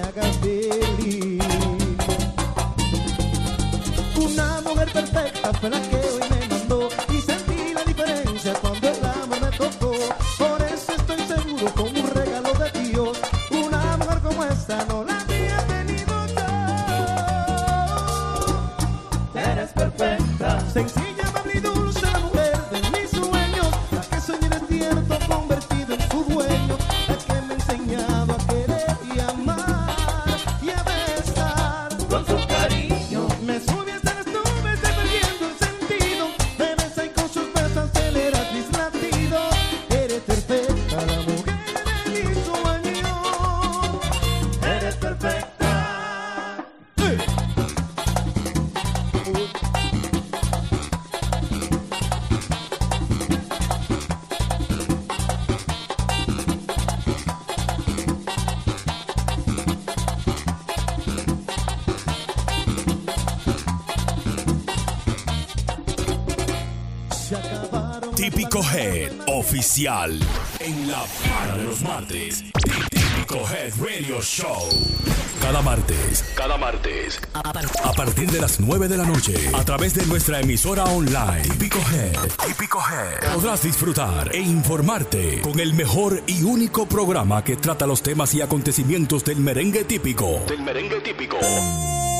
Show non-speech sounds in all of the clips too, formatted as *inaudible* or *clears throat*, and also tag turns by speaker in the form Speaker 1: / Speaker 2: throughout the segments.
Speaker 1: haga feliz. Una mujer perfecta fue la que hoy me mandó y sentí la diferencia cuando el amor me tocó. Por eso estoy seguro con un regalo de Dios, una mujer como esta no la había tenido yo. Eres perfecta, sencilla, amable y dulce la mujer de mis sueños, la que soñé despierto convertido en su dueño, la que me ha enseñado a querer y amar y a besar con su cariño. Me sube hasta las nubes, de perdiendo el sentido. Me besa y con sus besos acelera mis latidos. Eres perfecta, la mujer de mis sueños. Eres perfecta. Se acabaron.
Speaker 2: Típico Head Oficial en la para de los martes. Típico Head Radio Show. Cada martes, cada martes. A partir de las 9 de la noche, a través de nuestra emisora online, Típico Head, Típico Head, podrás disfrutar e informarte con el mejor y único programa que trata los temas y acontecimientos del merengue típico.
Speaker 3: Del merengue típico.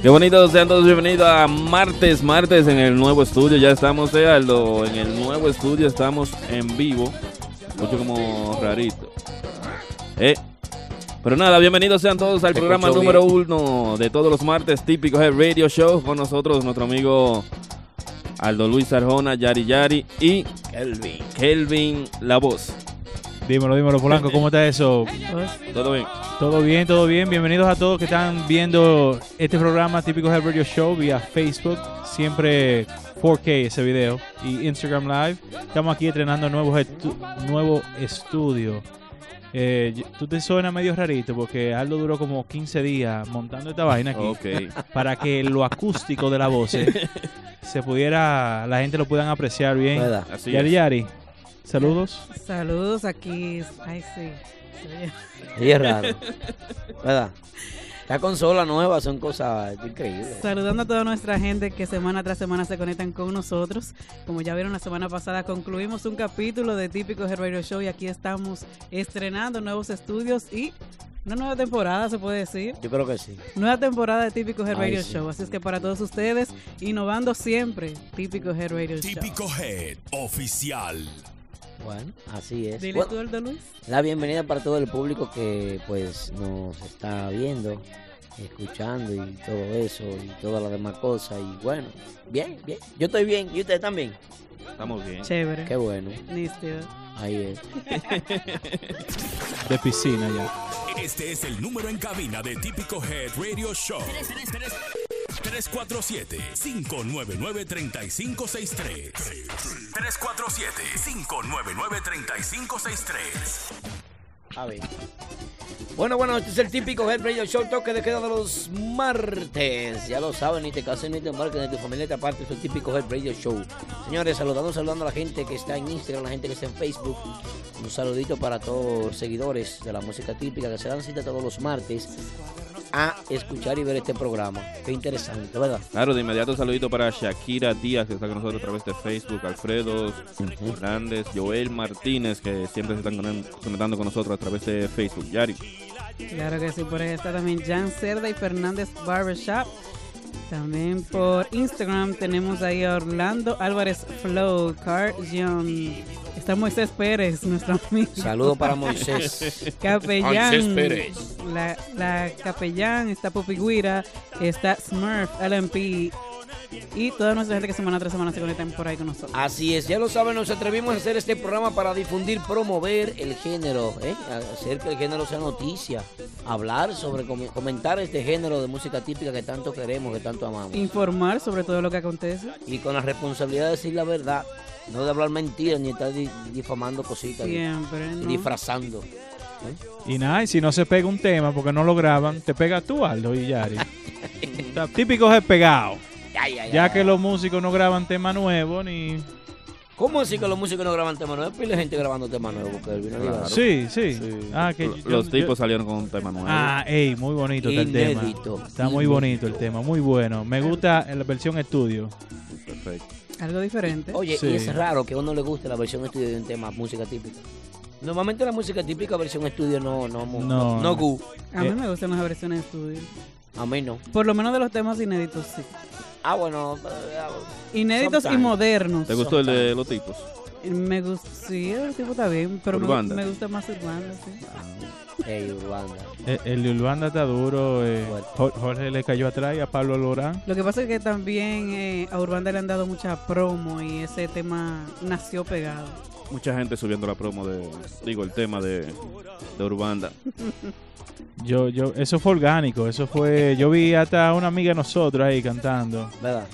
Speaker 4: Qué bonito, sean todos bienvenidos a martes, martes en el nuevo estudio. Ya estamos, eh, Aldo, en el nuevo estudio, estamos en vivo. Mucho como rarito. Eh, Pero nada, bienvenidos sean todos al
Speaker 5: Te
Speaker 4: programa
Speaker 5: escucho
Speaker 4: número uno de todos los martes típicos de Radio Show. Con nosotros nuestro amigo Aldo Luis Arjona, Yari Yari y Kelvin, Kelvin La Voz.
Speaker 6: Dímelo, dímelo, Polanco, ¿cómo está eso?
Speaker 4: ¿Todo bien?
Speaker 6: Todo bien, todo bien. Bienvenidos a todos que están viendo este programa típico Head Radio Show vía Facebook. Siempre 4K ese video. Y Instagram Live. Estamos aquí entrenando nuevos estu- nuevo estudio. Eh, y- tú te suena medio rarito porque Aldo duró como 15 días montando esta vaina aquí
Speaker 4: Ok.
Speaker 6: *laughs* para que lo acústico de la voz eh, se pudiera, la gente lo puedan apreciar bien.
Speaker 5: Pueda.
Speaker 4: Así
Speaker 6: Yari
Speaker 4: es.
Speaker 6: Yari, saludos.
Speaker 7: Saludos aquí. Ay, sí. Sí.
Speaker 5: Y es raro. ¿Verdad? La consola nueva son cosas increíbles.
Speaker 7: *laughs* Saludando a toda nuestra gente que semana tras semana se conectan con nosotros. Como ya vieron la semana pasada, concluimos un capítulo de Típico Herbario Show y aquí estamos estrenando nuevos estudios y una nueva temporada, se puede decir.
Speaker 5: Yo creo que sí.
Speaker 7: Nueva temporada de Típico Head
Speaker 5: Ay,
Speaker 7: Radio
Speaker 5: sí.
Speaker 7: Show. Así es que para todos ustedes, innovando siempre, Típico Head Radio
Speaker 2: Típico Head Oficial.
Speaker 5: Bueno, así
Speaker 7: Show.
Speaker 5: es.
Speaker 7: Dile
Speaker 5: Bueno,
Speaker 7: tú, Aldo Luis.
Speaker 5: la bienvenida para todo el público que pues nos está viendo, escuchando y todo eso y todas las demás cosas. Y bueno, bien, bien. Yo estoy bien. ¿Y ustedes también?
Speaker 4: Estamos bien.
Speaker 7: Chévere.
Speaker 5: Qué bueno.
Speaker 7: Nístido.
Speaker 5: Ahí es.
Speaker 6: De piscina ya.
Speaker 2: Este es el número en cabina de Típico Head Radio Show. 347-599-3563. 347-599-3563.
Speaker 5: A ver. Bueno, bueno, este es el típico Head Radio Show, toque de queda de los martes. Ya lo saben, ni te cases, ni te embarques, ni tu familia te aparte, es el típico Head Radio Show. Señores, saludando, saludando a la gente que está en Instagram, la gente que está en Facebook. Un saludito para todos los seguidores de la música típica que se dan cita todos los martes a escuchar y ver este programa. Qué interesante, ¿verdad?
Speaker 4: Claro, de inmediato saludito para Shakira Díaz, que está con nosotros a través de Facebook, Alfredo Hernández, Joel Martínez, que siempre se están conen- conectando con nosotros a través de Facebook. Yari,
Speaker 7: Claro que sí, por ahí está también Jan Cerda y Fernández Barbershop. También por Instagram tenemos ahí a Orlando Álvarez Flow, Carl John. Está Moisés Pérez, nuestro amigo.
Speaker 5: Saludo para Moisés.
Speaker 7: *laughs* Capellán. La, la Capellán, está Pupi Guira, está Smurf, LMP, y toda nuestra gente que semana tras semana se conectan por ahí con nosotros.
Speaker 5: Así es, ya lo saben, nos atrevimos a hacer este programa para difundir, promover el género, ¿eh? hacer que el género sea noticia, hablar sobre, com- comentar este género de música típica que tanto queremos, que tanto amamos.
Speaker 7: Informar sobre todo lo que acontece.
Speaker 5: Y con la responsabilidad de decir la verdad, no de hablar mentiras ni estar di- difamando cositas, ni-
Speaker 7: Siempre,
Speaker 5: ni
Speaker 7: ¿no?
Speaker 5: disfrazando. ¿eh?
Speaker 6: Y nada, y si no se pega un tema porque no lo graban, te pega tú, Aldo y Yari. O sea, típico es pegado.
Speaker 5: Ya, ya, ya.
Speaker 6: Ya que los músicos no graban tema nuevo ni.
Speaker 5: ¿Cómo así que los músicos no graban temas nuevos? Hay pila de gente grabando temas nuevos, Kelvin, ¿no?
Speaker 4: Claro.
Speaker 6: Sí, sí.
Speaker 4: Sí.
Speaker 6: Ah, que
Speaker 4: Lo-
Speaker 6: yo-
Speaker 4: los
Speaker 6: yo-
Speaker 4: tipos salieron con un tema nuevo.
Speaker 6: Ah, ey, muy bonito está el tema.
Speaker 5: Inédito.
Speaker 6: Está muy bonito el tema, muy bueno. Me gusta la versión estudio.
Speaker 4: Perfecto.
Speaker 7: Algo diferente.
Speaker 5: Oye,
Speaker 6: Sí.
Speaker 5: y es raro que a uno le guste la versión estudio de un tema, música típica. Normalmente la música típica, versión estudio, no, no, no,
Speaker 6: No.
Speaker 5: no, no gu.
Speaker 7: A mí
Speaker 6: eh.
Speaker 7: me gustan las versiones de estudio.
Speaker 5: A mí no.
Speaker 7: Por lo menos de los temas inéditos, sí.
Speaker 5: Ah, bueno. eh, ah,
Speaker 7: Inéditos y
Speaker 5: Sometime.
Speaker 7: modernos.
Speaker 4: ¿Te gustó el de los tipos?
Speaker 7: Me gusta, sí, el tipo está bien, pero me,
Speaker 4: Urbanda.
Speaker 7: me gusta más urbano, sí.
Speaker 5: Ey, Urbanda.
Speaker 6: El, E, el de Urbanda está duro. eh,
Speaker 5: Fuerte.
Speaker 6: Jo- Jorge le cayó atrás y a Pablo Lorán.
Speaker 7: Lo que pasa es que también eh, a Urbanda le han dado mucha promo y ese tema nació pegado.
Speaker 4: Mucha gente subiendo la promo de, digo, el tema de, de Urbanda.
Speaker 6: Yo, yo, eso fue orgánico. Eso fue. Yo vi hasta una amiga de nosotros ahí cantando.
Speaker 5: ¿Verdad?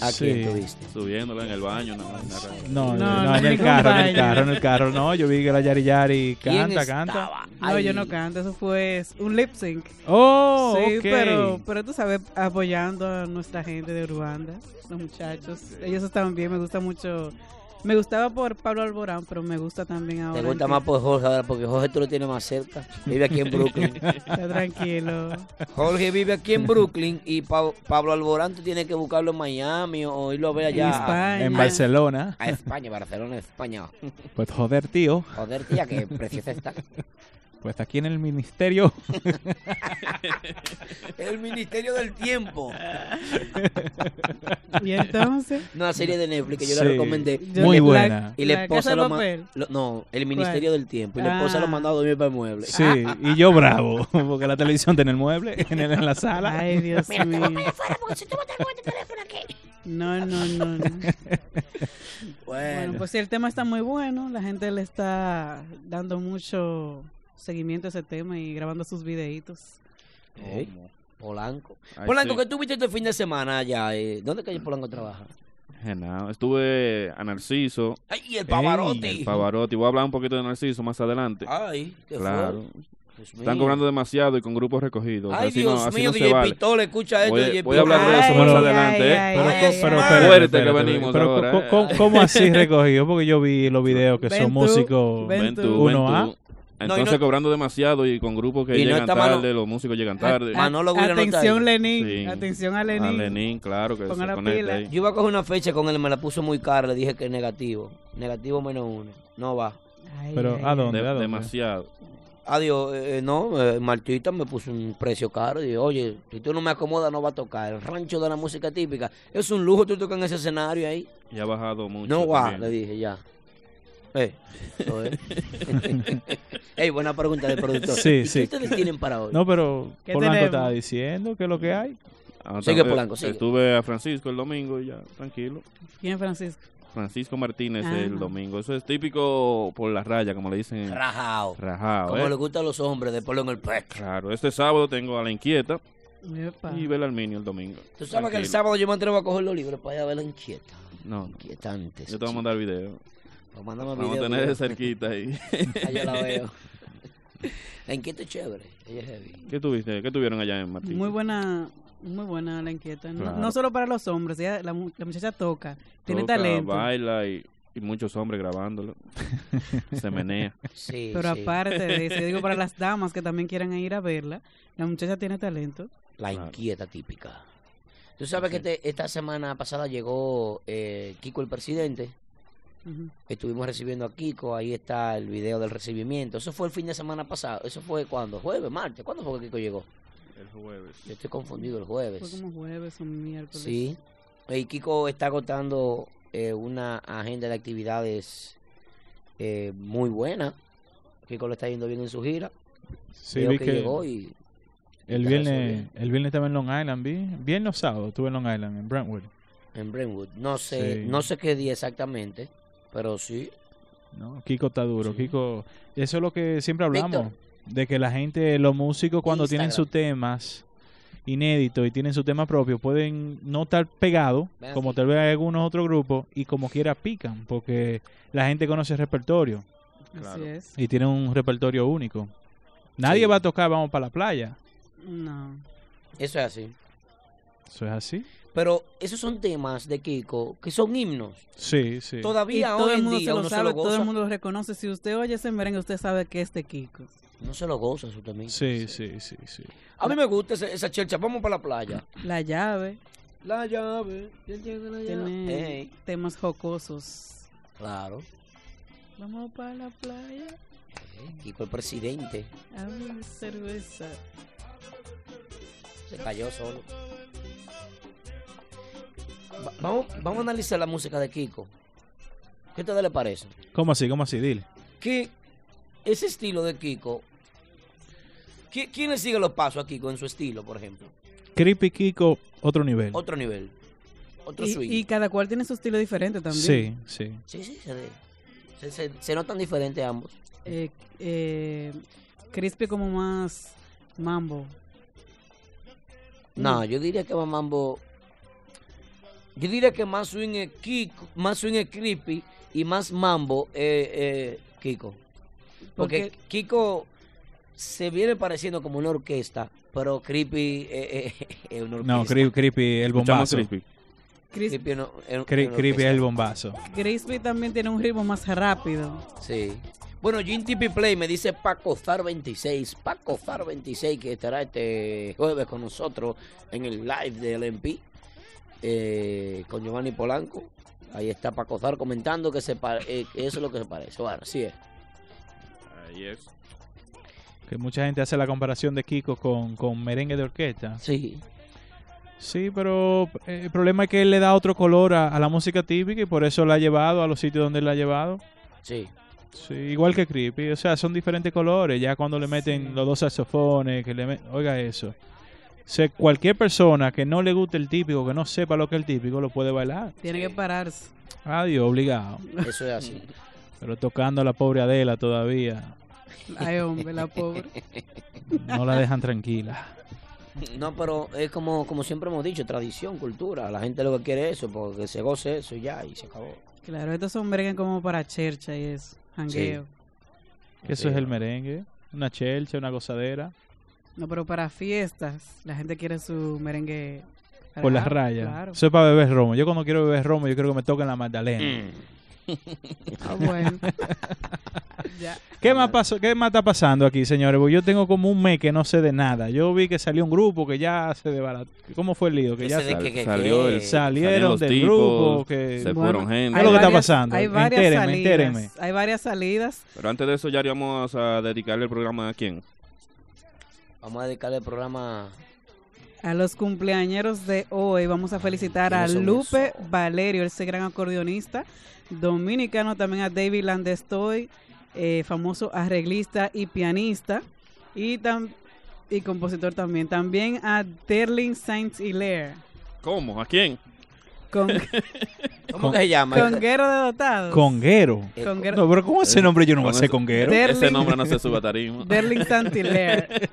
Speaker 5: ¿A
Speaker 6: Sí.
Speaker 5: quién tuviste?
Speaker 4: Subiéndola en el baño. en la- en la radio.
Speaker 6: No,
Speaker 7: No,
Speaker 6: no,
Speaker 7: no,
Speaker 6: en el
Speaker 7: ningún
Speaker 6: carro, en el
Speaker 7: baile.
Speaker 6: carro, en el carro. No, yo vi que la Yari Yari canta, canta.
Speaker 5: estaba
Speaker 7: No,
Speaker 5: ahí?
Speaker 7: yo no canto, eso fue un lip sync.
Speaker 6: Oh,
Speaker 7: sí,
Speaker 6: ok.
Speaker 7: pero, pero tú sabes, apoyando a nuestra gente de Urbanda, los muchachos. Ellos están bien, me gusta mucho. Me gustaba por Pablo Alborán, pero me gusta también ahora.
Speaker 5: Te
Speaker 7: el
Speaker 5: gusta
Speaker 7: que
Speaker 5: más por Jorge ahora porque Jorge tú lo tienes más cerca. Vive aquí en Brooklyn.
Speaker 7: *laughs* Está tranquilo.
Speaker 5: Jorge vive aquí en Brooklyn y Pa- Pablo Alborán tú tienes que buscarlo en Miami o irlo a ver
Speaker 7: en
Speaker 5: allá.
Speaker 7: España.
Speaker 6: En Barcelona.
Speaker 5: A, a España, Barcelona, España.
Speaker 6: Pues joder, tío.
Speaker 5: Joder, tía, que preciosa está.
Speaker 6: *laughs* Pues aquí en el ministerio.
Speaker 5: *laughs* El Ministerio del Tiempo.
Speaker 7: Y entonces.
Speaker 5: Una serie de Netflix que yo
Speaker 6: Sí.
Speaker 5: le recomendé.
Speaker 7: yo-
Speaker 6: Muy
Speaker 7: la-
Speaker 6: buena.
Speaker 5: Y la,
Speaker 7: la
Speaker 5: esposa
Speaker 7: Casa de
Speaker 5: lo ma-
Speaker 7: Papel.
Speaker 5: lo- No, el Ministerio del Tiempo. Y la esposa
Speaker 7: Ah.
Speaker 5: lo mandó a dormir para el mueble.
Speaker 6: *laughs* Sí, y yo bravo, porque la televisión está en el mueble, en, el- en la sala.
Speaker 7: Ay, Dios mío.
Speaker 3: porque si tú botas el teléfono aquí.
Speaker 7: No, no, no,
Speaker 6: *laughs*
Speaker 7: no. Bueno,
Speaker 5: Bueno,
Speaker 7: pues sí, el tema está muy bueno. La gente le está dando mucho seguimiento a ese tema y grabando sus videitos.
Speaker 6: ¿Eh?
Speaker 5: Ey, Polanco.
Speaker 4: Ay,
Speaker 5: Polanco,
Speaker 4: sí.
Speaker 5: ¿qué tuviste este fin de semana allá? eh? ¿Dónde que Polanco trabaja?
Speaker 4: Genao. Eh, Estuve a Narciso,
Speaker 5: ¡Ay, el Pavarotti!
Speaker 4: el Pavarotti. Voy a hablar un poquito de Narciso más adelante.
Speaker 5: ¡Ay, qué
Speaker 4: claro.
Speaker 5: fue? Dios
Speaker 4: Están
Speaker 5: mío.
Speaker 4: cobrando demasiado y con grupos recogidos.
Speaker 5: ¡Ay,
Speaker 4: así
Speaker 5: Dios
Speaker 4: no, así
Speaker 5: mío,
Speaker 4: no se
Speaker 5: DJ
Speaker 4: vale.
Speaker 5: Pistola! Escucha esto,
Speaker 4: Voy a-
Speaker 5: DJ
Speaker 4: voy a hablar de
Speaker 5: Pistola.
Speaker 4: eso
Speaker 7: Ay,
Speaker 4: más
Speaker 7: ay,
Speaker 4: adelante, ¿eh?
Speaker 7: ay,
Speaker 6: Pero,
Speaker 7: ay,
Speaker 6: co-
Speaker 7: ay.
Speaker 6: pero
Speaker 5: Fuerte
Speaker 6: espérate,
Speaker 4: que
Speaker 6: espérate,
Speaker 4: venimos
Speaker 6: pero
Speaker 4: ahora,
Speaker 6: co-
Speaker 4: eh.
Speaker 6: co- ¿cómo, así
Speaker 5: *laughs*
Speaker 6: recogido? Porque yo vi los videos que
Speaker 7: Ven
Speaker 6: son
Speaker 7: tú,
Speaker 6: músicos.
Speaker 7: ven.
Speaker 4: Ven tú,
Speaker 7: Uno
Speaker 4: ven
Speaker 6: A.
Speaker 4: tú. Entonces
Speaker 5: no-
Speaker 4: cobrando demasiado y con grupos que
Speaker 5: Y no
Speaker 4: llegan
Speaker 5: está Manolo-
Speaker 4: tarde, los músicos llegan tarde.
Speaker 5: Ah, Manolo Guira no está
Speaker 7: Atención,
Speaker 5: ahí.
Speaker 7: Lenín.
Speaker 4: Sí.
Speaker 7: Atención a
Speaker 4: A
Speaker 7: Lenín.
Speaker 4: Lenín, claro que
Speaker 7: Ponga
Speaker 4: se
Speaker 7: la
Speaker 4: conecta
Speaker 7: pila.
Speaker 4: ahí.
Speaker 5: Yo iba a coger una fecha con él, me la puso muy cara, le dije que es negativo. Negativo menos uno. No va.
Speaker 7: Ay,
Speaker 6: Pero,
Speaker 7: ay,
Speaker 6: ¿a dónde?
Speaker 4: De-
Speaker 6: ¿A dónde?
Speaker 4: demasiado.
Speaker 5: Adiós, eh, no, eh, Martita me puso un precio caro. Y dije, oye, si tú no me acomodas, no va a tocar. El rancho de la música típica es un lujo, tú tocas en ese escenario ahí.
Speaker 4: Y ha bajado mucho.
Speaker 5: No va,
Speaker 4: también.
Speaker 5: le dije, ya. Eh, eso es. Ey, buena pregunta del productor.
Speaker 6: *laughs* Sí,
Speaker 5: ¿Y
Speaker 6: sí.
Speaker 5: ¿Qué ustedes tienen para hoy?
Speaker 6: No, pero
Speaker 7: ¿Qué
Speaker 6: Polanco
Speaker 7: tenemos?
Speaker 6: estaba diciendo que es lo que hay.
Speaker 4: *laughs* Ah,
Speaker 5: Sigue,
Speaker 4: eh,
Speaker 5: Polanco, sigue.
Speaker 4: Estuve a Francisco el domingo y ya, tranquilo.
Speaker 7: ¿Quién es Francisco?
Speaker 4: Francisco Martínez
Speaker 7: Ah.
Speaker 4: el domingo. Eso es típico por la raya, como le dicen.
Speaker 5: Rajao.
Speaker 4: Rajado,
Speaker 5: Como
Speaker 4: ¿eh?
Speaker 5: le gustan los hombres, de pelo en el pecho.
Speaker 4: Claro, este sábado tengo a La Inquieta
Speaker 7: Epa.
Speaker 4: y Belarminio el domingo.
Speaker 5: Tú sabes que el
Speaker 4: Tranquilo.
Speaker 5: sábado yo me atrevo a coger los libros para ir a verla inquieta.
Speaker 4: No, no.
Speaker 5: Inquietantes.
Speaker 4: Yo te voy a mandar video.
Speaker 5: Pues mándame
Speaker 4: Vamos
Speaker 5: video,
Speaker 4: a tener
Speaker 5: video.
Speaker 4: cerquita ahí.
Speaker 5: Ah, yo *laughs* la
Speaker 4: *laughs*
Speaker 5: veo. La inquieta es chévere. Ella es heavy.
Speaker 4: ¿Qué tuviste? ¿Qué tuvieron allá en Martín?
Speaker 7: Muy buena, muy buena la inquieta. No,
Speaker 4: Claro.
Speaker 7: no solo para los hombres, ella- la, mu- la muchacha toca, tiene
Speaker 4: Toca,
Speaker 7: talento.
Speaker 4: Baila y, y muchos hombres
Speaker 6: *laughs*
Speaker 4: grabándolo. Se menea.
Speaker 5: Sí,
Speaker 7: Pero
Speaker 5: sí.
Speaker 7: aparte de eso, yo digo
Speaker 5: *laughs*
Speaker 7: para las damas que también quieran ir a verla, la muchacha tiene talento.
Speaker 5: La inquieta típica. Tú sabes que este- esta semana pasada llegó eh, Kiko el presidente.
Speaker 7: Ujú.
Speaker 5: Estuvimos recibiendo a Kiko. Ahí está el video del recibimiento. Eso fue el fin de semana pasado. Eso fue cuando? Jueves, martes. ¿Cuándo fue que Kiko llegó?
Speaker 4: El jueves.
Speaker 5: Yo estoy confundido el
Speaker 7: Fue
Speaker 5: jueves.
Speaker 7: como jueves o miércoles.
Speaker 5: Sí. Y Kiko está agotando eh, una agenda de actividades eh, muy buena. Kiko le está yendo bien en su gira.
Speaker 6: Sí,
Speaker 5: Creo
Speaker 6: vi
Speaker 5: que,
Speaker 6: que
Speaker 5: llegó y
Speaker 6: el
Speaker 5: está
Speaker 6: viernes,
Speaker 5: resolviendo.
Speaker 6: el viernes estaba en Long Island, vi. Viernes o sábado estuve en Long Island, en Brentwood.
Speaker 5: en Brentwood. No sé,
Speaker 6: Sí.
Speaker 5: no sé qué día exactamente, pero sí.
Speaker 6: No, Kiko está duro. Kiko, eso es lo que siempre hablamos.
Speaker 5: Víctor.
Speaker 6: De que la gente, los músicos, cuando tienen
Speaker 5: Instagram.
Speaker 6: sus temas inéditos y tienen su tema propio, pueden no estar pegados,
Speaker 5: Ven
Speaker 6: como
Speaker 5: aquí.
Speaker 6: tal vez hay algunos otros grupos, y como quiera pican, porque la gente conoce el repertorio
Speaker 7: Así es.
Speaker 6: y tiene un repertorio único. Nadie
Speaker 5: Sí.
Speaker 6: va a tocar, vamos para la playa.
Speaker 7: No.
Speaker 5: Eso es así.
Speaker 6: Eso es así.
Speaker 5: Pero esos son temas de Kiko que son himnos.
Speaker 6: Sí, sí.
Speaker 7: Y
Speaker 5: Todavía
Speaker 7: todo
Speaker 5: hoy
Speaker 7: el
Speaker 5: en
Speaker 7: mundo se
Speaker 5: día
Speaker 7: lo
Speaker 5: uno se
Speaker 7: sabe,
Speaker 5: lo
Speaker 7: todo el
Speaker 5: goza.
Speaker 7: mundo lo reconoce. Si usted oye ese merengue, usted sabe que es de Kiko.
Speaker 5: No se lo goza su temita.
Speaker 6: Sí, sí, sí, sí.
Speaker 5: A mí me gusta esa, esa chelcha. Vamos para la playa.
Speaker 7: La llave.
Speaker 5: La llave. ya llega la llave.
Speaker 7: Tiene
Speaker 5: Ey,
Speaker 7: temas jocosos.
Speaker 5: claro.
Speaker 7: Vamos para la playa
Speaker 5: Ey, Kiko el presidente.
Speaker 7: a beber cerveza.
Speaker 5: Se cayó solo. Va- vamos, vamos a analizar la música de Kiko. ¿Qué te le parece?
Speaker 6: ¿Cómo así? ¿Cómo así? Dile.
Speaker 5: Que ese estilo de Kiko. ¿qui- ¿Quién le sigue los pasos a Kiko en su estilo, por ejemplo?
Speaker 6: Creepy Kiko, otro nivel.
Speaker 5: Otro nivel. Otro
Speaker 7: Y,
Speaker 5: swing.
Speaker 7: y cada cual tiene su estilo diferente también.
Speaker 6: Sí, sí.
Speaker 5: Sí, sí, se, ve. se, se, se notan diferentes ambos.
Speaker 7: Eh, eh, Crispy como más mambo.
Speaker 5: No, yo diría que va Mambo. Yo diría que más swing es Kiko, más swing es Creepy y más Mambo es Kiko. Porque
Speaker 7: Porque-
Speaker 5: Kiko se viene pareciendo como una orquesta, pero Creepy es, es- es una orquesta.
Speaker 6: No, creep- Creepy, el
Speaker 4: Escuchamos
Speaker 6: bombazo.
Speaker 4: Crispy.
Speaker 7: Cris-
Speaker 5: Creepy, no- es- es
Speaker 6: Cre-
Speaker 5: una
Speaker 6: creepy es el
Speaker 5: orquesta.
Speaker 6: bombazo.
Speaker 7: Crispy también tiene un ritmo más rápido.
Speaker 5: Sí. este, Bueno, Jim Tipi Play me dice Paco Far 26. Paco Far 26 que estará este jueves con nosotros en el live del MP eh, con Giovanni Polanco. Ahí está Paco Far comentando que, se pa- eh, que eso es lo que se parece. Bueno, sí es.
Speaker 6: Que mucha gente hace la comparación de Kiko con, con merengue de orquesta.
Speaker 5: Sí.
Speaker 6: Sí, pero eh, el problema es que él le da otro color a, a la música típica y por eso la ha llevado a los sitios donde la ha llevado.
Speaker 5: Sí.
Speaker 6: Sí, igual que Creepy. O sea, son diferentes colores. Ya cuando le meten los dos saxofones, que le met- oiga eso. O sea, cualquier persona que no le guste el típico, que no sepa lo que es el típico, lo puede bailar.
Speaker 7: Tiene que pararse.
Speaker 6: Adiós, obligado.
Speaker 5: Eso es así.
Speaker 6: Pero tocando a la pobre Adela todavía,
Speaker 7: Ay, hombre, la pobre.
Speaker 6: no la dejan tranquila.
Speaker 5: *laughs* No, pero es como, como siempre hemos dicho, tradición, cultura. La gente lo que quiere es eso, porque se goce eso y ya, y se acabó.
Speaker 7: Claro, estos son merengues como para chercha y eso. Jangueo.
Speaker 6: Que eso es el merengue. Una chelcha, una gozadera.
Speaker 7: No, pero para fiestas, la gente quiere su merengue.
Speaker 6: Por las
Speaker 7: raro,
Speaker 6: rayas.
Speaker 7: Claro.
Speaker 6: Eso es para beber romo. Yo cuando quiero beber romo, yo quiero que me toquen la Magdalena.
Speaker 5: Mm.
Speaker 7: Ah,
Speaker 5: *laughs*
Speaker 7: bueno. ya.
Speaker 6: ¿Qué, más pasó, ¿Qué más está pasando aquí, señores? Porque yo tengo como un mes que no sé de nada. Yo vi que salió un grupo que ya se debarató. ¿Cómo fue el lío? Que ya
Speaker 5: Ese de
Speaker 4: sal-
Speaker 5: que- que-
Speaker 4: salió
Speaker 5: que-
Speaker 4: el-
Speaker 6: salieron
Speaker 4: Salieron los
Speaker 6: del
Speaker 4: tipos,
Speaker 6: grupo. Que...
Speaker 4: se- fueron gente.
Speaker 6: Es
Speaker 7: hay
Speaker 6: lo que está
Speaker 7: varias-
Speaker 6: pasando.
Speaker 7: Hay varias
Speaker 6: Entérenme,
Speaker 7: salidas.
Speaker 6: entérenme.
Speaker 7: Hay varias salidas.
Speaker 4: Pero antes de eso ya íbamos a dedicarle el programa a quién.
Speaker 5: Vamos a dedicarle el programa
Speaker 7: A los cumpleañeros de hoy vamos a felicitar a
Speaker 5: ¿quiénes son
Speaker 7: Lupe
Speaker 5: esos?
Speaker 7: Valerio, ese gran acordeonista dominicano, también a David Landestoy, eh, famoso arreglista y pianista, y, tam- y compositor también. También a Terling Sainz Hilaire,
Speaker 4: ¿Cómo? ¿A quién?
Speaker 7: con,
Speaker 5: *laughs* ¿Cómo que se llama?
Speaker 7: conguero de dotados.
Speaker 6: Conguero.
Speaker 5: Eh,
Speaker 7: Conguero-
Speaker 6: No, pero ¿cómo ese nombre yo no voy a
Speaker 4: Con
Speaker 6: ser
Speaker 4: eso-
Speaker 6: conguero?
Speaker 7: Derling.
Speaker 4: Ese nombre no se sube a tarima.
Speaker 7: *laughs* Derling
Speaker 5: *laughs*
Speaker 7: Santiler.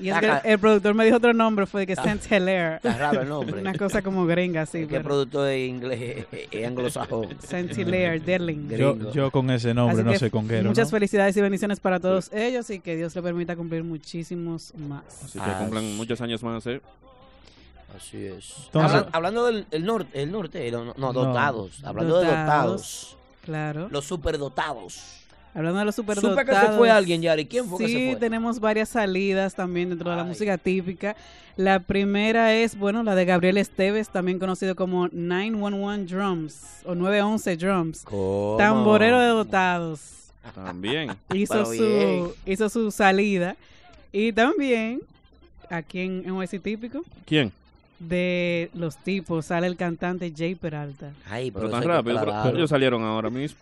Speaker 7: Y es que
Speaker 5: Ajá.
Speaker 7: el productor me dijo otro nombre, fue que Saint Hilaire.
Speaker 5: Ah. Está raro el nombre.
Speaker 7: Una cosa como gringa, sí.
Speaker 5: ¿Qué
Speaker 7: pero-
Speaker 5: producto de inglés *laughs* es anglosajón?
Speaker 7: Saint Hilaire, Derling.
Speaker 6: Yo,
Speaker 5: gringo.
Speaker 6: yo con ese nombre
Speaker 7: Así
Speaker 6: no
Speaker 7: que
Speaker 6: sé conguero.
Speaker 7: Muchas
Speaker 6: ¿no?
Speaker 7: felicidades y bendiciones para todos ellos y que Dios le permita cumplir muchísimos más. Ah,
Speaker 4: Así que cumplan muchos años más. ¿eh?
Speaker 5: Así es.
Speaker 6: Entonces-
Speaker 5: Hablan- hablando del el norte, el norte, el- no,
Speaker 6: No.
Speaker 5: dotados. Hablando de
Speaker 7: Dotados.
Speaker 5: dotados.
Speaker 7: Claro.
Speaker 5: Los superdotados.
Speaker 7: Hablando de los superdotados.
Speaker 5: Supe que se fue alguien, Yari. ¿Quién fue
Speaker 7: sí,
Speaker 5: que se fue?
Speaker 7: tenemos varias salidas también dentro de la
Speaker 5: Ay.
Speaker 7: música típica. La primera es, bueno, la de Gabriel Esteves, también conocido como 911 Drums o 911 Drums.
Speaker 5: ¿Cómo?
Speaker 7: Tamborero de dotados.
Speaker 4: También.
Speaker 7: hizo,
Speaker 5: Pero bien.
Speaker 7: su, hizo su salida. Y también, aquí en, en OSI típico,
Speaker 4: ¿Quién?
Speaker 7: de los tipos, sale el cantante Jay Peralta.
Speaker 5: Ay, pero,
Speaker 4: Pero tan
Speaker 5: eso hay que
Speaker 4: rápido. pero-
Speaker 5: aclararlo.
Speaker 4: ellos salieron ahora mismo.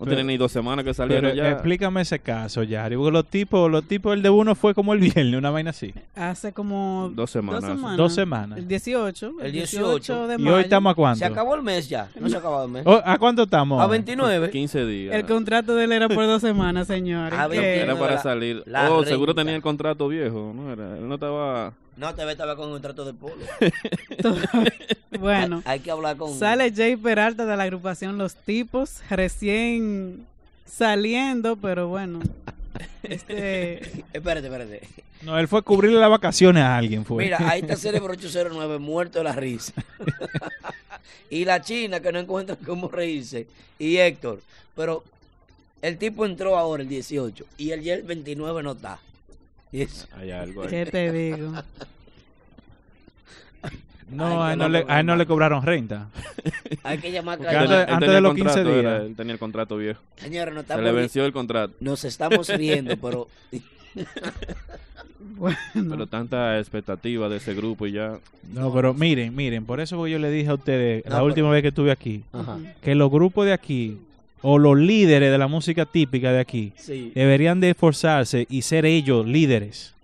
Speaker 4: No tiene ni dos semanas que salieron
Speaker 6: Pero
Speaker 4: ya.
Speaker 6: explícame ese caso, Yari. Porque los tipos, los tipos, el de uno fue como el *laughs* viernes, una vaina así.
Speaker 7: Hace como
Speaker 4: Dos semanas.
Speaker 6: Dos semanas.
Speaker 7: El 18.
Speaker 5: El
Speaker 7: El 18 de
Speaker 6: ¿Y
Speaker 7: mayo.
Speaker 6: hoy estamos a cuánto?
Speaker 5: Se acabó el mes ya. No se ha acabado el mes.
Speaker 6: Oh, ¿A cuánto estamos?
Speaker 5: A
Speaker 6: hoy?
Speaker 5: 29.
Speaker 4: 15 días.
Speaker 7: El contrato de él era por dos semanas, señores.
Speaker 5: Ah,
Speaker 7: ¿Qué?
Speaker 5: bien,
Speaker 4: Era para
Speaker 5: la-
Speaker 4: salir.
Speaker 5: la
Speaker 4: oh, seguro
Speaker 5: renta.
Speaker 4: tenía el contrato viejo. No era, él no estaba.
Speaker 5: No te ves, estaba con un trato de polo.
Speaker 7: bueno,
Speaker 5: *laughs* Hay que hablar con.
Speaker 7: sale Jay Peralta de la agrupación Los Tipos, recién saliendo, pero bueno.
Speaker 4: *laughs*
Speaker 7: Este,
Speaker 5: Espérate, espérate.
Speaker 6: No, él fue a cubrirle las vacaciones a alguien, fue.
Speaker 5: Mira,
Speaker 6: *laughs*
Speaker 5: ahí está Cerebro 809, muerto de la risa. *laughs* y la China, que no encuentra cómo reírse. Y Héctor. Pero el tipo entró ahora el 18 y el, ya el 29 no está. Y eso.
Speaker 4: Hay algo ahí.
Speaker 7: ¿Qué te digo?
Speaker 6: no,
Speaker 5: Ay,
Speaker 6: a
Speaker 5: qué
Speaker 6: él no, le,
Speaker 5: loco,
Speaker 6: a él no le cobraron renta.
Speaker 5: *laughs* Hay que llamar
Speaker 6: Porque
Speaker 5: a
Speaker 6: antes-
Speaker 4: Tenía- él
Speaker 6: antes
Speaker 4: tenía
Speaker 6: de los
Speaker 4: el contrato,
Speaker 6: 15
Speaker 4: era-
Speaker 6: días.
Speaker 4: él tenía el contrato viejo.
Speaker 5: Señores, no
Speaker 4: Se le
Speaker 5: estamos.
Speaker 4: venció el contrato.
Speaker 5: Nos estamos pues. riendo, pero.
Speaker 4: *laughs* Pero tanta expectativa de ese grupo y ya.
Speaker 6: No, pero miren, miren, por eso yo le dije a ustedes
Speaker 5: No,
Speaker 6: la
Speaker 5: pero-
Speaker 6: última vez que estuve aquí,
Speaker 5: Ajá.
Speaker 6: que los grupos de aquí, o los líderes de la música típica de aquí,
Speaker 5: Sí.
Speaker 6: deberían de esforzarse y ser ellos líderes.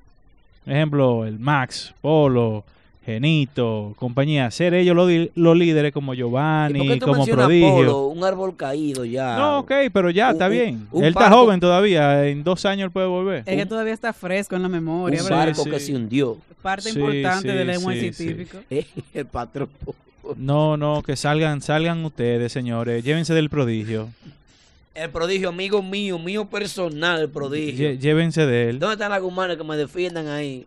Speaker 6: Por ejemplo, el Max, Polo, Genito, compañía, ser ellos los, di- los líderes como
Speaker 5: ¿Y por qué
Speaker 6: Giovanni,
Speaker 5: tú
Speaker 6: como
Speaker 5: mencionas
Speaker 6: Prodigio.
Speaker 5: Polo, un árbol caído ya.
Speaker 6: No, ok, pero ya,
Speaker 5: Ah, Un-
Speaker 6: está
Speaker 5: un-
Speaker 6: bien.
Speaker 5: un
Speaker 6: él está
Speaker 5: barco-
Speaker 6: joven todavía, en dos años él puede volver.
Speaker 7: Es que todavía está fresco en la memoria,
Speaker 5: Un
Speaker 6: Sí,
Speaker 7: ¿verdad?
Speaker 5: barco
Speaker 6: sí.
Speaker 5: que se hundió.
Speaker 7: Parte
Speaker 6: Sí,
Speaker 7: importante
Speaker 6: sí,
Speaker 7: del
Speaker 6: sí,
Speaker 7: lenguaje
Speaker 6: sí.
Speaker 7: *laughs* típico.
Speaker 5: El patrón.
Speaker 6: No, no, que salgan, salgan ustedes, señores, llévense del Prodigio,
Speaker 5: El prodigio, amigo mío, mío personal, el prodigio.
Speaker 6: lle- llévense de él.
Speaker 5: ¿Dónde están las gumanas que me defiendan ahí?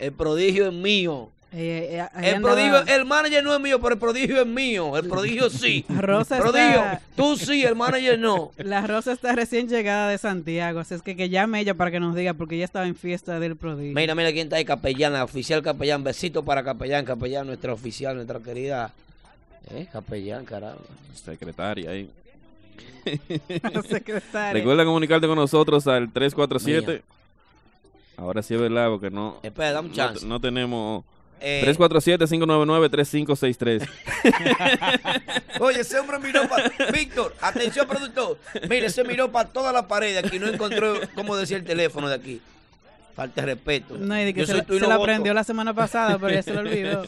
Speaker 5: El prodigio es mío.
Speaker 7: Eh, eh, ahí
Speaker 5: El
Speaker 7: andaba-
Speaker 5: prodigio, el manager no es mío, pero el prodigio es mío. El prodigio sí.
Speaker 7: *laughs* Rosa
Speaker 5: prodigio,
Speaker 7: está-
Speaker 5: tú sí, el manager no.
Speaker 7: *laughs* La Rosa está recién llegada de Santiago, así es que que llame ella para que nos diga, porque ella estaba en fiesta del prodigio.
Speaker 5: Mira, mira quién está ahí, capellán, la oficial capellán. Besito para capellán, capellán, nuestra oficial, nuestra querida. Eh, capellán, caramba.
Speaker 4: Secretaria ahí.
Speaker 7: La secretaria.
Speaker 4: Recuerda comunicarte con nosotros al 347. Ahora sí es verdad, porque no.
Speaker 5: Espera, dame un
Speaker 4: no-
Speaker 5: chance.
Speaker 4: No, tenemos.
Speaker 5: Eh,
Speaker 4: 347-599-3563.
Speaker 5: Oye, ese hombre miró para. Víctor, atención, productor. Mire, se miró para toda la pared de aquí. No encontró cómo decía el teléfono de aquí. Falta de respeto.
Speaker 7: No, y de que
Speaker 5: Yo
Speaker 7: se,
Speaker 5: soy
Speaker 7: la-
Speaker 5: tú y
Speaker 7: se
Speaker 5: lo
Speaker 7: la
Speaker 5: voto.
Speaker 7: aprendió la semana pasada, pero ya se lo olvidó.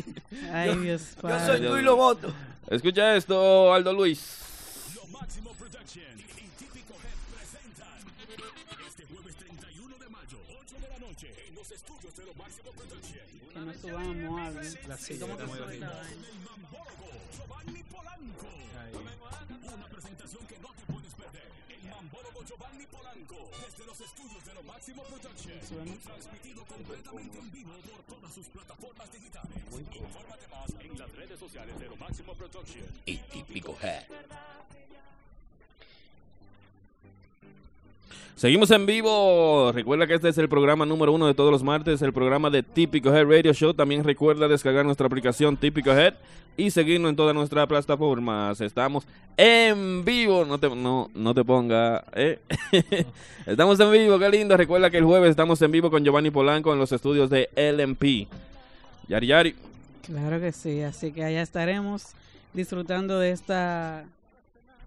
Speaker 7: *laughs* Ay, Dios
Speaker 5: Yo
Speaker 7: padre.
Speaker 5: soy tú y lo voto.
Speaker 4: Escucha esto, Aldo Luis.
Speaker 2: Este
Speaker 7: Que no subamos algo. ¿Cómo que sube esta vaina?
Speaker 5: y típico head.
Speaker 4: Seguimos en vivo. Recuerda que este es el programa número uno de todos los martes, el programa de Típico Head Radio Show. También recuerda descargar nuestra aplicación Típico Head y seguirnos en todas nuestras plataformas. Estamos en vivo. No te, no, no te ponga. ¿eh? *laughs* estamos en vivo, qué lindo. Recuerda que el jueves estamos en vivo con Giovanni Polanco en los estudios de LMP. Yari Yari.
Speaker 7: Claro que sí, así que allá estaremos disfrutando de esta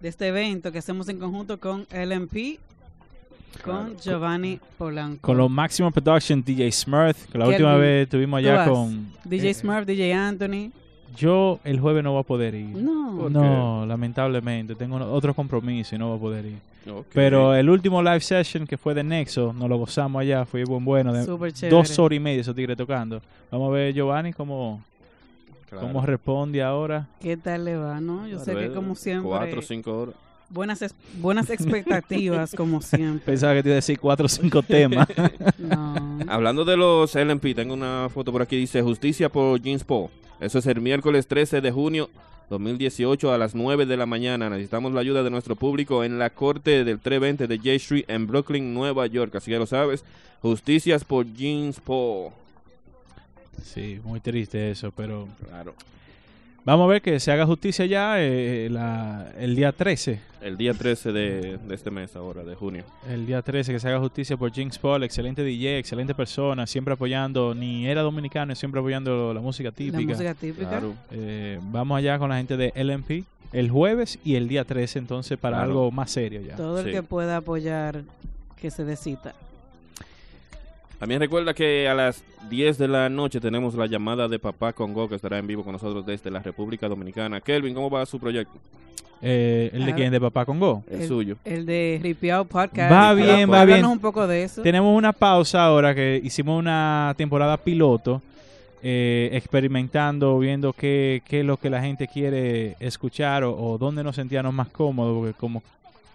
Speaker 7: de este evento que hacemos en conjunto con LMP, con Giovanni Polanco.
Speaker 6: Con los Maximum Production, DJ Smurf, que la
Speaker 7: ¿Qué
Speaker 6: última
Speaker 7: algún-
Speaker 6: vez estuvimos
Speaker 7: tú
Speaker 6: allá
Speaker 7: vas?
Speaker 6: con...
Speaker 7: DJ
Speaker 6: eh,
Speaker 7: Smurf, DJ Anthony.
Speaker 6: Yo el jueves no voy a poder ir.
Speaker 7: No.
Speaker 6: No, lamentablemente, tengo uno- otro compromiso y no voy a poder ir.
Speaker 4: Ok.
Speaker 6: Pero el último live session que fue de Nexo, nos lo gozamos allá, fue buen bueno, de
Speaker 7: Súper chévere.
Speaker 6: dos horas y media esos tigres tocando. Vamos a ver Giovanni cómo,
Speaker 4: Claro.
Speaker 6: cómo responde ahora.
Speaker 7: ¿Qué tal le va, no? Yo sé que como siempre
Speaker 4: Cuatro, cinco horas.
Speaker 7: buenas es-
Speaker 4: *laughs*
Speaker 7: buenas
Speaker 6: *laughs*
Speaker 7: expectativas como siempre.
Speaker 6: Pensaba que te iba a decir cuatro o cinco temas.
Speaker 7: *laughs* No.
Speaker 4: Hablando de los LMP, tengo una foto por aquí, dice Justicia por James Paul. Eso es el miércoles 13 de junio 2018 a las 9 de la mañana. Necesitamos la ayuda de nuestro público en la corte del 320 de J Street en Brooklyn, Nueva York. Así que lo sabes, Justicias por James Paul.
Speaker 6: sí, muy triste eso, pero
Speaker 4: Claro.
Speaker 6: vamos a ver que se haga justicia ya eh, la- el día 13.
Speaker 4: El día 13 de, de este mes ahora, de junio.
Speaker 6: El día 13 que se haga justicia por Jinx Paul, excelente DJ, excelente persona, siempre apoyando, ni era dominicano, siempre apoyando la música típica.
Speaker 7: La música típica.
Speaker 4: Claro.
Speaker 6: Eh, vamos allá con la gente de LMP. el jueves y el día 13, entonces para
Speaker 4: Claro.
Speaker 6: algo más serio ya.
Speaker 7: Todo el
Speaker 4: Sí.
Speaker 7: que pueda apoyar que se dé cita.
Speaker 4: También recuerda que a las 10 de la noche tenemos la llamada de Papá Congo que estará en vivo con nosotros desde la República Dominicana. Kelvin, ¿cómo va su proyecto?
Speaker 6: Eh, ¿El de
Speaker 7: Ah.
Speaker 6: quién? ¿De Papá Congo?
Speaker 4: El,
Speaker 7: El-
Speaker 4: suyo.
Speaker 7: El de Ripiao Podcast.
Speaker 6: Va
Speaker 7: Habla-
Speaker 6: bien, va
Speaker 7: háblanos
Speaker 6: bien.
Speaker 7: un poco de eso.
Speaker 6: Tenemos una pausa ahora que hicimos una temporada piloto, eh, experimentando, viendo qué, qué es lo que la gente quiere escuchar o, o dónde nos sentíamos más cómodos, porque como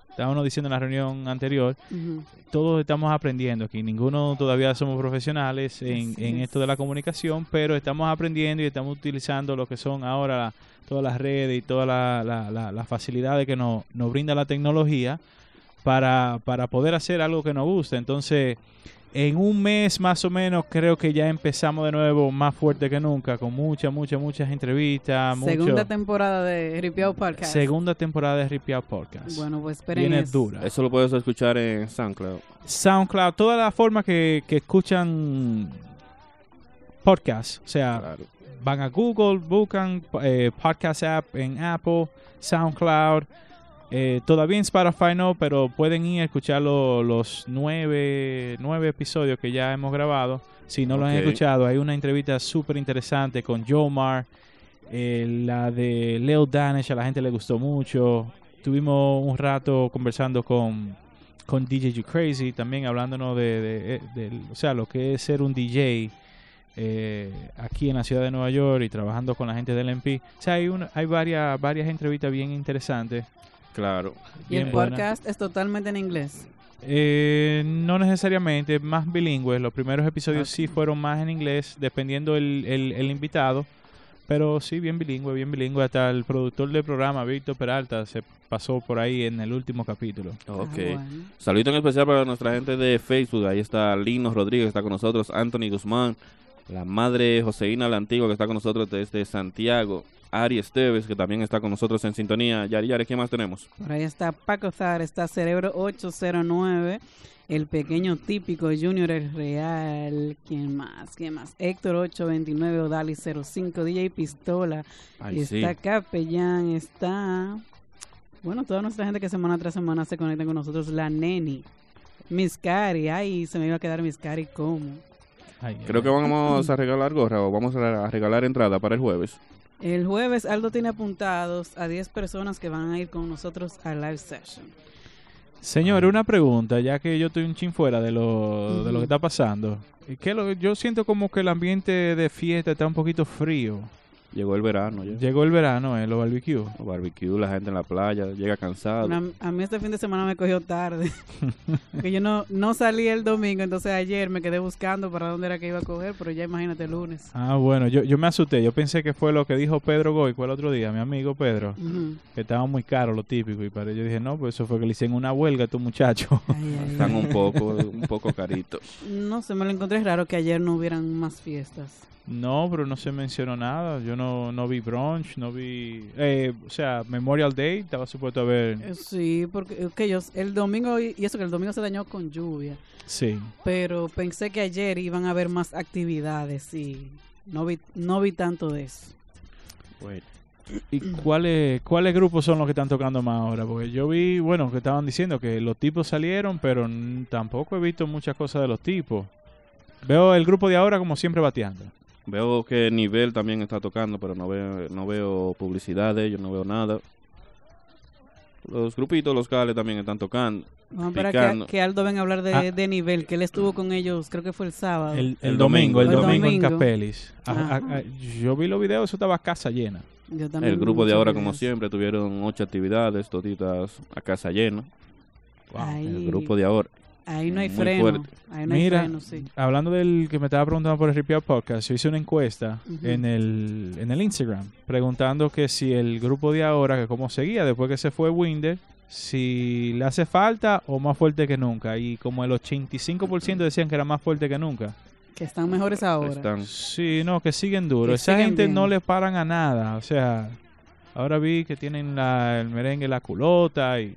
Speaker 6: estábamos diciendo en la reunión anterior,
Speaker 7: Ujú.
Speaker 6: todos estamos aprendiendo aquí, ninguno todavía somos profesionales en,
Speaker 7: Así
Speaker 6: en
Speaker 7: es.
Speaker 6: esto de la comunicación, pero estamos aprendiendo y estamos utilizando lo que son ahora todas las redes y todas la- la- la- las facilidades que nos, nos brinda la tecnología para, para poder hacer algo que nos gusta. Entonces, en un mes más o menos creo que ya empezamos de nuevo más fuerte que nunca, con muchas, muchas, muchas entrevistas,
Speaker 7: Segunda
Speaker 6: mucho-
Speaker 7: temporada de Ripiao Podcast.
Speaker 6: segunda temporada de Ripiao Podcast.
Speaker 7: bueno, pues esperen
Speaker 6: Viene
Speaker 7: eso.
Speaker 6: dura.
Speaker 4: Eso lo puedes escuchar en SoundCloud.
Speaker 6: SoundCloud, todas las formas que, que escuchan podcasts. O sea,
Speaker 4: Claro.
Speaker 6: van a Google, buscan eh, podcast app en Apple, SoundCloud. eh, todavía en Spotify no, pero pueden ir a escuchar lo- los nueve, nueve episodios que ya hemos grabado. Si no los han
Speaker 4: Ok.
Speaker 6: escuchado, hay una entrevista súper interesante con Jomar, eh, la de Leo Danish, a la gente le gustó mucho. Tuvimos un rato conversando con, con DJ You Crazy, también hablándonos de, de- de- o sea, lo que es ser un DJ eh, aquí en la ciudad de Nueva York y trabajando con la gente del MP. O sea, hay, una- hay varias, varias entrevistas bien interesantes.
Speaker 4: Claro.
Speaker 7: Y el
Speaker 6: bien buenas.
Speaker 7: podcast es totalmente en inglés.
Speaker 6: Eh, no necesariamente, más bilingües. Los primeros episodios sí fueron más en inglés, dependiendo el, el- el invitado. Pero sí, bien bilingüe, bien bilingüe. Hasta el productor del programa, Víctor Peralta, se pasó por ahí en el último capítulo.
Speaker 4: Ok.
Speaker 7: Ah, bueno.
Speaker 4: Saludito en especial para nuestra gente de Facebook. Ahí está Lino Rodríguez, está con nosotros. Anthony Guzmán, la madre Joseína la Antigua, que está con nosotros desde Santiago. Ari Esteves, que también está con nosotros en sintonía. Yari Yari, ¿qué más tenemos?
Speaker 7: Por ahí está Paco Zar, está Cerebro 809, el pequeño típico Junior el Real. ¿Quién más? ¿Quién más? Héctor 829, Odali 05, DJ Pistola,
Speaker 4: Ay, sí.
Speaker 7: está Capellán, está... Bueno, toda nuestra gente que semana tras semana se conecta con nosotros, la Neni, Miscari, ay, se me iba a quedar Miscari, ¿cómo?
Speaker 6: Ay,
Speaker 4: Creo que vamos a regalar gorra o vamos a regalar entrada para el jueves.
Speaker 7: El jueves Aldo tiene apuntados a 10 personas que van a ir con nosotros a live session.
Speaker 6: Señor, una pregunta, ya que yo estoy un chin fuera de lo, de lo
Speaker 7: Ujú.
Speaker 6: que está pasando. Que lo- yo siento como que el ambiente de fiesta está un poquito frío.
Speaker 4: Llegó el verano, ya.
Speaker 6: Llegó el verano, en los barbecues.
Speaker 4: Barbecue, la gente en la playa, llega cansado.
Speaker 7: Bueno, a, a mí este fin de semana me
Speaker 6: *laughs*
Speaker 7: cogió tarde. Porque yo no, no salí el domingo, entonces ayer me quedé buscando para dónde era que iba a coger, pero ya imagínate el lunes.
Speaker 6: Ah, bueno, yo, yo me asusté. Yo pensé que fue lo que dijo Pedro Goico el otro día, mi amigo Pedro,
Speaker 7: Ujú.
Speaker 6: que estaba muy caro lo típico. Y para yo dije, no, pues eso fue que le hicieron una huelga a tu muchacho.
Speaker 7: Ay, ay,
Speaker 4: Están
Speaker 7: ay.
Speaker 4: un poco, un poco caritos.
Speaker 7: No sé, me lo encontré raro que ayer no hubieran más fiestas.
Speaker 6: no, pero no se mencionó nada. Yo no, no vi brunch, no vi. eh, o sea, Memorial Day estaba supuesto a
Speaker 7: Eh,
Speaker 6: ver.
Speaker 7: Sí, porque es que yo, el domingo, y y eso que el domingo se dañó con lluvia,
Speaker 6: Sí.
Speaker 7: pero pensé que ayer iban a haber más actividades y no vi, no vi tanto de eso.
Speaker 6: ¿Y cuáles cuáles grupos son los que están tocando más ahora? Porque yo vi, bueno, que estaban diciendo que los tipos salieron, pero n- tampoco he visto muchas cosas de los tipos. Veo el grupo de ahora como siempre bateando.
Speaker 4: Veo que Nivel también está tocando, pero no veo, no veo publicidad de ellos, no veo nada. Los grupitos locales también están tocando.
Speaker 7: Vamos para
Speaker 4: Picando.
Speaker 7: que, que Aldo venga a hablar de,
Speaker 6: Ah.
Speaker 7: de nivel, que él estuvo con ellos, creo que fue el sábado.
Speaker 6: El,
Speaker 4: El
Speaker 6: el
Speaker 4: domingo,
Speaker 6: domingo, el
Speaker 7: el
Speaker 6: domingo en
Speaker 7: domingo.
Speaker 6: Capelis. A- a-
Speaker 7: Ajá.
Speaker 6: a- yo vi los videos, eso estaba casa llena.
Speaker 7: Yo también
Speaker 4: El
Speaker 7: vi
Speaker 4: grupo de
Speaker 7: muchos
Speaker 4: ahora, como
Speaker 7: videos.
Speaker 4: siempre, tuvieron ocho actividades, toditas a casa llena.
Speaker 7: Ay.
Speaker 4: El grupo de ahora.
Speaker 7: Ahí no hay
Speaker 4: Muy
Speaker 7: freno.
Speaker 4: fuerte.
Speaker 7: Ahí no hay
Speaker 6: Mira,
Speaker 7: freno, sí.
Speaker 6: hablando del que me estaba preguntando por el Ripiao Podcast, yo hice una encuesta
Speaker 7: Ujú.
Speaker 6: en, el, en el Instagram preguntando que si el grupo de ahora, que cómo seguía después que se fue Winder, si le hace falta o más fuerte que nunca. Y como el 85% decían que era más fuerte que nunca.
Speaker 7: Que están mejores ahora.
Speaker 4: Están.
Speaker 6: Sí, no, que siguen duro.
Speaker 7: Que
Speaker 6: Esa
Speaker 7: siguen
Speaker 6: gente
Speaker 7: bien.
Speaker 6: no le paran a nada. O sea, ahora vi que tienen la, el merengue, la culota y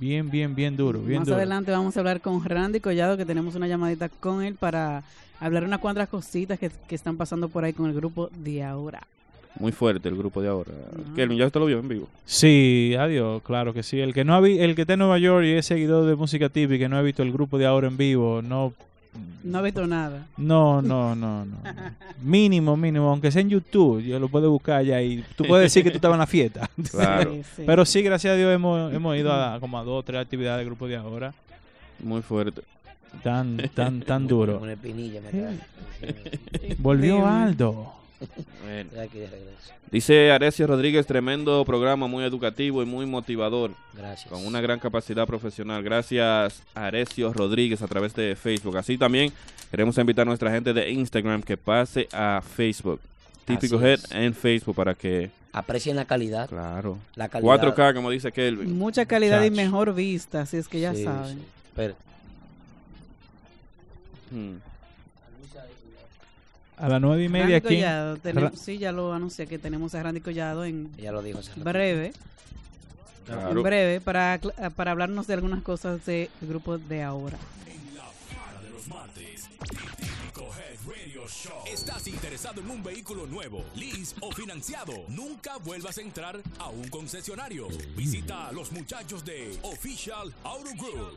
Speaker 6: bien, bien, bien duro. Bien
Speaker 7: Más
Speaker 6: duro.
Speaker 7: adelante vamos a hablar con Randy Collado, que tenemos una llamadita con él para hablar unas cuantas cositas que, que están pasando por ahí con el grupo de ahora.
Speaker 4: Muy fuerte el grupo de ahora. Kelvin, ya usted lo vio en vivo.
Speaker 6: Sí, adiós, claro que sí. El que no ha vi- el que está en Nueva York y es seguidor de música típica y que no ha visto el grupo de ahora en vivo, no,
Speaker 7: No ha visto nada.
Speaker 6: no, no, no,
Speaker 7: *laughs*
Speaker 6: no. Mínimo, mínimo, aunque sea en YouTube, yo lo puedo buscar allá y tú puedes decir que tú estabas en la fiesta.
Speaker 4: Claro.
Speaker 7: Sí, sí.
Speaker 6: Pero sí, gracias a Dios hemos, hemos ido a como a dos o tres actividades del grupo de ahora.
Speaker 4: Muy fuerte.
Speaker 6: Tan, tan, tan duro.
Speaker 5: Una espinilla me cae.
Speaker 6: Volvió Aldo.
Speaker 4: Bueno.
Speaker 5: Ya aquí de regreso.
Speaker 4: Dice Arecia Rodríguez, tremendo programa, muy educativo y muy motivador,
Speaker 5: Gracias.
Speaker 4: con una gran capacidad profesional. Gracias Arecio Rodríguez a través de Facebook. Así también queremos invitar a nuestra gente de Instagram que pase a Facebook. Típico
Speaker 5: Así
Speaker 4: Head
Speaker 5: es.
Speaker 4: en Facebook para que...
Speaker 5: *laughs* Aprecien la calidad.
Speaker 4: Claro.
Speaker 5: La calidad.
Speaker 4: 4K, como dice Kelvin.
Speaker 7: Mucha calidad y
Speaker 6: Chacho.
Speaker 7: mejor vista, así es que ya
Speaker 5: Sí,
Speaker 7: saben.
Speaker 5: sí. Pero,
Speaker 4: Hmm.
Speaker 6: A las nueve y media aquí.
Speaker 7: Randy Collado,
Speaker 6: Ra-
Speaker 7: tenemos, sí, ya lo anuncia que tenemos a Randy Collado en
Speaker 5: ya lo dijo hace rato.
Speaker 7: breve, en
Speaker 4: Claro.
Speaker 7: breve, para, acla- para hablarnos de algunas cosas del grupo de ahora.
Speaker 2: Para de los martes, Típico Head Radio Show. ¿Estás interesado en un vehículo nuevo, lease o financiado? Nunca vuelvas a entrar a un concesionario. Visita a los muchachos de Official Auto Group.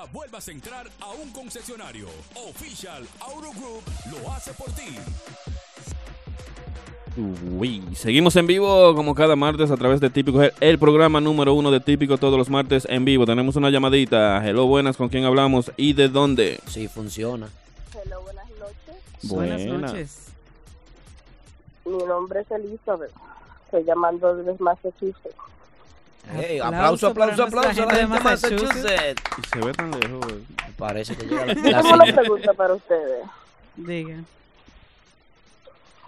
Speaker 2: vuelvas a entrar a un concesionario. Official Auto Group lo hace por ti.
Speaker 4: Uy, Seguimos en vivo como cada martes a través de Típico Head, el programa número uno de Típico todos los martes en vivo. Tenemos una llamadita. Hello, buenas, ¿con quién hablamos y de dónde?
Speaker 5: Sí, funciona.
Speaker 8: Hello, buenas noches.
Speaker 7: Buenas
Speaker 4: Buenas.
Speaker 7: noches.
Speaker 8: Mi nombre es Elizabeth. Estoy llamando desde Massachusetts.
Speaker 5: Hey, aplauso,
Speaker 7: Aplauso
Speaker 5: aplauso,
Speaker 7: para
Speaker 5: aplauso a la
Speaker 7: nuestra
Speaker 5: gente de
Speaker 7: gente de
Speaker 5: Massachusetts.
Speaker 4: Y se ve tan lejos. eh.
Speaker 5: Parece que
Speaker 8: *laughs*
Speaker 5: llega la, la
Speaker 8: Tengo una
Speaker 5: señal.
Speaker 8: pregunta para ustedes.
Speaker 7: Diga.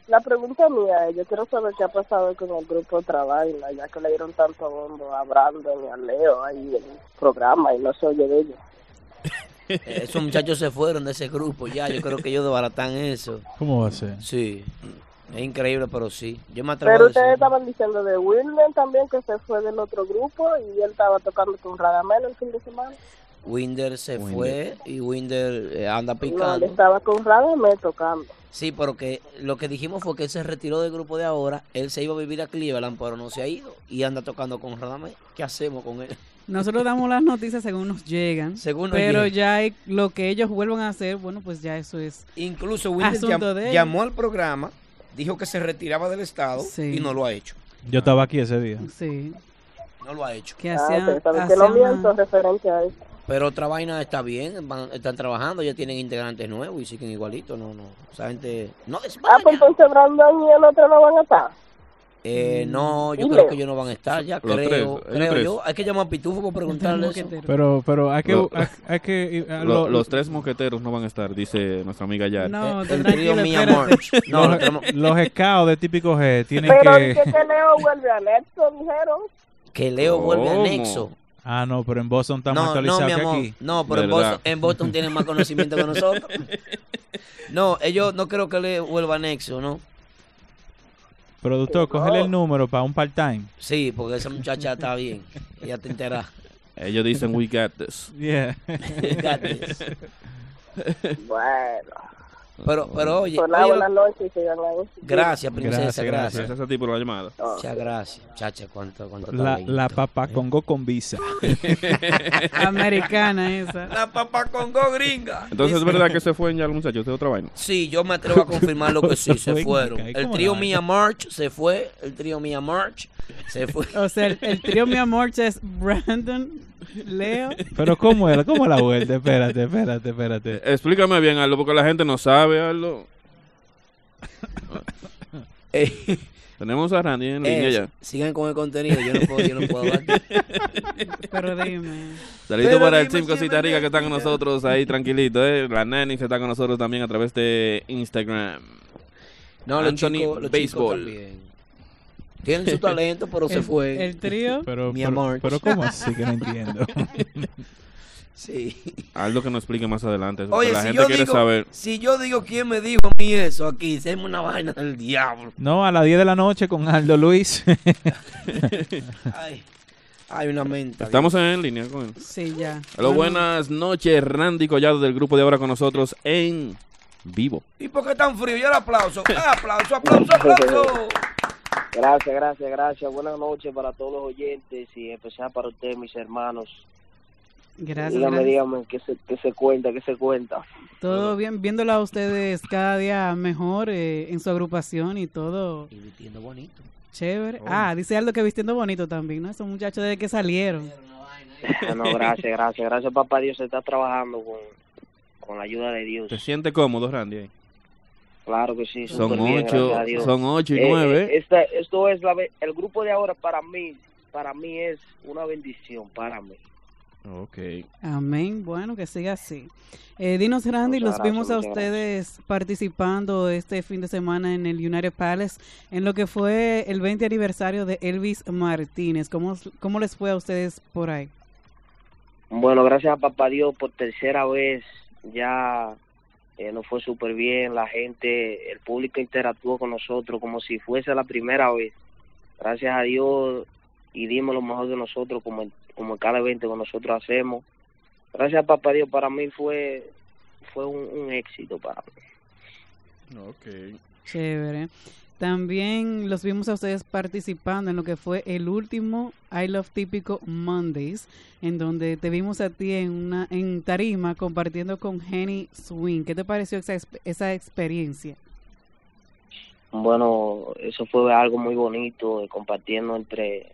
Speaker 8: La pregunta mía es, yo quiero saber qué ha pasado con el grupo Travaina, ya que le dieron tanto bombo a Brandon y a Leo ahí en el programa y no se oye de ellos.
Speaker 5: Eh, *laughs* Esos muchachos se fueron de ese grupo ya. Yo creo que ellos desbaratan eso.
Speaker 6: ¿Cómo va a ser?
Speaker 5: Sí. Es increíble, pero sí. Yo me atrevo
Speaker 8: Pero
Speaker 5: a decir.
Speaker 8: ustedes estaban diciendo de Wilden también, que se fue del otro grupo y él estaba tocando con Radamel el fin de semana.
Speaker 5: Winder se fue y Winder eh, anda
Speaker 8: No, él
Speaker 5: picando.
Speaker 8: estaba con Radamel tocando.
Speaker 5: Sí, pero que lo que dijimos fue que él se retiró del grupo de ahora, él se iba a vivir a Cleveland, pero no se ha ido y anda tocando con Radamés. ¿Qué hacemos con
Speaker 6: *laughs*
Speaker 5: él?
Speaker 7: Nosotros damos las noticias según nos llegan.
Speaker 5: Según nos
Speaker 7: pero
Speaker 5: llegan.
Speaker 7: ya hay- lo que ellos vuelvan a hacer, bueno, pues ya eso es.
Speaker 5: Incluso Winder
Speaker 7: Asunto
Speaker 5: llam-
Speaker 7: de él.
Speaker 5: llamó al programa, dijo que se retiraba del estado
Speaker 7: Sí.
Speaker 5: y no lo ha hecho.
Speaker 6: Yo estaba aquí ese día.
Speaker 7: Sí.
Speaker 5: No lo ha hecho.
Speaker 7: Que
Speaker 8: Ah,
Speaker 7: hacían.
Speaker 8: ustedes saben que no
Speaker 7: hacían
Speaker 8: miento
Speaker 7: una-
Speaker 8: referente a eso.
Speaker 5: Pero otra vaina está bien, van- están trabajando, ya tienen integrantes nuevos y siguen igualitos, no, no. Esa gente no
Speaker 8: Ah, pues
Speaker 5: desmayan.
Speaker 8: entonces Brandon y el otro no van a estar.
Speaker 5: Eh, no, yo
Speaker 8: Dime.
Speaker 5: creo que ellos no van a estar ya,
Speaker 4: Los tres,
Speaker 5: creo,
Speaker 4: ellos
Speaker 5: creo
Speaker 4: tres.
Speaker 5: yo. Hay que llamar a Pitufo para preguntarle
Speaker 7: tenemos que
Speaker 5: eso.
Speaker 7: tener-
Speaker 6: Pero, pero hay que,
Speaker 4: Lo-
Speaker 6: hay, hay que
Speaker 7: ah,
Speaker 6: eh,
Speaker 4: Lo-
Speaker 6: lo-
Speaker 4: los tres moqueteros no van a estar, dice nuestra amiga Yari.
Speaker 7: No,
Speaker 5: Eh, El- el
Speaker 7: tranquilo,
Speaker 5: trío mi
Speaker 7: espérate. *laughs*
Speaker 5: amor. No, no
Speaker 6: los,
Speaker 5: tenemos-
Speaker 6: los scouts de típico G tienen
Speaker 8: Pero
Speaker 6: que...
Speaker 8: dice que Leo vuelve a Nexo, dijeron.
Speaker 5: que Leo vuelve a
Speaker 4: ¿Cómo?
Speaker 5: Nexo.
Speaker 6: Ah, no, pero en Boston estamos
Speaker 5: No, no,
Speaker 6: actualizados
Speaker 5: mi
Speaker 6: que
Speaker 5: amor.
Speaker 6: aquí.
Speaker 5: No, pero en
Speaker 4: ¿Verdad?
Speaker 5: Boston, en Boston tienen más conocimiento que
Speaker 4: *laughs*
Speaker 5: nosotros. No, ellos no creo que le vuelva a Nexo, ¿no?
Speaker 6: *laughs* Productor, cógele
Speaker 5: Oh.
Speaker 6: el número para un part-time.
Speaker 5: Sí, porque esa muchacha está bien. Ella te entera.
Speaker 4: *laughs* Ellos dicen, we got this.
Speaker 5: *laughs*
Speaker 6: Yeah.
Speaker 8: Bueno,
Speaker 5: Pero, pero oye,
Speaker 8: pues nada,
Speaker 5: oye,
Speaker 8: buenas noches y sigan ahí.
Speaker 5: gracias, princesa,
Speaker 6: Gracias,
Speaker 5: gracias.
Speaker 4: Gracias a ti por la llamada.
Speaker 5: Muchas gracias. Muchacha, cuánto, cuánto
Speaker 6: La,
Speaker 5: talento.
Speaker 6: la papa Congo con
Speaker 5: *laughs*
Speaker 6: visa.
Speaker 7: *laughs* Americana esa.
Speaker 5: La papa congo gringa.
Speaker 4: Entonces, ¿es verdad que se fue ya los muchachos de otra vaina?
Speaker 5: Sí, yo me
Speaker 4: *laughs*
Speaker 5: atrevo a confirmar lo que *laughs* sí, se
Speaker 6: Venga,
Speaker 5: fueron.
Speaker 6: ¿y
Speaker 5: El
Speaker 6: cómo
Speaker 5: trío
Speaker 6: no?
Speaker 5: Mia March se fue, el trío Mia March se
Speaker 4: *laughs*
Speaker 5: fue.
Speaker 7: *laughs* O sea, el, el trío Mi Amor es Brandon,
Speaker 4: *laughs*
Speaker 7: Leo.
Speaker 6: Pero ¿cómo era? ¿Cómo la vuelta? Espérate, espérate, espérate.
Speaker 4: Explícame bien, Aldo, porque la gente no sabe, Aldo.
Speaker 5: *laughs* Eh,
Speaker 4: Tenemos a Randy en línea
Speaker 5: eh,
Speaker 4: ya.
Speaker 5: sigan con el contenido, yo no puedo, yo no puedo hablar.
Speaker 4: *laughs*
Speaker 7: *laughs* Pero dime.
Speaker 4: Saludos
Speaker 5: Pero
Speaker 4: para el
Speaker 5: dime
Speaker 4: Team
Speaker 5: si es
Speaker 4: Cosita Rica que está con
Speaker 5: mentira.
Speaker 4: nosotros ahí tranquilito, eh. La Nani que está con nosotros también a través de Instagram.
Speaker 5: No, los
Speaker 4: Anthony
Speaker 5: chicos, los
Speaker 4: Baseball.
Speaker 5: chicos también. Tienen
Speaker 6: *laughs*
Speaker 5: su talento, pero se
Speaker 7: El-
Speaker 5: fue.
Speaker 7: El trío.
Speaker 6: Pero,
Speaker 5: Mi
Speaker 6: pero,
Speaker 5: amor.
Speaker 6: pero ¿cómo así que no entiendo? *laughs*
Speaker 5: Sí.
Speaker 4: Algo que nos explique más adelante. porque
Speaker 5: Oye,
Speaker 4: la
Speaker 5: si,
Speaker 4: gente
Speaker 5: yo
Speaker 4: quiere
Speaker 5: digo,
Speaker 4: saber.
Speaker 5: si yo digo quién me dijo a mí eso aquí, se me una vaina del
Speaker 4: *laughs*
Speaker 5: diablo.
Speaker 6: No, a las 10 de la noche con Aldo
Speaker 5: *laughs*
Speaker 6: Luis.
Speaker 5: Ay, hay una menta.
Speaker 4: Estamos en línea con él.
Speaker 7: Sí, ya.
Speaker 4: Hola,
Speaker 7: Bueno,
Speaker 4: buenas noches, Randy Collado del grupo de ahora con nosotros en vivo.
Speaker 5: ¿Y por qué tan frío? Y ahora *laughs* aplauso. Ah, aplauso, aplauso, aplauso.
Speaker 8: Gracias, gracias, gracias. Buenas noches para todos los oyentes y especial para ustedes, mis hermanos.
Speaker 7: Gracias,
Speaker 8: dígame,
Speaker 7: gracias.
Speaker 8: dígame, ¿qué se, qué se cuenta? ¿Qué se
Speaker 7: *laughs*
Speaker 8: cuenta?
Speaker 7: Todo bien, viéndola a ustedes cada día mejor eh, en su agrupación y todo
Speaker 5: Y vistiendo bonito.
Speaker 7: chévere. Ah, dice algo que vistiendo bonito también, ¿no? Esos muchachos desde que salieron.
Speaker 8: Ah, no,
Speaker 5: *laughs*
Speaker 8: gracias, gracias, gracias, papá Dios. Se está trabajando con, con la ayuda de Dios.
Speaker 4: ¿Te sientes cómodo, Randy? ahí?
Speaker 8: Claro que sí,
Speaker 4: Son
Speaker 8: súper bien,
Speaker 4: ocho,
Speaker 8: gracias a Dios.
Speaker 4: son ocho y
Speaker 8: Eh,
Speaker 4: nueve.
Speaker 8: eh, esta- esto es la, ve- el grupo de ahora para mí, para mí es una bendición, para mí.
Speaker 4: Ok.
Speaker 7: Amén. Bueno, que siga así. Eh, dinos, Randy,
Speaker 8: Muchas
Speaker 7: los vimos a
Speaker 8: gracias, muchas
Speaker 7: ustedes participando este fin de semana en el United Palace, en lo que fue el 20 aniversario de Elvis Martínez. ¿Cómo, cómo les fue a ustedes por ahí?
Speaker 8: Bueno, gracias a papá Dios por tercera vez ya eh, nos fue súper bien, la gente, el público interactuó con nosotros como si fuese la primera vez. Gracias a Dios y dimos lo mejor de nosotros como en, como en cada evento que nosotros hacemos. Gracias a papá Dios, para mí fue fue un, un éxito para mí.
Speaker 7: Chévere. También los vimos a ustedes participando en lo que fue el último I Love Típico Mondays, en donde te vimos a ti en una en tarima compartiendo con Henny Swing. ¿Qué te pareció esa, exp- esa experiencia?
Speaker 8: Bueno, eso fue algo muy bonito, eh, compartiendo entre,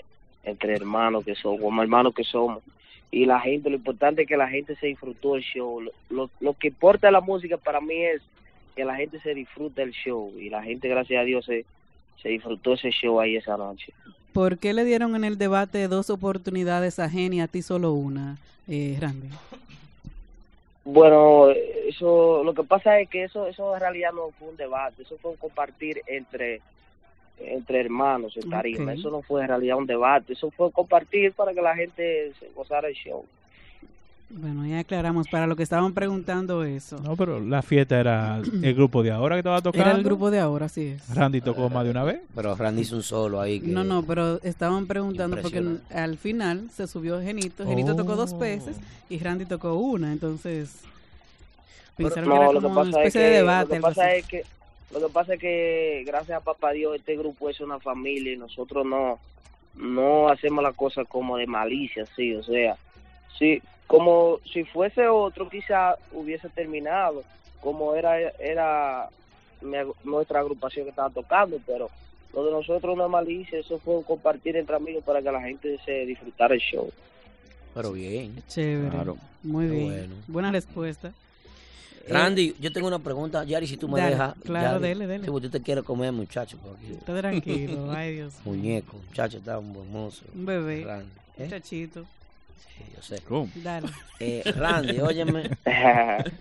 Speaker 8: entre hermanos que somos, como hermanos que somos. Y la gente, lo importante es que la gente se disfrutó el show. Lo, lo, lo que importa de la música para mí es que la gente se disfruta el show. Y la gente, gracias a Dios, se, se disfrutó ese show ahí esa noche.
Speaker 7: ¿Por qué le dieron en el debate dos oportunidades a Henny, a ti solo una, eh, Randy?
Speaker 8: Bueno, eso, lo que pasa es que eso, eso en realidad no fue un debate, eso fue un compartir entre, entre hermanos en tarima.
Speaker 7: Ok.
Speaker 8: Eso no fue en realidad un debate, eso fue compartir para que la gente se gozara el show.
Speaker 7: Bueno, ya aclaramos, para lo que estaban preguntando eso.
Speaker 6: No, pero la fiesta era el grupo de ahora que estaba tocando.
Speaker 7: Era el grupo de ahora, sí es.
Speaker 6: Randy tocó más de una vez.
Speaker 5: Pero Randy hizo un solo ahí.
Speaker 7: No, no, pero estaban preguntando porque
Speaker 5: Impresionante.
Speaker 7: al final se subió Genito. Genito tocó
Speaker 8: Oh.
Speaker 7: dos veces y Randy tocó una, entonces
Speaker 5: Pero-
Speaker 7: pensaron que
Speaker 8: No,
Speaker 7: era
Speaker 8: lo que
Speaker 7: como una
Speaker 8: pasa es
Speaker 7: especie de
Speaker 8: que, lo
Speaker 7: debate.
Speaker 8: que
Speaker 7: algo
Speaker 8: pasa
Speaker 7: así.
Speaker 8: es que, lo que pasa es que gracias a papá Dios este grupo es una familia y nosotros no, no hacemos las cosas como de malicia, sí, o sea, sí, como si fuese otro quizá hubiese terminado, como era era mi agru- nuestra agrupación que estaba tocando, pero lo de nosotros no es malicia, eso fue un compartir entre amigos para que la gente se disfrutara el show.
Speaker 5: Pero bien.
Speaker 7: Chévere.
Speaker 5: Claro.
Speaker 7: Muy
Speaker 5: Qué
Speaker 7: bien.
Speaker 5: bueno.
Speaker 7: Buena respuesta.
Speaker 5: Randy, yo tengo una pregunta. Yari, si tú me
Speaker 7: Eh, Dale,
Speaker 5: dejas.
Speaker 7: claro,
Speaker 5: Yari.
Speaker 7: dele, dele.
Speaker 5: Sí, porque tú te quieres comer, muchacho. por aquí.
Speaker 7: Está
Speaker 5: *laughs*
Speaker 7: tranquilo, ay Dios.
Speaker 5: Muñeco, muchacho, está un buen mozo.
Speaker 7: Un bebé,
Speaker 5: Randy. ¿eh?
Speaker 7: un chachito.
Speaker 5: Sí, yo sé.
Speaker 4: ¿Cómo?
Speaker 7: Dale.
Speaker 5: Eh,
Speaker 7: *laughs*
Speaker 8: *laughs*
Speaker 5: Randy, óyeme.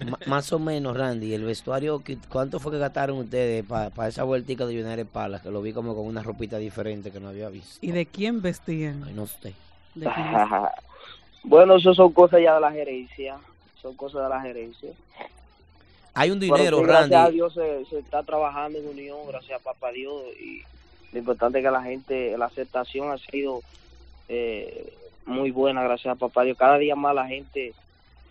Speaker 5: Ma- más o menos, Randy, el vestuario, que- ¿cuánto fue que gastaron ustedes para esa vueltica de United Palace? Que lo vi como con una ropita diferente que no había visto.
Speaker 7: ¿Y de quién vestían?
Speaker 5: Ay, no sé.
Speaker 7: ¿De quién vestían?
Speaker 8: bueno, eso son cosas ya de la gerencia, son cosas de la gerencia.
Speaker 5: Hay un
Speaker 8: Bueno,
Speaker 5: dinero,
Speaker 8: sí,
Speaker 5: Randy.
Speaker 8: Gracias a Dios se, se está trabajando en unión, gracias a papá Dios. Y lo importante es que la gente, la aceptación ha sido eh, muy buena, gracias a papá Dios. Cada día más la gente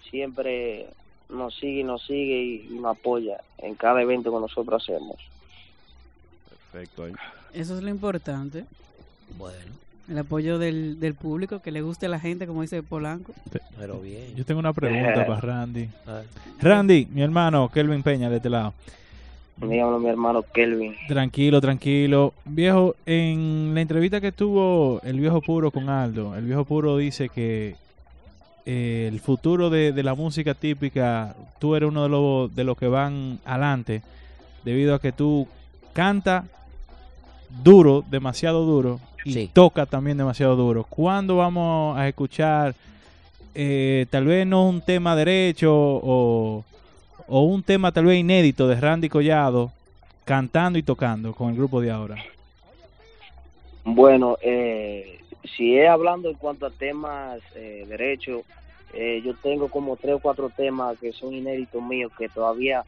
Speaker 8: siempre nos sigue, y nos sigue y, y nos apoya en cada evento que nosotros hacemos.
Speaker 4: Perfecto. ahí.
Speaker 7: Eso es lo importante.
Speaker 5: Bueno,
Speaker 7: El apoyo del, del público, que le guste a la gente, como dice Polanco.
Speaker 5: pero bien.
Speaker 6: Yo tengo una pregunta para Randy.
Speaker 5: Ah,
Speaker 6: Randy, mi hermano, Kelvin Peña, de este lado.
Speaker 8: Dígame mi hermano Kelvin.
Speaker 6: Tranquilo, tranquilo. Viejo, en la entrevista que tuvo el viejo puro con Aldo, el viejo puro dice que eh, el futuro de, de la música típica, tú eres uno de los, de los que van adelante, debido a que tú canta duro, demasiado duro, y
Speaker 5: Sí.
Speaker 6: toca también demasiado duro. ¿Cuándo vamos a escuchar, eh, tal vez no un tema derecho o, o un tema tal vez inédito de Randy Collado? cantando y tocando con el grupo de ahora?
Speaker 8: Bueno, eh, si es hablando en cuanto a temas eh, derechos, eh, yo tengo como tres o cuatro temas que son inéditos míos que todavía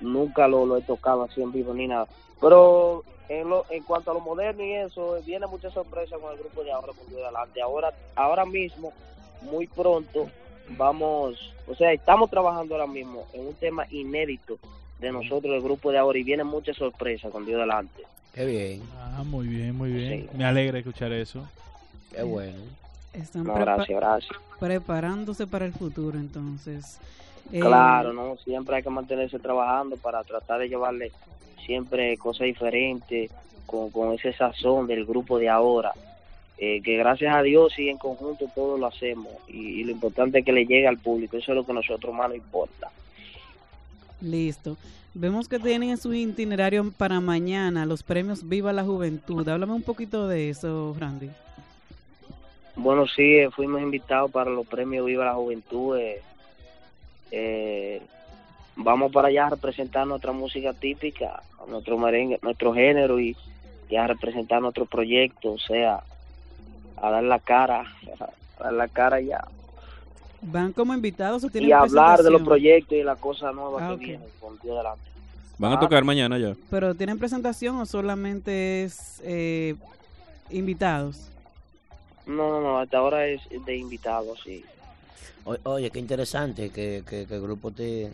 Speaker 8: nunca lo, lo he tocado así en vivo ni nada. Pero en, lo, en cuanto a lo moderno y eso, eh, viene mucha sorpresa con el grupo de ahora, con Dios delante. Ahora, ahora mismo, muy pronto, vamos, o sea, estamos trabajando ahora mismo en un tema inédito de nosotros, el grupo de ahora, y viene mucha sorpresa con Dios delante.
Speaker 5: Qué bien,
Speaker 6: Ah, muy bien, muy bien. Me alegra escuchar eso.
Speaker 5: qué bueno.
Speaker 7: Están
Speaker 8: No,
Speaker 7: prepa-
Speaker 8: gracias, gracias.
Speaker 7: preparándose para el futuro, entonces. Eh,
Speaker 8: Claro, ¿no? Siempre hay que mantenerse trabajando para tratar de llevarle siempre cosas diferentes con, con ese sazón del grupo de ahora. eh, que gracias a Dios y en conjunto todos lo hacemos. Y, y lo importante es que le llegue al público. Eso es lo que a nosotros más nos importa.
Speaker 7: Listo. Vemos que tienen en su itinerario para mañana los premios Viva la Juventud. Háblame un poquito de eso, Randy.
Speaker 8: Bueno, sí, eh, fuimos invitados para los premios Viva la Juventud. eh, eh, vamos para allá a representar nuestra música típica, nuestro merengue, nuestro género y, y a representar nuestro proyecto, o sea, a dar la cara, *laughs* a dar la cara ya.
Speaker 7: ¿Van como invitados o tienen
Speaker 8: Y a hablar de los
Speaker 7: presentación?
Speaker 8: proyectos y las cosas nuevas
Speaker 7: Ah,
Speaker 8: que
Speaker 7: ok.
Speaker 8: vienen con Dios delante.
Speaker 4: Van a tocar mañana ya.
Speaker 7: ¿Pero tienen presentación o solamente es eh, invitados?
Speaker 8: No, no, no, hasta ahora es de invitados, sí.
Speaker 5: O- oye, qué interesante que, que, que el grupo te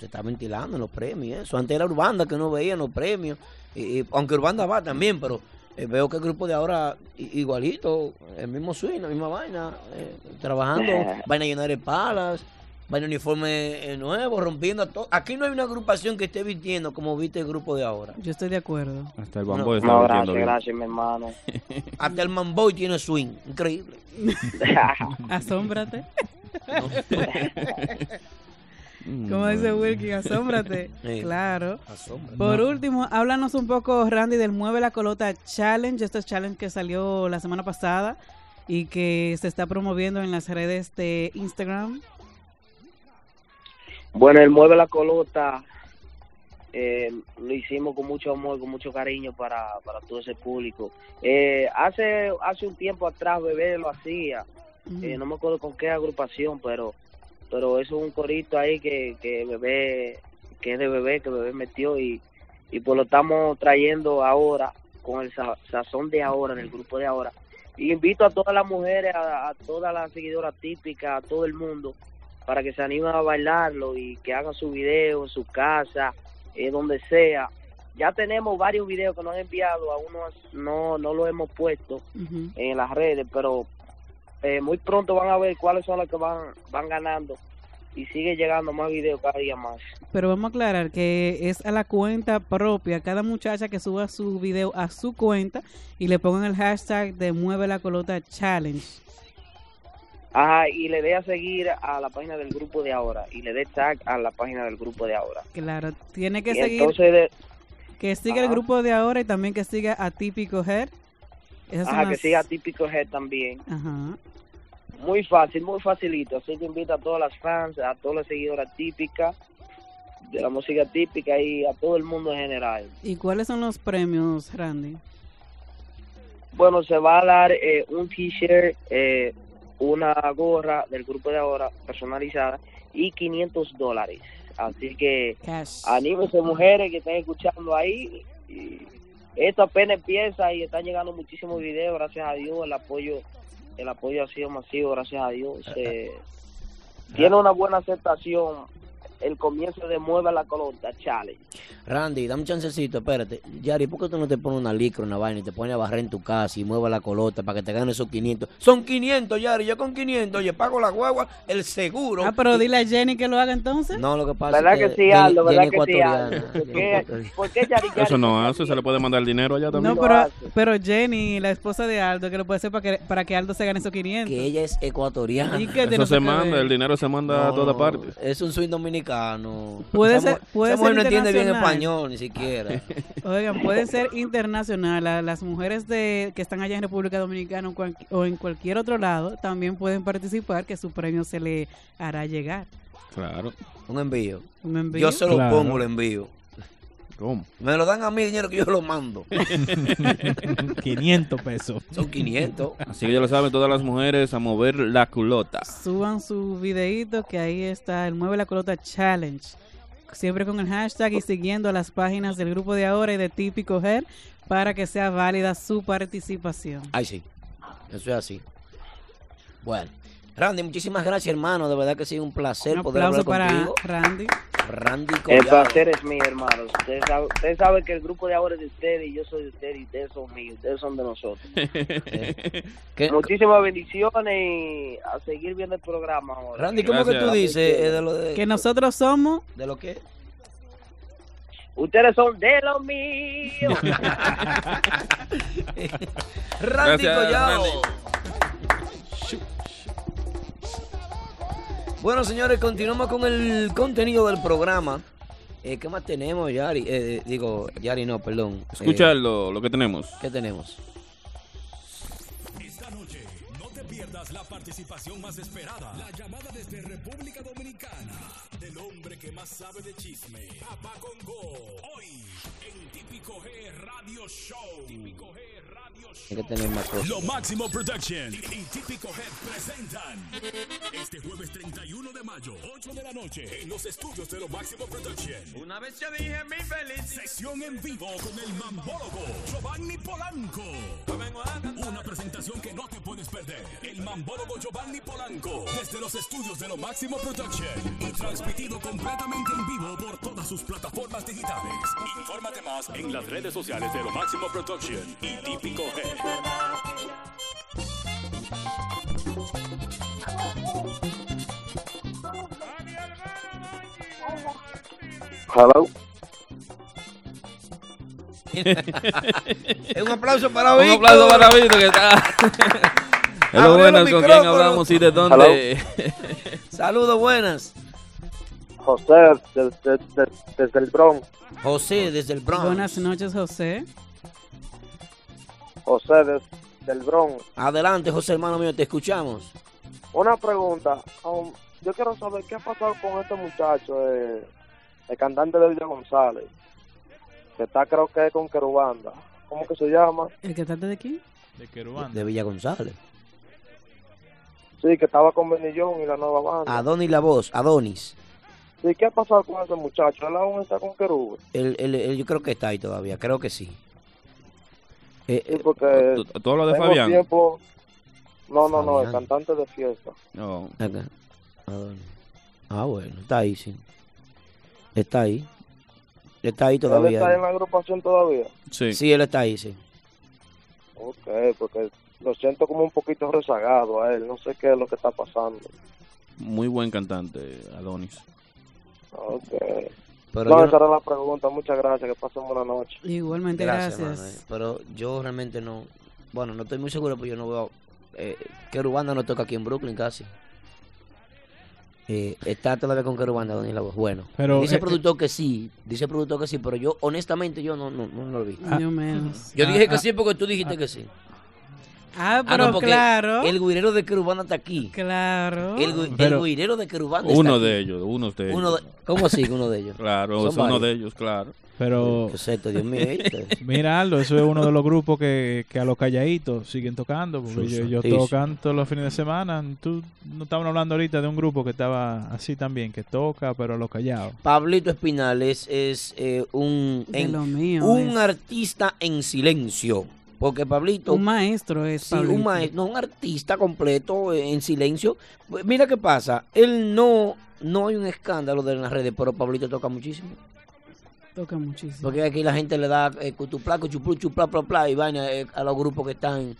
Speaker 5: se está ventilando en los premios. y Eso antes era Urbanda que no veía en los premios. Y, y- aunque Urbanda va también, pero eh, veo que el grupo de ahora i- igualito, el mismo swing, la misma vaina, eh, trabajando, van a llenar de palas. Van a uniforme eh, nuevo, rompiendo a todo. Aquí no hay una agrupación que esté vistiendo como viste el grupo de ahora.
Speaker 7: Yo estoy de acuerdo.
Speaker 4: Hasta el
Speaker 5: No,
Speaker 4: bambo está
Speaker 8: No,
Speaker 4: metiendo
Speaker 8: gracias, gracias,
Speaker 4: bien.
Speaker 8: mi
Speaker 5: *laughs*
Speaker 8: hermano.
Speaker 5: Hasta el Manboy tiene swing.
Speaker 8: *laughs*
Speaker 5: Increíble.
Speaker 4: *laughs*
Speaker 7: Asómbrate.
Speaker 4: Mm,
Speaker 7: Como dice
Speaker 4: bueno.
Speaker 8: *laughs*
Speaker 7: Wilkie, asómbrate.
Speaker 5: Sí.
Speaker 7: Claro.
Speaker 5: Asombra.
Speaker 7: Por último, háblanos un poco, Randy, del Mueve la Colota Challenge. Este challenge que salió la semana pasada y que se está promoviendo en las redes de Instagram.
Speaker 8: Bueno, el Mueve la Colota eh, lo hicimos con mucho amor, con mucho cariño para, para todo ese público. Eh, hace, hace un tiempo atrás Bebé lo hacía, eh, no me acuerdo con qué agrupación, pero pero eso es un corito ahí que, que Bebé, que es de Bebé, que Bebé metió y, y pues lo estamos trayendo ahora, con el sa- sazón de ahora, del grupo de ahora. Y invito a todas las mujeres, a, a todas las seguidoras típicas, a todo el mundo, para que se animen a bailarlo y que hagan su video en su casa, eh, donde sea. Ya tenemos varios videos que nos han enviado, aún no, has- no, no los hemos puesto
Speaker 7: Ujú.
Speaker 8: en las redes, pero eh, muy pronto van a ver cuáles son los que van, van ganando y sigue llegando más videos cada día más.
Speaker 7: Pero vamos a aclarar que es a la cuenta propia. Cada muchacha que suba su video a su cuenta y le pongan el hashtag de Mueve la Colota Challenge.
Speaker 8: Ajá, y le dé a seguir a la página del grupo de ahora y le dé tag a la página del grupo de ahora.
Speaker 7: Claro, tiene que
Speaker 8: Y
Speaker 7: seguir,
Speaker 8: entonces de-
Speaker 7: que siga el
Speaker 8: Ajá.
Speaker 7: grupo de ahora y también que siga a Típico Head. Esas son
Speaker 8: Ajá, que
Speaker 7: las-
Speaker 8: siga Típico G también.
Speaker 7: Ajá.
Speaker 8: Muy fácil, muy facilito. Así que invito a todas las fans, a todas las seguidoras típicas, de la música típica y a todo el mundo en general.
Speaker 7: ¿Y cuáles son los premios, Randy?
Speaker 8: Bueno, se va a dar eh, un t-shirt, eh, una gorra del grupo de ahora personalizada y 500 dólares. Así que
Speaker 7: Cash.
Speaker 8: anímense mujeres que estén escuchando ahí. Y esto apenas empieza y están llegando muchísimos videos, gracias a Dios, el apoyo el apoyo ha sido masivo, gracias a Dios. Eh, tiene una buena aceptación el comienzo de Mueve la Colota Challenge.
Speaker 5: Randy, dame un chancecito, espérate. Yari, ¿por qué tú no te pones una licra, una vaina y te pones a barrer en tu casa y mueva la colota para que te ganes esos 500? Son 500, Yari, yo con 500, oye, pago la guagua, el seguro.
Speaker 7: Ah, pero dile a Jenny que lo haga entonces.
Speaker 5: No, lo que pasa
Speaker 8: ¿Verdad
Speaker 5: es que...
Speaker 8: que sí, Aldo?
Speaker 5: Jenny-
Speaker 8: ¿Verdad
Speaker 5: Jenny
Speaker 8: que sí, Aldo?
Speaker 5: ecuatoriana.
Speaker 8: ¿Por qué, por qué Yari, Yari?
Speaker 4: Eso no hace, se le puede mandar dinero allá
Speaker 7: No,
Speaker 4: también.
Speaker 8: lo
Speaker 7: pero,
Speaker 8: hace.
Speaker 7: pero Jenny, la esposa de Aldo, que lo puede hacer para que, para que Aldo se gane esos 500.
Speaker 5: Que ella es ecuatoriana.
Speaker 7: ¿Y qué tiene
Speaker 4: Eso
Speaker 7: eso
Speaker 4: se
Speaker 7: que
Speaker 4: manda,
Speaker 7: ver?
Speaker 4: el dinero se manda a
Speaker 5: No,
Speaker 4: todas
Speaker 5: no,
Speaker 4: partes.
Speaker 5: Es un swing dominicano.
Speaker 7: Puede
Speaker 5: Esa
Speaker 7: ser-
Speaker 5: mu-
Speaker 7: puede
Speaker 5: esa mujer
Speaker 7: ser
Speaker 5: no entiende bien
Speaker 7: internacional.
Speaker 5: español, ni siquiera.
Speaker 7: *laughs* Oigan,
Speaker 4: *laughs*
Speaker 7: puede ser internacional. A Las mujeres de, que están allá en República Dominicana o cual- o en cualquier otro lado también pueden participar, que su premio se le hará llegar.
Speaker 4: Claro.
Speaker 5: Un envío.
Speaker 7: Un envío.
Speaker 5: Yo se lo
Speaker 6: Claro.
Speaker 5: pongo, el envío.
Speaker 4: ¿Cómo?
Speaker 5: Me lo dan a mí dinero que yo
Speaker 6: *laughs*
Speaker 5: lo mando.
Speaker 6: 500 pesos.
Speaker 5: Son 500.
Speaker 4: Así que ya lo saben todas las mujeres a mover la culota.
Speaker 7: Suban su videíto que ahí está el Mueve la Colota Challenge. Siempre con el hashtag y siguiendo las páginas del grupo de ahora y de Típico Her para que sea válida su participación.
Speaker 5: Ay, sí. Eso es así. Bueno. Randy, muchísimas gracias, hermano. De verdad que ha sido un placer
Speaker 7: Un
Speaker 5: poder
Speaker 7: aplauso
Speaker 5: hablar
Speaker 7: para
Speaker 5: contigo.
Speaker 7: Randy.
Speaker 5: Randy
Speaker 8: El
Speaker 5: Collado.
Speaker 8: placer es mío, hermanos. Ustedes saben, ustedes saben que el grupo de ahora es de ustedes y yo soy de ustedes y ustedes son míos, ustedes son de nosotros.
Speaker 5: *laughs* ¿Qué-
Speaker 8: Muchísimas bendiciones y a seguir viendo el programa ahora.
Speaker 5: Randy, ¿cómo
Speaker 4: Gracias.
Speaker 5: que tú dices eh, de lo de,
Speaker 7: Que nosotros somos
Speaker 5: de lo que?
Speaker 8: Ustedes son de los míos.
Speaker 5: *laughs* Randy
Speaker 4: Gracias,
Speaker 5: Collado.
Speaker 4: Randy.
Speaker 5: Bueno, señores, continuamos con el contenido del programa. Eh, ¿Qué más tenemos, Yari? Eh, digo, Yari no, perdón. Eh,
Speaker 4: Escucha lo, lo que tenemos.
Speaker 5: ¿Qué tenemos?
Speaker 2: Esta noche no te pierdas la participación más esperada. La llamada desde República Dominicana del hombre que más sabe de chisme. Papá Congo. Hoy en Típico G Radio Show. Típico G Radio Show.
Speaker 5: Eh, Hay que tener más cosas.
Speaker 2: Lo Máximo Production y Típico Head presentan este jueves 31 de mayo, 8 de la noche, en los estudios de Lo Máximo Production. Una vez yo dije mi feliz. Sesión en vivo con el mambólogo Giovanni Polanco. Una presentación que no te puedes perder. El mambólogo Giovanni Polanco, desde los estudios de Lo Máximo Production y transmitido completamente en vivo por todas sus
Speaker 6: *laughs*
Speaker 2: plataformas digitales. Infórmate más en las redes sociales de Lo Máximo Production y Típico Head.
Speaker 8: Hello.
Speaker 5: *laughs* Un aplauso para
Speaker 4: Un
Speaker 5: Víctor.
Speaker 4: aplauso para Víctor que está.
Speaker 5: *laughs*
Speaker 4: Es
Speaker 5: Abrió
Speaker 4: lo bueno
Speaker 5: los
Speaker 4: con quién
Speaker 5: micrófonos.
Speaker 4: hablamos y de dónde.
Speaker 5: Saludos, buenas.
Speaker 8: José, desde, desde el Bronx.
Speaker 5: José, desde el Bronx.
Speaker 7: Buenas noches, José.
Speaker 8: José, desde el Bronx.
Speaker 5: Adelante, José, hermano mío, te escuchamos.
Speaker 8: Una pregunta. um, yo quiero saber qué ha pasado con este muchacho, eh, el cantante de Villa González, que está creo que con Querubanda. ¿Cómo que se llama?
Speaker 7: ¿El cantante de aquí?
Speaker 6: De Querubanda.
Speaker 5: De Villa González.
Speaker 8: Sí, que estaba con Benillón y la nueva
Speaker 4: Ah.
Speaker 8: banda.
Speaker 5: Adonis La Voz, Adonis.
Speaker 8: Sí, ¿qué ha pasado con ese muchacho? Él aún está con Querube.
Speaker 5: Él- él- él yo creo que está ahí todavía, creo que sí. Eh,
Speaker 8: Sí,
Speaker 5: eh,
Speaker 8: porque
Speaker 4: ¿Tú, tú hablas de
Speaker 8: tengo
Speaker 4: Fabián?
Speaker 8: tiempo... No, no, no, el
Speaker 5: Fabián.
Speaker 8: cantante de fiesta.
Speaker 4: No.
Speaker 5: acá. Adonis. Ah, bueno, está ahí, sí. Está ahí. Está ahí
Speaker 8: ¿Él
Speaker 5: todavía.
Speaker 8: está en la agrupación todavía?
Speaker 4: Sí.
Speaker 5: Sí, él está ahí, sí.
Speaker 8: Ok, porque lo siento como un poquito rezagado a él. No sé qué es lo que está pasando.
Speaker 4: *laughs* Muy buen cantante, Adonis.
Speaker 8: Ok.
Speaker 5: Pero
Speaker 8: No,
Speaker 5: yo
Speaker 8: esa era la pregunta. Muchas gracias. Que pasen buena noche.
Speaker 5: *laughs*
Speaker 7: Igualmente,
Speaker 5: Gracias,
Speaker 7: gracias.
Speaker 5: hermano, eh. Pero yo realmente no. Bueno, no estoy muy seguro, pero yo no veo. Eh, Querubanda no toca aquí en Brooklyn casi. *laughs* Eh, está todavía con Querubanda, Adonis La Voz. Bueno,
Speaker 6: Pero,
Speaker 5: dice
Speaker 6: eh,
Speaker 5: el productor que sí. Dice el productor que sí, pero yo, honestamente, yo no, no, no lo vi.
Speaker 7: Yo menos.
Speaker 5: Yo
Speaker 6: Ah,
Speaker 5: dije que
Speaker 6: ah,
Speaker 5: sí porque tú dijiste que sí.
Speaker 7: Ah,
Speaker 5: Ah,
Speaker 7: pero
Speaker 5: no, porque
Speaker 7: claro.
Speaker 5: el guirero de Querubanda está aquí.
Speaker 7: Claro.
Speaker 5: El, gui- el
Speaker 6: Pero-
Speaker 5: guirero de Querubanda está
Speaker 4: Uno
Speaker 5: aquí.
Speaker 4: de ellos, uno de ellos.
Speaker 5: Uno de- ¿Cómo así que uno de ellos?
Speaker 4: Claro,
Speaker 5: Son
Speaker 4: es uno
Speaker 5: varios.
Speaker 4: de ellos, claro.
Speaker 6: Pero,
Speaker 5: Pues esto, Dios mío, ¿viste?
Speaker 6: *laughs*
Speaker 4: *laughs*
Speaker 6: mira, Aldo, eso es uno de los grupos que, que a los calladitos siguen tocando. Porque yo, yo
Speaker 5: Sí,
Speaker 6: toco
Speaker 5: sí.
Speaker 6: canto los fines de semana. Tú no estábamos hablando ahorita de un grupo que estaba así también, que toca, pero a los callados.
Speaker 5: Pablito Espinal es, es, eh, un,
Speaker 7: De
Speaker 5: en-
Speaker 7: lo mío.
Speaker 5: un
Speaker 7: es.
Speaker 5: artista en silencio. Porque Pablito,
Speaker 7: Un maestro es.
Speaker 5: sí,
Speaker 7: Pablito.
Speaker 5: un maestro, un artista completo eh, en silencio. Pues Mira qué pasa, él no, no hay un escándalo de las redes, pero Pablito toca muchísimo.
Speaker 7: Toca muchísimo.
Speaker 5: Porque aquí la gente le da eh, cutupla, cuchuplu, chupla, pla, pla, y vaina eh, a los grupos que están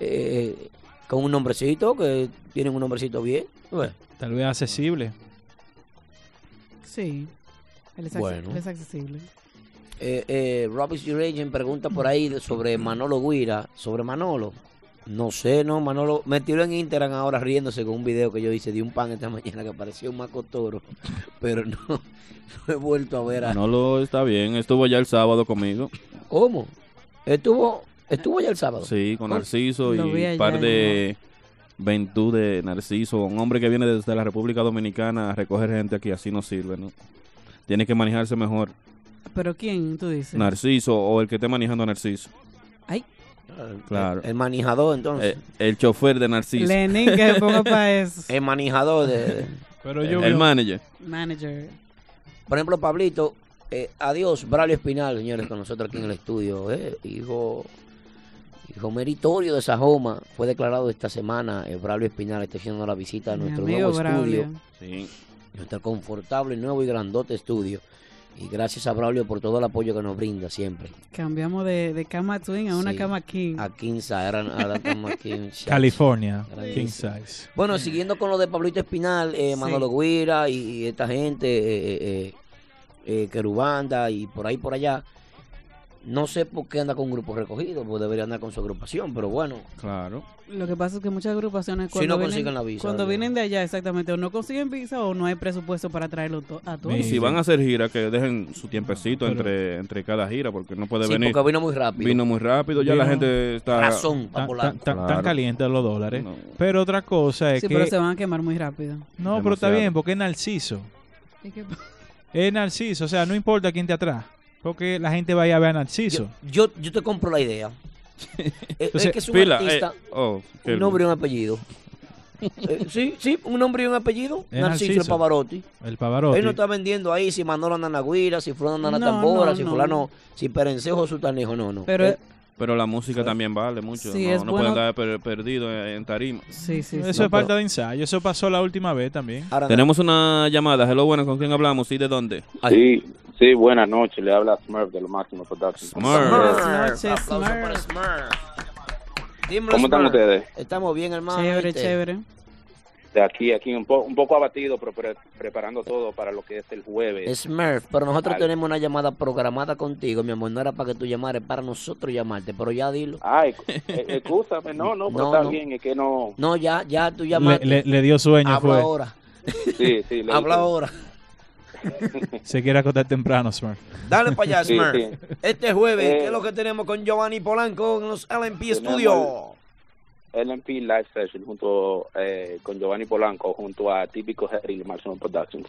Speaker 5: eh, con un nombrecito, que tienen un nombrecito bien. Bueno,
Speaker 6: Tal vez accesible.
Speaker 7: Sí. Él es, acce-
Speaker 5: Bueno.
Speaker 7: él es accesible.
Speaker 5: Eh, eh, Robert Suragen pregunta por ahí de- sobre Manolo Guira, sobre Manolo. No sé, no, Manolo me tiró en Instagram ahora riéndose con un video que yo hice de un pan esta mañana que parecía un macotoro, *laughs* pero no, no he vuelto a ver a...
Speaker 4: Manolo está bien, estuvo ya el sábado conmigo.
Speaker 5: ¿Cómo? Estuvo estuvo ya el sábado.
Speaker 4: Sí, con
Speaker 5: Oh,
Speaker 4: Narciso y
Speaker 7: lo vi
Speaker 4: un par
Speaker 7: allá,
Speaker 4: de Ventú de Narciso. Un hombre que viene desde la República Dominicana a recoger gente aquí, así no sirve, ¿no? Tiene que manejarse mejor.
Speaker 7: ¿Pero quién tú dices?
Speaker 4: Narciso o el que esté manejando a Narciso.
Speaker 7: Ay.
Speaker 4: Ah, Claro.
Speaker 5: El manejador, entonces.
Speaker 4: Eh, El, chofer de Narciso.
Speaker 7: Lenin, que se ponga para
Speaker 5: *laughs*
Speaker 7: eso.
Speaker 5: El manejador de... de-
Speaker 6: Pero yo
Speaker 4: el
Speaker 6: veo-
Speaker 4: manager.
Speaker 7: Manager.
Speaker 5: Por ejemplo, Pablito, eh, adiós, Braulio Espinal, señores, con nosotros aquí en el estudio. eh, hijo, hijo meritorio de Sajoma, fue declarado esta semana. eh, Braulio Espinal está haciendo la visita a
Speaker 7: Mi
Speaker 5: nuestro
Speaker 7: amigo
Speaker 5: nuevo
Speaker 7: Braulio.
Speaker 5: estudio, nuestro confortable, nuevo y grandote estudio. Y gracias a Braulio por todo el apoyo que nos brinda siempre.
Speaker 7: Cambiamos de, de cama twin a una
Speaker 5: Sí.
Speaker 7: cama king.
Speaker 5: A Kinsa, eran a la cama aquí en Chas.
Speaker 6: California,
Speaker 5: Grande.
Speaker 6: king size.
Speaker 5: Bueno, siguiendo con lo de Pablito Espinal, eh,
Speaker 7: Sí.
Speaker 5: Manolo Guira y, y esta gente, eh, eh, eh, eh, Querubanda y por ahí por allá. No sé por qué anda con grupos recogidos, pues debería andar con su agrupación, pero bueno,
Speaker 4: Claro.
Speaker 7: Lo que pasa es que muchas agrupaciones
Speaker 5: Si
Speaker 7: cuando,
Speaker 5: no
Speaker 7: vienen,
Speaker 5: consiguen la visa,
Speaker 7: cuando
Speaker 5: ¿verdad?
Speaker 7: vienen de allá, exactamente, o no consiguen visa o no hay presupuesto para traerlo to- a todos.
Speaker 4: Y si
Speaker 6: Sí.
Speaker 4: van a hacer gira, que dejen su tiempecito
Speaker 6: Pero-
Speaker 4: entre, entre cada gira, porque no puede
Speaker 5: sí,
Speaker 4: venir.
Speaker 5: porque vino muy rápido.
Speaker 4: Vino muy rápido, ya la
Speaker 6: Vino-
Speaker 4: gente está.
Speaker 5: Razón, para
Speaker 6: Tan,
Speaker 5: volar.
Speaker 6: tan, tan- tan
Speaker 4: Claro.
Speaker 6: calientes los dólares.
Speaker 4: No.
Speaker 6: Pero otra cosa es
Speaker 7: Sí,
Speaker 6: que...
Speaker 7: pero se van a quemar muy rápido.
Speaker 6: No, pero está
Speaker 4: Demasiado.
Speaker 6: bien, porque es Narciso. Es Narciso, o sea, no importa quién te atrás. Porque la gente va a ir a ver a Narciso.
Speaker 5: yo, yo, yo te compro la idea. Es- es
Speaker 6: Entonces,
Speaker 5: que es un
Speaker 4: Pila,
Speaker 5: artista,
Speaker 4: eh, oh, qué-
Speaker 5: un nombre y un apellido. Eh, sí, sí, un nombre y un apellido.
Speaker 6: Es
Speaker 5: Narciso,
Speaker 6: Narciso.
Speaker 5: Pavarotti.
Speaker 6: el Pavarotti.
Speaker 5: Él no está vendiendo ahí si Manolo anda en la guira, si Fulano anda en la
Speaker 7: No,
Speaker 5: tambora,
Speaker 7: no,
Speaker 5: si
Speaker 7: no.
Speaker 5: fulano, si Perencejo su tanejo, no, no.
Speaker 7: Pero
Speaker 5: Eh,
Speaker 4: Pero la música también vale mucho.
Speaker 7: Sí,
Speaker 4: no
Speaker 7: es
Speaker 4: no
Speaker 7: bueno-
Speaker 4: pueden dar per- perdido en, en tarima.
Speaker 7: sí, sí, sí.
Speaker 6: Eso es falta de ensayo. Eso pasó la última vez también.
Speaker 5: ahora,
Speaker 4: Tenemos una llamada. Hello, buenas. ¿Con quién hablamos? ¿Y de dónde?
Speaker 9: Sí, sí, buenas noches. Le habla Smurf de lo máximo Eh, Productions.
Speaker 4: Smurf.
Speaker 7: Buenas noches,
Speaker 5: Aplauso
Speaker 7: Smurf.
Speaker 5: para Smurf. Dímelo,
Speaker 9: ¿Cómo están
Speaker 5: Smurf.
Speaker 9: ustedes?
Speaker 5: Estamos bien, hermano.
Speaker 7: Chévere,
Speaker 5: ¿viste?
Speaker 7: chévere.
Speaker 9: De aquí, aquí, un, po- un poco abatido, pero pre- preparando todo para lo que es el jueves.
Speaker 5: Smurf, pero nosotros
Speaker 9: Al-
Speaker 5: tenemos una llamada programada contigo, mi amor. No era para que tú llamaras, para nosotros llamarte, pero ya dilo. *laughs*
Speaker 9: Ay, eh, escúchame, no, no, pero
Speaker 5: No,
Speaker 9: está
Speaker 5: no.
Speaker 9: bien, es que no.
Speaker 5: No, ya, ya tú
Speaker 6: Le,
Speaker 5: llamaste.
Speaker 6: le- le dio sueño,
Speaker 5: Habla
Speaker 6: fue.
Speaker 5: ahora,
Speaker 9: Sí,
Speaker 5: *laughs*
Speaker 9: sí, le-
Speaker 5: habla ahora.
Speaker 6: Se quiere acostar temprano, Smurf.
Speaker 5: Dale para allá,
Speaker 9: Sí,
Speaker 5: Smurf.
Speaker 9: sí.
Speaker 5: Este jueves,
Speaker 9: Eh,
Speaker 5: ¿qué es lo que tenemos con Giovanni Polanco en los LMP
Speaker 9: Tenemos
Speaker 5: Studio?
Speaker 9: LMP Live Session junto eh, con Giovanni Polanco, junto a Típico Harry de Maximum Productions.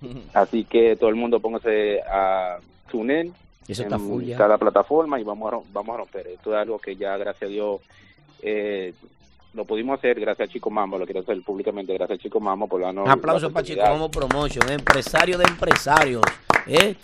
Speaker 5: Mm.
Speaker 9: Así que todo el mundo póngase a TuneIn
Speaker 5: Eso está full
Speaker 9: en
Speaker 5: ya.
Speaker 9: cada plataforma y vamos a, rom- vamos a romper. Esto es algo que ya, gracias a Dios, eh, lo pudimos hacer gracias a Chico Mambo, lo quiero hacer públicamente, gracias a Chico Mambo por darnos... la
Speaker 5: Aplausos para Chico
Speaker 9: oportunidad.
Speaker 5: Momo Promotion, empresario de empresarios. ¿eh?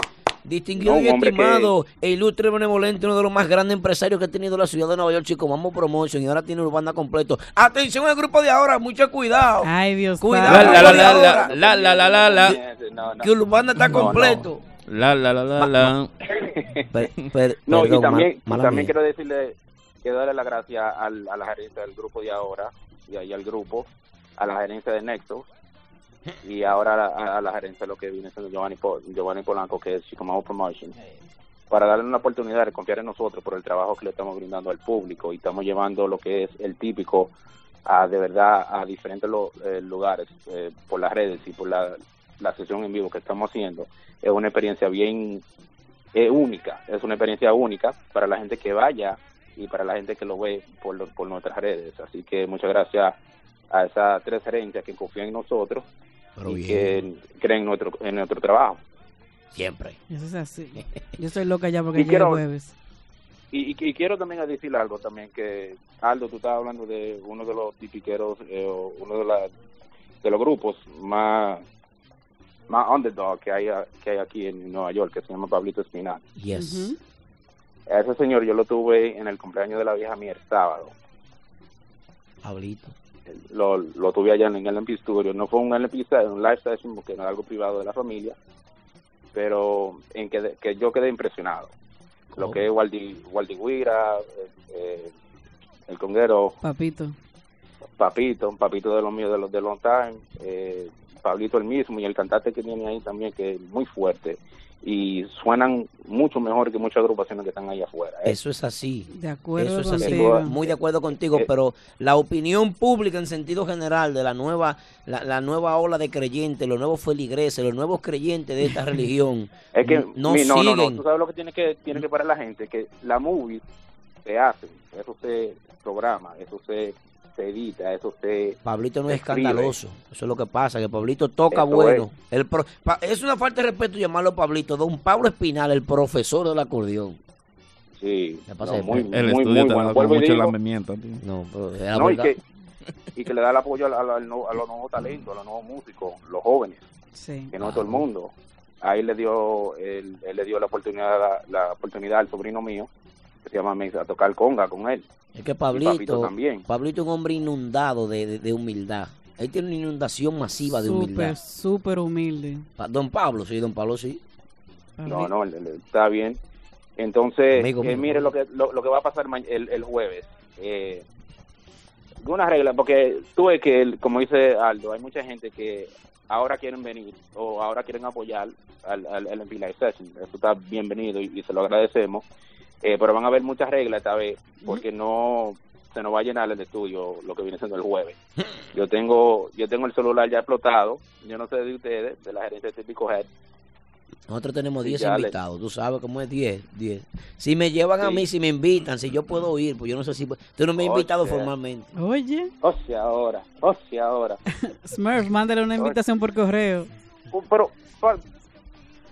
Speaker 5: Distinguido
Speaker 9: No, un
Speaker 5: y
Speaker 9: hombre
Speaker 5: estimado e ilustre y benevolente, uno de los más grandes empresarios que ha tenido la ciudad de Nueva York, Chico Momo Promotion, y ahora tiene Urbana completo. Atención al grupo de ahora, mucho cuidado.
Speaker 7: Ay, Dios
Speaker 5: Cuidado.
Speaker 4: La,
Speaker 7: padre.
Speaker 4: la, la, la, la, la, la, la, la, la.
Speaker 9: No, no.
Speaker 5: Que Urbana está
Speaker 9: No, no.
Speaker 5: completo.
Speaker 4: La, la, la, la, la.
Speaker 5: Per- per-
Speaker 9: No,
Speaker 5: perdón,
Speaker 9: y también,
Speaker 5: ma- mala
Speaker 9: también
Speaker 5: mía.
Speaker 9: quiero decirle que darle la gracia al, a la gerencia del grupo de ahora, y ahí al grupo, a la gerencia de Nexo, y ahora a, la- a la gerencia de lo que viene siendo Giovanni, Po- Giovanni Polanco, que es Chicomamo Promotion, para darle una oportunidad de confiar en nosotros por el trabajo que le estamos brindando al público y estamos llevando lo que es el típico a de verdad a diferentes lo- eh, lugares eh, por las redes y por la, la sesión en vivo que estamos haciendo. Es una experiencia bien es única, es una experiencia única para la gente que vaya y para la gente que lo ve por, lo- por nuestras redes. Así que muchas gracias a esas tres gerencias que confían en nosotros
Speaker 5: Pero
Speaker 9: y
Speaker 5: bien,
Speaker 9: que creen en nuestro, en nuestro trabajo.
Speaker 5: siempre.
Speaker 7: Eso es así. Yo soy loca ya porque
Speaker 9: Y
Speaker 7: ya
Speaker 9: quiero-
Speaker 7: es jueves.
Speaker 9: Y, y- y quiero también decir algo también, que Aldo, tú estabas hablando de uno de los tipiqueros, eh, o uno de, la- de los grupos más más underdog que hay, a- que hay aquí en Nueva York, que se llama Pablito Espinal.
Speaker 5: Yes.
Speaker 7: Ujú.
Speaker 9: A ese señor yo lo tuve en el cumpleaños de la vieja mía el sábado.
Speaker 5: Pablito.
Speaker 9: lo, lo tuve allá en el LMP Studio. No fue un LMP, se- un live session porque era algo privado de la familia, pero en que, que yo quedé impresionado. Lo
Speaker 5: Oh.
Speaker 9: que es Waldi, Waldi Guira, eh, eh, el conguero,
Speaker 7: Papito.
Speaker 9: Papito, Papito de los míos de los de Long Time, eh, Pablito el mismo y el cantante que tiene ahí también que es muy fuerte y suenan mucho mejor que muchas agrupaciones que están ahí afuera. ¿eh?
Speaker 5: Eso es así.
Speaker 7: De acuerdo
Speaker 5: Eso es así.
Speaker 7: contigo.
Speaker 5: Muy de acuerdo contigo,
Speaker 9: Eh,
Speaker 5: pero la opinión pública en sentido general de la nueva la, la nueva ola de creyentes, los nuevos feligreses, los nuevos creyentes de
Speaker 7: *laughs*
Speaker 5: esta religión.
Speaker 9: Es que
Speaker 5: no
Speaker 9: mi- no, no, no,
Speaker 5: siguen.
Speaker 9: Tú sabes lo que tiene que tiene que parar la gente, que la movie se hace, eso se programa, eso se se edita, eso se...
Speaker 5: Pablito no es
Speaker 9: Escribe.
Speaker 5: escandaloso. Eso es lo que pasa, que Pablito toca
Speaker 9: Eso
Speaker 5: bueno. El pro- pa- es una falta de respeto llamarlo Pablito. Don Pablo Espinal, el profesor del acordeón.
Speaker 9: Sí,
Speaker 5: Me pasa
Speaker 9: no,
Speaker 5: de
Speaker 9: muy,
Speaker 5: pe-
Speaker 4: El
Speaker 9: muy,
Speaker 4: estudio
Speaker 9: muy
Speaker 4: está
Speaker 9: bueno.
Speaker 4: dando con
Speaker 9: Vuelvo y
Speaker 4: mucho
Speaker 9: digo,
Speaker 4: lamimiento. tío.
Speaker 5: No, pero era
Speaker 9: no, y
Speaker 5: vulgar.
Speaker 9: que, y que le da el apoyo al- al- al nu- a, los nuevos talentos, a los nuevos músicos, los jóvenes,
Speaker 7: Sí.
Speaker 9: que no es todo el mundo. Ahí le dio, él, él le dio la oportunidad, la, la oportunidad al sobrino mío, que se llama Mesa, a tocar conga con él.
Speaker 5: Es que
Speaker 9: Pablito
Speaker 5: Pablito,
Speaker 9: también.
Speaker 5: Pablito es un hombre inundado de, de- de humildad. Él tiene una inundación masiva de
Speaker 7: Súper,
Speaker 5: humildad.
Speaker 7: súper humilde.
Speaker 5: Pa- Don Pablo, sí, don Pablo, sí.
Speaker 9: No, no, él- él- está bien. Entonces,
Speaker 5: Amigo
Speaker 9: eh,
Speaker 5: mío.
Speaker 9: mire lo que lo, lo que va a pasar ma- el, el jueves. Eh, una regla, porque tuve que, el- como dice Aldo, hay mucha gente que ahora quieren venir o ahora quieren apoyar al, al, al MPLA Session. Eso está bienvenido y, y se lo agradecemos. Eh, pero van a haber muchas reglas esta vez, porque no se nos va a llenar el estudio lo que viene siendo el jueves. Yo tengo yo tengo el celular ya explotado. Yo no sé de ustedes, de la gerencia de típico Head.
Speaker 5: Nosotros tenemos
Speaker 9: Sí,
Speaker 5: 10
Speaker 9: ya le-
Speaker 5: invitados, tú sabes cómo es 10, 10. Si me llevan a
Speaker 9: Sí.
Speaker 5: mí, si me invitan, si yo puedo ir, pues yo no sé si... Tú no me has
Speaker 9: Oh,
Speaker 5: invitado
Speaker 9: yeah.
Speaker 5: formalmente.
Speaker 7: Oye,
Speaker 9: O sea, ahora, o sea, ahora.
Speaker 7: Smurf, mándale una invitación por correo.
Speaker 9: Pu- Pero, pa-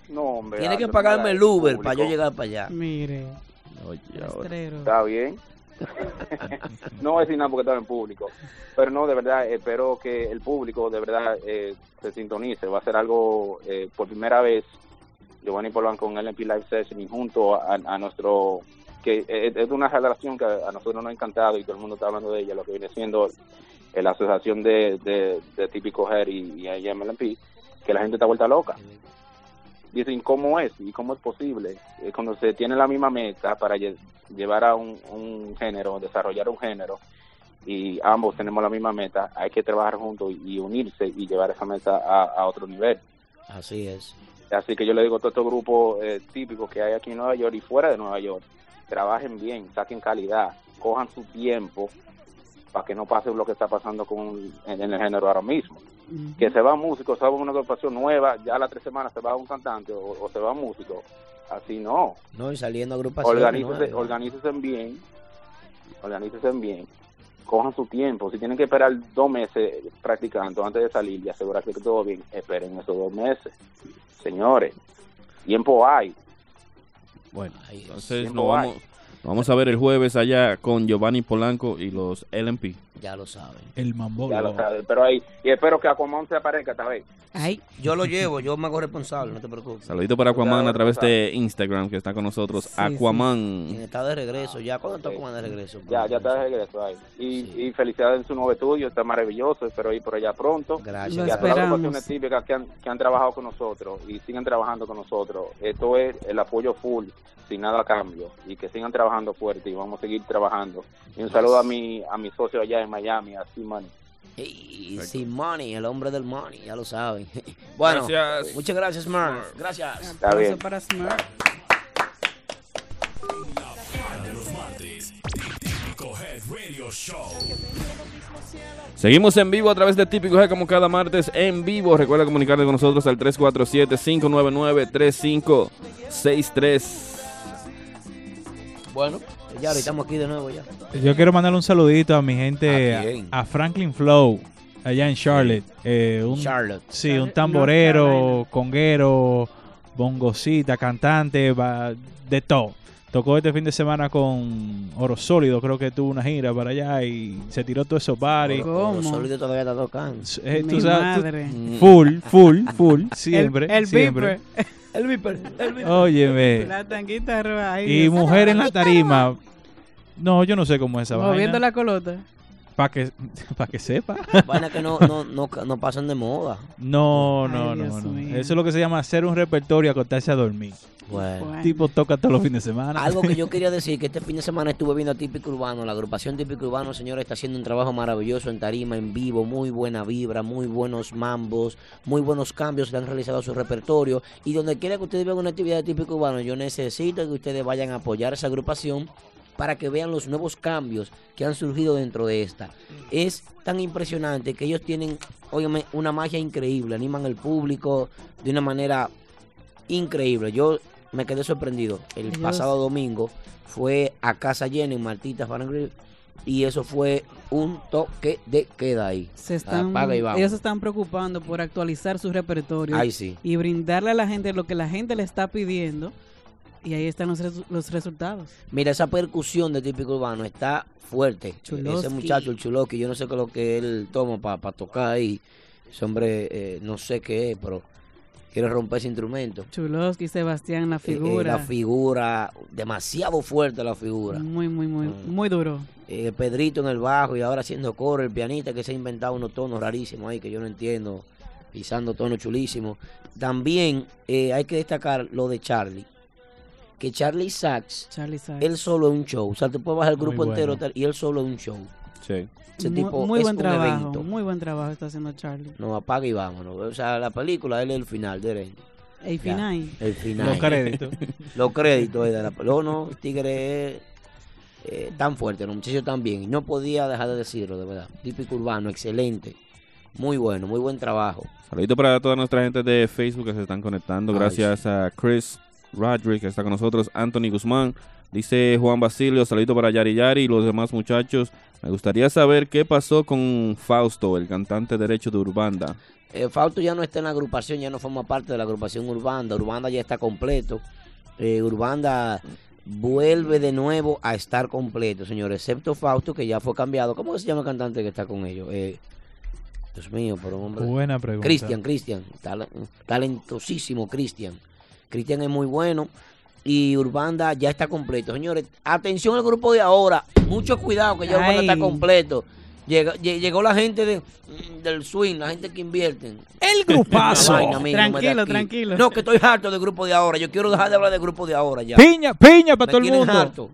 Speaker 9: no, hombre.
Speaker 5: Tienes que
Speaker 9: Aldo,
Speaker 5: pagarme
Speaker 9: nada,
Speaker 5: el Uber
Speaker 9: público.
Speaker 5: para yo llegar para allá.
Speaker 7: Mire,
Speaker 5: Oye, ahora.
Speaker 7: rastrero.
Speaker 9: Está bien. *laughs* no voy a decir nada porque estaba en público. Pero no, de verdad, espero que el público de verdad eh, se sintonice. Va a ser algo eh, por primera vez. Giovanni Polán con LMP Live Session y junto a, a nuestro. que es, es una relación que a nosotros nos ha encantado y todo el mundo está hablando de ella, lo que viene siendo eh, la asociación de, de, de Típico Head y, y MLMP, que la gente está vuelta loca. dicen cómo es y cómo es posible eh, cuando se tiene la misma meta para lle- llevar a un, un género, desarrollar un género y ambos tenemos la misma meta, hay que trabajar juntos y unirse y llevar esa meta a, a otro nivel.
Speaker 5: Así es.
Speaker 9: Así que yo le digo a todos estos grupos eh, típicos que hay aquí en Nueva York y fuera de Nueva York, trabajen bien, saquen calidad, cojan su tiempo para que no pase lo que está pasando con, en- en el género ahora mismo que se va músico, se va una agrupación nueva, ya a las tres semanas se va un cantante o, o se va músico. Así no.
Speaker 5: No, y saliendo agrupaciones.
Speaker 9: Organícese,
Speaker 5: ¿no?
Speaker 9: organícese bien, organícese bien, cojan su tiempo. Si tienen que esperar dos meses practicando antes de salir y asegurarse que todo bien, esperen esos dos meses. Señores, tiempo hay.
Speaker 4: Bueno,
Speaker 5: Ahí es.
Speaker 4: entonces
Speaker 9: Tiempo
Speaker 4: nos vamos, nos vamos a ver el jueves allá con Giovanni Polanco y los LMP.
Speaker 5: Ya lo saben.
Speaker 6: El mambo.
Speaker 9: Ya lo saben. Pero ahí, y espero que Aquaman se aparezca esta vez.
Speaker 7: Ay,
Speaker 5: Yo lo llevo, yo me hago responsable, no te preocupes.
Speaker 4: Saludito para Aquaman
Speaker 9: Claro,
Speaker 4: a través
Speaker 9: claro.
Speaker 4: de Instagram que está con nosotros.
Speaker 7: Sí, sí.
Speaker 5: Quien
Speaker 4: Aquaman.
Speaker 5: está de regreso, ya cuando está
Speaker 9: Sí.
Speaker 5: como de regreso.
Speaker 9: Ya, ya está de
Speaker 5: Gracias,
Speaker 9: regreso ahí. Y,
Speaker 5: Sí.
Speaker 9: y felicidades en su nuevo estudio, está maravilloso, espero ir por allá
Speaker 7: Lo
Speaker 9: pronto. Y a
Speaker 5: Gracias.
Speaker 9: todas las
Speaker 7: esperamos.
Speaker 9: agrupaciones típicas que han, que han trabajado con nosotros y siguen trabajando con nosotros. Esto es el apoyo full, sin nada a cambio. Y que sigan trabajando fuerte y vamos a seguir trabajando. Y un saludo a mi, a mi socio allá en Miami, a Simani.
Speaker 5: Y sin money, el hombre del money, ya lo saben. *laughs* Bueno,
Speaker 4: Gracias.
Speaker 5: muchas gracias, Smurf. Gracias.
Speaker 9: Está bien.
Speaker 7: aplauso para Smurf.
Speaker 4: Seguimos en vivo a través de Típico G como cada martes en vivo. Recuerda comunicarte con nosotros al 347-599-3563.
Speaker 5: Bueno, ya ahorita estamos aquí de nuevo ya.
Speaker 6: Yo quiero mandarle un saludito a mi
Speaker 5: ¿A
Speaker 6: gente,
Speaker 5: quién?
Speaker 6: a, a Franklin Flow, allá en Charlotte. Eh, un,
Speaker 5: Charlotte.
Speaker 6: sí,
Speaker 7: Charlotte,
Speaker 6: un
Speaker 7: North
Speaker 6: tamborero,
Speaker 7: Carolina.
Speaker 6: conguero, bongocita, cantante, va- de todo. Tocó este fin de semana con Oro Sólido, creo que tuvo una gira para allá y se tiró todos esos bares.
Speaker 7: ¿Cómo?
Speaker 5: Los sólidos todavía está tocando.
Speaker 6: Eh, tú
Speaker 7: Mi
Speaker 6: sabes, tú-
Speaker 7: madre.
Speaker 6: full, full,
Speaker 5: *laughs*
Speaker 6: full, siempre.
Speaker 7: el, el
Speaker 6: siempre.
Speaker 7: beeper.
Speaker 5: El
Speaker 6: *laughs*
Speaker 5: Viper, el Viper.
Speaker 6: Óyeme.
Speaker 7: La tanguita roja. ahí,
Speaker 6: Eh, Y mujer en la tarima. No, yo no sé cómo es esa
Speaker 7: Moviendo
Speaker 6: vaina.
Speaker 7: la colota.
Speaker 6: Para que, *laughs* pa' que sepa.
Speaker 5: Vaina que no, no, no, no pasan de moda.
Speaker 6: No,
Speaker 7: Ay,
Speaker 6: no, no,
Speaker 7: Dios
Speaker 6: no.
Speaker 7: mío.
Speaker 6: Eso es lo que se llama hacer un repertorio y acostarse a dormir.
Speaker 5: Bueno.
Speaker 6: Tipo toca todos los fines de semana.
Speaker 5: Algo
Speaker 6: *laughs*
Speaker 5: que yo quería decir, que este fin de semana estuve viendo a Típico Urbano, la agrupación Típico Urbano, señores, está haciendo un trabajo maravilloso en tarima, en vivo, muy buena vibra, muy buenos mambos, muy buenos cambios que han realizado a su repertorio. Y donde quiera que ustedes vean una actividad de Típico Urbano, yo necesito que ustedes vayan a apoyar esa agrupación para que vean los nuevos cambios que han surgido dentro de esta. Es tan impresionante que ellos tienen, óyeme, una magia increíble, animan al público de una manera increíble. Yo me quedé sorprendido. El
Speaker 7: Ellos-
Speaker 5: pasado domingo fue a casa llena en Martitas Barangri- Y eso fue un toque de queda ahí.
Speaker 7: Se están,
Speaker 5: Apaga y vamos.
Speaker 7: ellos se están preocupando por actualizar su repertorio
Speaker 5: Ay, sí.
Speaker 7: y brindarle a la gente lo que la gente le está pidiendo. Y ahí están los, resu- los resultados.
Speaker 5: Mira, esa percusión de típico urbano está fuerte. E-,
Speaker 7: Chulosky.
Speaker 5: Ese muchacho, el Chuloski, yo no sé qué es lo que él toma para tocar ahí. Ese hombre, eh, no sé qué es, pero quiere romper ese instrumento.
Speaker 7: Chulosky, Sebastián, la
Speaker 5: Eh, eh,
Speaker 7: figura.
Speaker 5: la figura, demasiado fuerte la figura.
Speaker 7: Muy, muy, muy,
Speaker 5: Mm.
Speaker 7: muy duro.
Speaker 5: Eh, Pedrito en el bajo y ahora haciendo coro, el pianista que se ha inventado unos tonos rarísimos ahí que yo no entiendo, pisando tonos chulísimos. También eh, hay que destacar lo de Charlie, que Charlie Sachs,
Speaker 7: Charlie Sachs.
Speaker 5: él solo es un show, o sea, te puedes bajar el
Speaker 4: Muy
Speaker 5: grupo
Speaker 4: bueno.
Speaker 5: entero tal, y él solo es un show.
Speaker 4: Sí.
Speaker 5: Ese
Speaker 7: muy,
Speaker 5: tipo
Speaker 7: muy
Speaker 5: es
Speaker 7: buen
Speaker 5: un
Speaker 7: trabajo.
Speaker 5: evento.
Speaker 7: Muy buen trabajo está haciendo Charlie.
Speaker 5: Nos apaga y vámonos. O sea, la película, él es el final, de
Speaker 7: El final.
Speaker 5: El final.
Speaker 6: Los créditos.
Speaker 5: *laughs* Los créditos de la No, no, Tigre es eh, tan fuerte, los muchachos también. Y no podía dejar de decirlo, de verdad. Típico urbano, excelente. Muy bueno, muy buen trabajo.
Speaker 4: Saludito para toda nuestra gente de Facebook que se están conectando.
Speaker 5: Ay,
Speaker 4: Gracias a Chris Rodríguez que está con nosotros. Anthony Guzmán. Dice Juan Basilio, saludito para Yari Yari y los demás muchachos. Me gustaría saber qué pasó con Fausto, el cantante derecho de Urbanda.
Speaker 5: Eh, Fausto ya no está en la agrupación, ya no forma parte de la agrupación Urbanda. Urbanda ya está completo. Eh, Urbanda vuelve de nuevo a estar completo, señores. Excepto Fausto, que ya fue cambiado. ¿Cómo que se llama el cantante que está con ellos? Eh, Dios mío, por un hombre.
Speaker 6: Buena pregunta.
Speaker 5: Cristian, Cristian, tala- talentosísimo Cristian. Cristian es muy bueno y Urbanda ya está completo. Señores, atención al grupo de ahora, mucho cuidado que ya Urbanda
Speaker 7: Ay.
Speaker 5: está completo. Llega- lle- llegó la gente de- del swing, la gente que invierten. *laughs*
Speaker 7: El
Speaker 5: Paso.
Speaker 7: tranquilo, tranquilo.
Speaker 5: No, que estoy harto del grupo de ahora. Yo quiero dejar de hablar del grupo de ahora ya.
Speaker 6: Piña, piña
Speaker 5: Me
Speaker 6: para todo el
Speaker 5: tienen
Speaker 6: mundo.
Speaker 5: harto.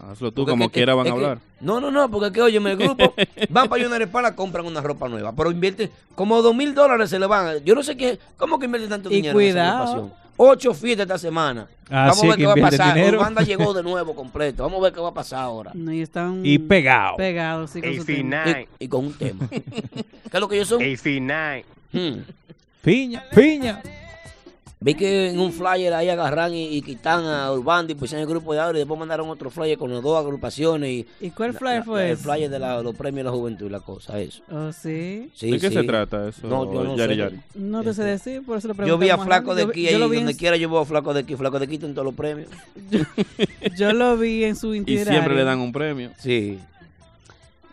Speaker 4: Hazlo tú,
Speaker 5: Porque
Speaker 4: como
Speaker 5: es que-
Speaker 4: quiera van
Speaker 5: es
Speaker 4: a
Speaker 5: que-
Speaker 4: hablar.
Speaker 5: No, no, no, porque es que, oye, el
Speaker 4: *laughs*
Speaker 5: grupo van para Junior Espala, compran una ropa nueva, pero invierten como dos mil dólares se le van. Yo no sé qué, ¿cómo que invierten tanto
Speaker 7: Y
Speaker 5: dinero en esa
Speaker 7: cuidado.
Speaker 5: agrupación? Ocho fiestas esta semana. Vamos
Speaker 4: Ah,
Speaker 6: Así
Speaker 5: a ver
Speaker 6: que
Speaker 5: qué va a
Speaker 6: invierten
Speaker 5: pasar.
Speaker 6: dinero.
Speaker 5: Urbanda
Speaker 4: *laughs*
Speaker 5: llegó de nuevo completo. Vamos a ver qué va a pasar ahora.
Speaker 7: No, y están
Speaker 6: Y pegado.
Speaker 7: pegados. sí, con su tema.
Speaker 5: Eh,
Speaker 7: Eh,
Speaker 5: Y, y con un tema. ¿Qué es lo que yo soy? Hmm.
Speaker 6: Piña, piña.
Speaker 5: Vi que en un flyer ahí agarran y, y quitan a Urbanda y pusieron el grupo de ahora y después mandaron otro flyer con las dos agrupaciones y
Speaker 7: ¿Y cuál
Speaker 5: la-
Speaker 7: flyer
Speaker 5: la-
Speaker 7: fue
Speaker 5: el
Speaker 7: ese?
Speaker 5: flyer de la- los premios de la juventud y la cosa, eso.
Speaker 7: Oh, sí.
Speaker 5: Sí,
Speaker 4: ¿De qué se
Speaker 5: sí.
Speaker 4: trata eso,
Speaker 5: No, yo no
Speaker 4: Yari
Speaker 5: sé.
Speaker 4: Yari?
Speaker 7: No te sé decir, por eso lo
Speaker 5: Este. Yo
Speaker 7: preguntamos.
Speaker 5: vi a
Speaker 7: gente.
Speaker 5: Flaco de
Speaker 7: Yo vi-
Speaker 5: aquí
Speaker 7: yo
Speaker 5: ahí,
Speaker 7: lo vi en
Speaker 5: donde
Speaker 7: su-
Speaker 5: quiera yo veo a Flaco de aquí, Flaco de aquí en todos los premios.
Speaker 7: *laughs* Yo lo vi en su
Speaker 4: Y
Speaker 7: itinerario.
Speaker 4: siempre le dan un premio.
Speaker 5: Sí. *laughs*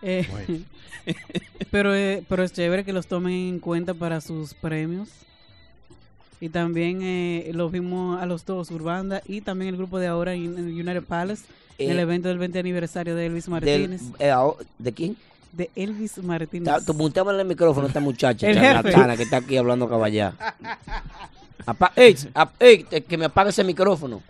Speaker 7: Eh, *laughs* pero, eh, pero es chévere que los tomen en cuenta para sus premios. Y también eh, los vimos a los dos, Urbanda y también el grupo de ahora en en United Palace, en el
Speaker 5: Eh,
Speaker 7: evento del 20 aniversario de Elvis
Speaker 5: del-
Speaker 7: Martínez.
Speaker 5: eh, aho- ¿De quién?
Speaker 7: De Elvis Martínez.
Speaker 5: Está- tú muteamele el micrófono a esta muchacha,
Speaker 7: El jefe.
Speaker 5: charlatana, que está aquí hablando caballá. Apa- ey, ap- ey, te- que me apague ese micrófono.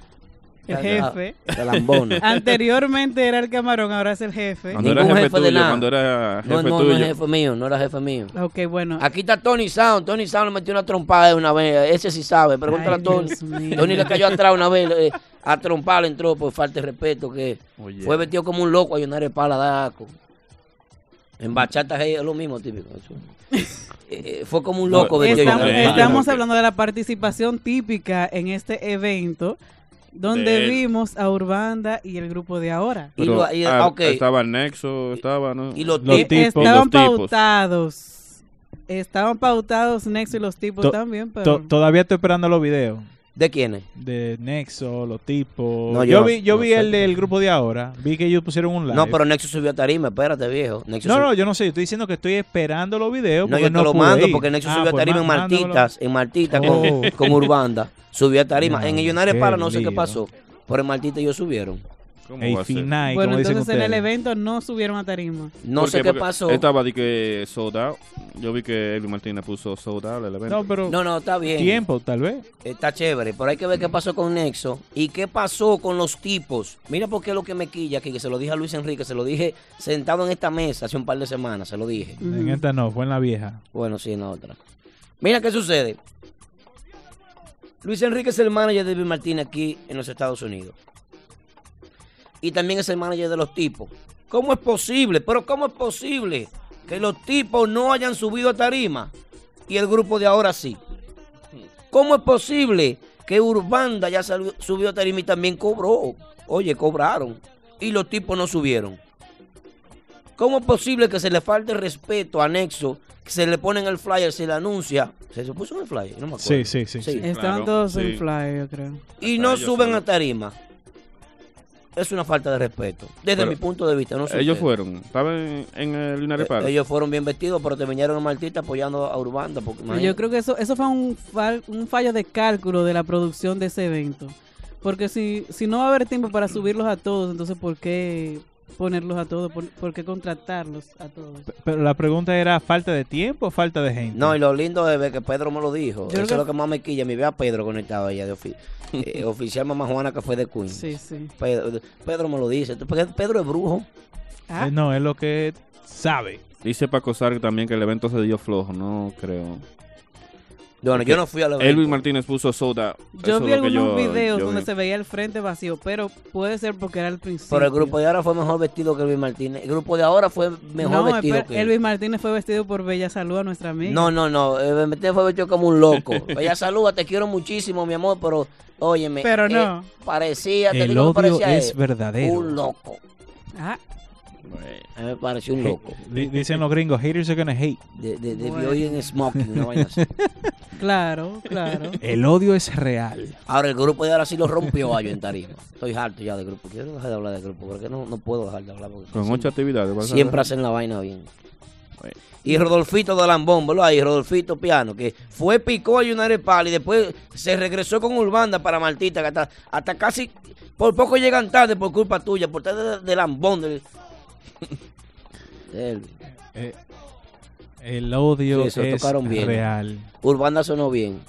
Speaker 7: El jefe.
Speaker 5: La lambona.
Speaker 7: *laughs* Anteriormente era el camarón, ahora es el jefe.
Speaker 4: Cuando era
Speaker 5: Ningún
Speaker 4: jefe,
Speaker 5: jefe de
Speaker 4: tuyo,
Speaker 5: nada.
Speaker 4: cuando era jefe
Speaker 5: No, no,
Speaker 4: tuyo.
Speaker 5: no era jefe mío, no era jefe mío.
Speaker 7: Ok, bueno.
Speaker 5: Aquí está Tony Sound. Tony Sound le metió una trompada una vez. Ese sí sabe. Pregúntale
Speaker 7: Ay,
Speaker 5: a Tony.
Speaker 7: Dios mío.
Speaker 5: Tony le cayó atrás una vez. eh, a trompar le entró por falta de respeto. que
Speaker 4: Oye.
Speaker 5: Fue vestido como un loco a llenar el pala. da asco. En bachata hey, es lo mismo típico. eso. Eh, eh, fue como un loco vestido. a
Speaker 7: Estamos,
Speaker 5: llenar el pala.
Speaker 7: estamos hablando de la participación típica en este evento,
Speaker 4: De
Speaker 7: donde
Speaker 4: él.
Speaker 7: vimos a Urbanda y el grupo de ahora.
Speaker 5: Y
Speaker 4: Pero,
Speaker 5: lo- y-
Speaker 4: ah,
Speaker 5: ah, ok.
Speaker 4: Estaba el Nexo, estaba, ¿no?
Speaker 5: Y los
Speaker 6: Los
Speaker 5: tipos.
Speaker 6: tipos.
Speaker 7: Eh, Estaban
Speaker 4: Los tipos.
Speaker 7: pautados. Estaban pautados Nexo y los tipos
Speaker 6: To-
Speaker 7: Pues también, pero
Speaker 6: To- Todavía estoy esperando los videos
Speaker 5: ¿De quiénes?
Speaker 6: de Nexo, los tipos.
Speaker 5: No, yo
Speaker 6: yo
Speaker 5: no-
Speaker 6: vi, yo
Speaker 5: no
Speaker 6: vi
Speaker 5: sé.
Speaker 6: el del grupo de ahora. Vi que ellos pusieron un live.
Speaker 5: No, pero Nexo subió a tarima. Espérate, viejo. Nexo
Speaker 6: No,
Speaker 5: subió-
Speaker 6: no, yo no sé. Yo estoy diciendo que estoy esperando los videos.
Speaker 5: No,
Speaker 6: porque
Speaker 5: yo te lo
Speaker 6: pude
Speaker 5: mando
Speaker 6: ir.
Speaker 5: porque Nexo
Speaker 6: Ah,
Speaker 5: subió a
Speaker 6: pues
Speaker 5: tarima en
Speaker 6: má- mándamelo.
Speaker 5: Martitas, en Martitas con,
Speaker 6: Oh.
Speaker 5: con Urbanda. Subió a tarima.
Speaker 6: Ya,
Speaker 5: en Millonarios Pala no sé qué
Speaker 6: lío.
Speaker 5: pasó, pero en Martita ellos subieron.
Speaker 4: ¿Cómo
Speaker 6: Ey,
Speaker 4: va a ser?
Speaker 6: finay,
Speaker 7: bueno,
Speaker 6: como dicen
Speaker 7: entonces en el
Speaker 6: ustedes.
Speaker 7: evento no subieron a tarima.
Speaker 5: No
Speaker 4: ¿Por
Speaker 5: sé qué
Speaker 4: Porque
Speaker 5: pasó.
Speaker 4: Estaba de que sold out. Yo vi que Elvis Martínez puso sold out el evento.
Speaker 6: No, pero
Speaker 5: No, no, está bien.
Speaker 6: tiempo, tal vez.
Speaker 5: Está chévere, pero hay que ver qué pasó con Nexo y qué pasó con los tipos. Mira por qué lo que me quilla aquí, que se lo dije a Luis Enrique, se lo dije sentado en esta mesa hace un par de semanas, se lo dije.
Speaker 6: Mm. En esta no, fue en la vieja.
Speaker 5: Bueno, sí, en la otra. Mira qué sucede. Luis Enrique es el manager de Bill Martínez aquí en los Estados Unidos. Y también es el manager de los tipos. ¿Cómo es posible? Pero ¿cómo es posible que los tipos no hayan subido a tarima y el grupo de ahora sí? ¿Cómo es posible que Urbanda ya salió- subió a tarima y también cobró? Oye, cobraron. Y los tipos no subieron. ¿Cómo es posible que se le falte respeto a Nexo, que se le pone en el flyer, se le anuncia? ¿Se se puso en el flyer? No me acuerdo.
Speaker 6: Sí, sí, sí, sí.
Speaker 7: Estaban
Speaker 4: Claro,
Speaker 7: todos
Speaker 4: sí.
Speaker 7: en flyer, yo creo.
Speaker 5: Y no
Speaker 4: ellos
Speaker 5: suben
Speaker 4: solo.
Speaker 5: a tarima. Es una falta de respeto. Desde
Speaker 4: Pero
Speaker 5: mi punto de vista, no sé ustedes.
Speaker 4: Ellos fueron, estaban en el Luna Reparo.
Speaker 5: Eh, Ellos fueron bien vestidos, pero terminaron mal artistas apoyando a Urbanda. Porque,
Speaker 7: Pues Yo creo que eso, eso fue un, fal- un fallo de cálculo de la producción de ese evento. Porque si, si no va a haber tiempo para subirlos a todos, entonces ¿por qué ponerlos a todos? ¿Por, por qué contratarlos a todos?
Speaker 6: Pero la pregunta era falta de tiempo o falta de gente.
Speaker 5: No, y lo lindo es ver que Pedro me lo dijo.
Speaker 7: creo
Speaker 5: Eso
Speaker 7: que-
Speaker 5: es lo que más me quilla. Me ve a Pedro conectado allá
Speaker 7: *laughs*
Speaker 5: de ofi- eh, oficial mamá Juana que fue de Queen.
Speaker 7: Sí, sí.
Speaker 5: Pedro, Pedro me lo dice. Porque Pedro es brujo.
Speaker 7: Ah,
Speaker 6: Eh, no, es lo que sabe.
Speaker 4: Dice Paco Sark también que el evento se dio flojo, no creo.
Speaker 5: Bueno, yo no fui a la
Speaker 4: Elvin Martínez puso soda.
Speaker 7: yo
Speaker 4: Eso
Speaker 7: vi
Speaker 4: es lo que
Speaker 7: algunos
Speaker 4: yo-
Speaker 7: videos
Speaker 4: yo
Speaker 7: donde
Speaker 4: vi.
Speaker 7: se veía el frente vacío, pero puede ser porque era el principio.
Speaker 5: Pero el grupo de ahora fue mejor vestido que Elvin Martínez. El grupo de ahora fue mejor
Speaker 7: no,
Speaker 5: vestido
Speaker 7: espera,
Speaker 5: que
Speaker 7: Elvis Martínez fue vestido por Bella Salud a nuestra amiga.
Speaker 5: No, no, no. Elvin Martínez fue vestido como un
Speaker 7: *laughs*
Speaker 5: loco. Bella saluda, te quiero muchísimo, mi amor, pero óyeme.
Speaker 7: Pero
Speaker 5: eh,
Speaker 7: no.
Speaker 5: parecía, te
Speaker 6: El
Speaker 5: digo, que
Speaker 6: odio
Speaker 5: parecía
Speaker 6: es
Speaker 5: él,
Speaker 6: verdadero.
Speaker 5: un loco. Eh,
Speaker 7: Ah,
Speaker 5: A mí me pareció un loco.
Speaker 6: Di- Dicen los gringos, haters are gonna hate.
Speaker 5: De, de, de
Speaker 7: Bueno.
Speaker 5: vio ir en smoking, una vaina así.
Speaker 7: claro, claro.
Speaker 6: *laughs* El odio es real.
Speaker 5: Ahora el grupo de ahora sí lo rompió a yo en tarima. Estoy harto ya del grupo. Quiero dejar de hablar del grupo porque no, no puedo dejar de hablar. Porque
Speaker 4: Con
Speaker 5: siempre,
Speaker 4: ocho actividades. ¿vas a
Speaker 5: siempre
Speaker 4: ver?
Speaker 5: hacen la vaina bien.
Speaker 4: Bueno.
Speaker 5: Y Rodolfito de Lambón, ¿verdad? Y Rodolfito Piano, que fue picó a United Pal y después se regresó con Urbanda para Martita, que hasta, hasta casi por poco llegan tarde por culpa tuya, por estar de, de Lambón. Del... Del-
Speaker 6: Eh, el odio
Speaker 5: Sí, se lo
Speaker 6: es
Speaker 5: tocaron bien.
Speaker 6: real.
Speaker 5: Urbanda sonó bien.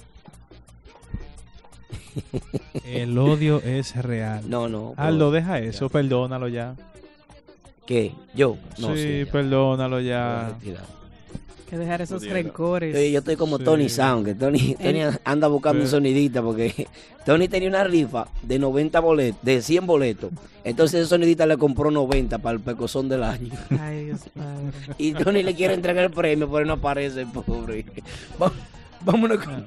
Speaker 6: El odio es real.
Speaker 5: No, no. pero-
Speaker 6: Aldo, deja eso, perdónalo ya.
Speaker 5: ¿Qué? ¿Yo? No,
Speaker 6: sí,
Speaker 5: sí, ya.
Speaker 6: perdónalo
Speaker 5: Me voy a
Speaker 6: ya.
Speaker 5: retirar.
Speaker 7: que dejar esos
Speaker 4: Pudiera.
Speaker 7: rencores.
Speaker 5: Yo, yo estoy como
Speaker 6: Sí.
Speaker 5: Tony Sound, que Tony, Tony anda buscando un
Speaker 6: Sí.
Speaker 5: sonidita porque Tony tenía una rifa de 90 boletos, de 100 boletos. Entonces ese sonidita le compró 90 para el pecozón del año. *laughs*
Speaker 7: Ay, Dios padre.
Speaker 5: Y Tony le quiere entregar el premio, pero no aparece, pobre. Va- Vámonos con...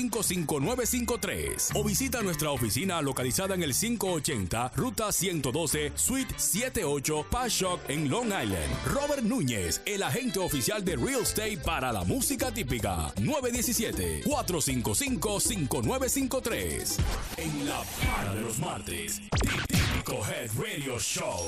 Speaker 2: o visita nuestra oficina localizada en el 580 Ruta 112 Suite 78 Pashock en Long Island. Robert Núñez, el agente oficial de Real Estate para la música típica. 917-455-5953. En la para de los martes, Típico Head Radio Show.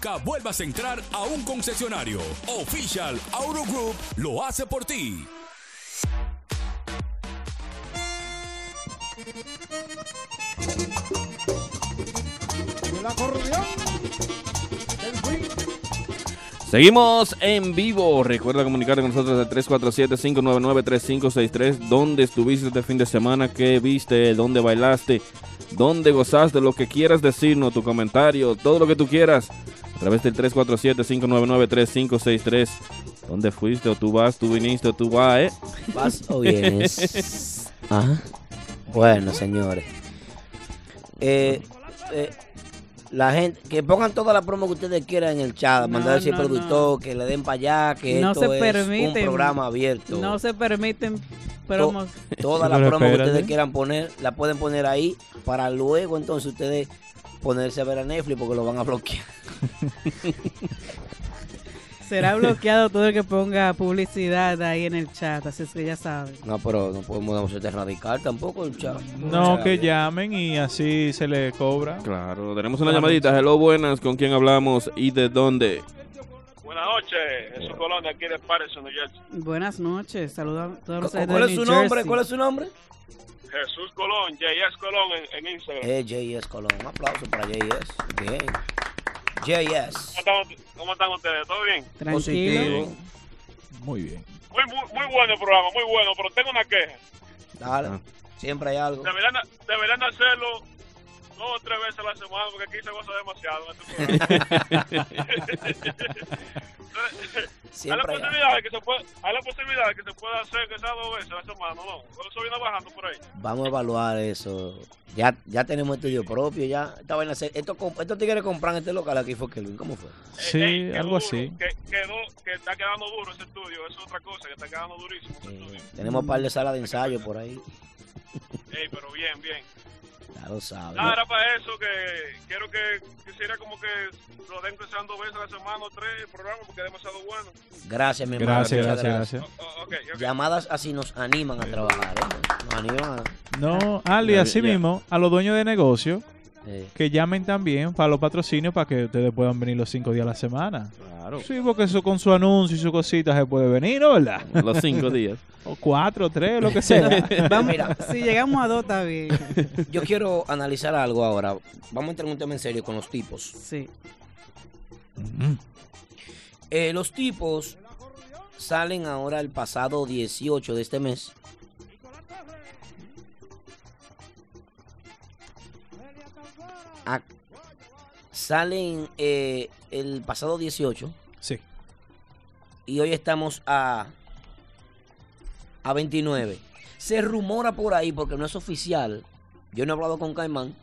Speaker 2: vuelvas a entrar a un concesionario. Official Auto Group lo hace por ti.
Speaker 1: El acordeón del Queen.
Speaker 4: Seguimos en vivo. Recuerda comunicarte con nosotros al 347-599-3563. ¿Dónde estuviste este fin de semana? ¿Qué viste? ¿Dónde bailaste? donde gozaste, lo que quieras decirnos, tu comentario, todo lo que tú quieras, a través del 347-599-3563. ¿Dónde fuiste o tú vas, tú viniste o tú vas, eh?
Speaker 5: ¿Vas o vienes? *laughs* Ajá. Bueno, señores. Eh, eh, la gente, que pongan toda la promo que ustedes quieran en el chat, mandar ese
Speaker 7: no,
Speaker 5: productor, que le den para allá, que
Speaker 7: No
Speaker 5: esto
Speaker 7: se
Speaker 5: es
Speaker 7: permiten.
Speaker 5: un programa abierto.
Speaker 7: No se permiten
Speaker 5: To-
Speaker 7: promos.
Speaker 5: Toda la
Speaker 6: Pero
Speaker 5: promo que
Speaker 6: espérate.
Speaker 5: ustedes quieran poner, la pueden poner ahí para luego entonces ustedes ponerse a ver a Netflix porque lo van
Speaker 6: *laughs*
Speaker 5: a bloquear.
Speaker 7: *laughs*
Speaker 5: *laughs*
Speaker 7: Será bloqueado todo el que ponga publicidad ahí en el chat, así es que ya saben.
Speaker 5: No, pero no podemos erradicar tampoco el chat.
Speaker 6: No, que llamen y así se le cobra.
Speaker 4: *laughs* Claro, tenemos una llamadita. Hello, buenas, ¿con quién hablamos y de dónde?
Speaker 10: Buenas noches, Jesús Colón de aquí de Patterson, New Jersey.
Speaker 7: Buenas noches, saludos a todos los
Speaker 5: ¿Cuál,
Speaker 7: de
Speaker 5: es
Speaker 7: New
Speaker 5: su nombre?
Speaker 7: Jersey.
Speaker 5: ¿Cuál es su nombre?
Speaker 10: Jesús Colón, J.S. Colón en, en Instagram.
Speaker 5: Eh, JS Colón. Un aplauso para JS. Bien. JS.
Speaker 10: ¿Cómo, están, cómo están ustedes? ¿Todo bien?
Speaker 7: Tranquilo.
Speaker 5: Positivo.
Speaker 6: Muy bien.
Speaker 10: Muy, muy, muy bueno el programa, muy bueno, pero tengo una queja.
Speaker 5: Dale.
Speaker 4: Ah.
Speaker 5: Siempre hay algo.
Speaker 10: Deberían, deberían hacerlo dos o tres veces a la semana porque aquí se goza demasiado. en este programa.
Speaker 5: *laughs*
Speaker 10: hay, la
Speaker 5: Siempre hay algo.
Speaker 10: posibilidad de que se pueda, hay la posibilidad de que se pueda hacer que sea dos veces a la semana, ¿no? Pero eso viene bajando por ahí.
Speaker 5: Vamos a evaluar eso. Ya, ya tenemos estudio propio, ya. Esta vaina se- esto, comp- estos tigres compran este local aquí fue Kelvin. ¿Cómo fue?
Speaker 10: Eh,
Speaker 6: Sí,
Speaker 10: eh, qué
Speaker 6: algo
Speaker 10: duro,
Speaker 6: así.
Speaker 10: Que, quedó, que está quedando duro ese estudio, eso es otra cosa, que está quedando durísimo ese
Speaker 5: Eh,
Speaker 10: estudio.
Speaker 5: tenemos un par de salas de ensayo por ahí.
Speaker 10: Ey, pero bien, bien.
Speaker 5: Ya lo sabes.
Speaker 10: Nada, era para eso que quiero que quisiera como que lo den que sean dos veces a la semana o tres el programa porque es demasiado bueno.
Speaker 5: Gracias, mi hermano.
Speaker 6: Gracias,
Speaker 5: muchas
Speaker 6: gracias, gracias.
Speaker 10: O- o- Oh, ok, ok.
Speaker 5: Llamadas así nos animan a trabajar. ¿eh? Nos animan a... Ah.
Speaker 6: No, Ali,
Speaker 4: Ya,
Speaker 6: así
Speaker 4: ya.
Speaker 6: mismo, a los dueños de negocio,
Speaker 5: eh,
Speaker 6: que llamen también para los patrocinios para que ustedes puedan venir los cinco días a la semana.
Speaker 4: Claro.
Speaker 6: Sí, porque eso con su anuncio y su cosita se puede venir, ¿no verdad?
Speaker 4: Los cinco días.
Speaker 6: *laughs* O cuatro, tres, lo que
Speaker 5: *laughs*
Speaker 6: sea.
Speaker 7: *laughs* Vamos,
Speaker 5: Mira.
Speaker 7: si llegamos a dos, está bien.
Speaker 5: *laughs* Yo quiero analizar algo ahora. Vamos a entrar en un tema en serio con los tipos.
Speaker 7: Sí.
Speaker 5: Eh, los tipos salen ahora el pasado 18 de este mes. A- salen eh, el pasado 18
Speaker 6: sí.
Speaker 5: y hoy estamos a, a 29. Se rumora por ahí, porque no es oficial. Yo no he hablado con Caimán.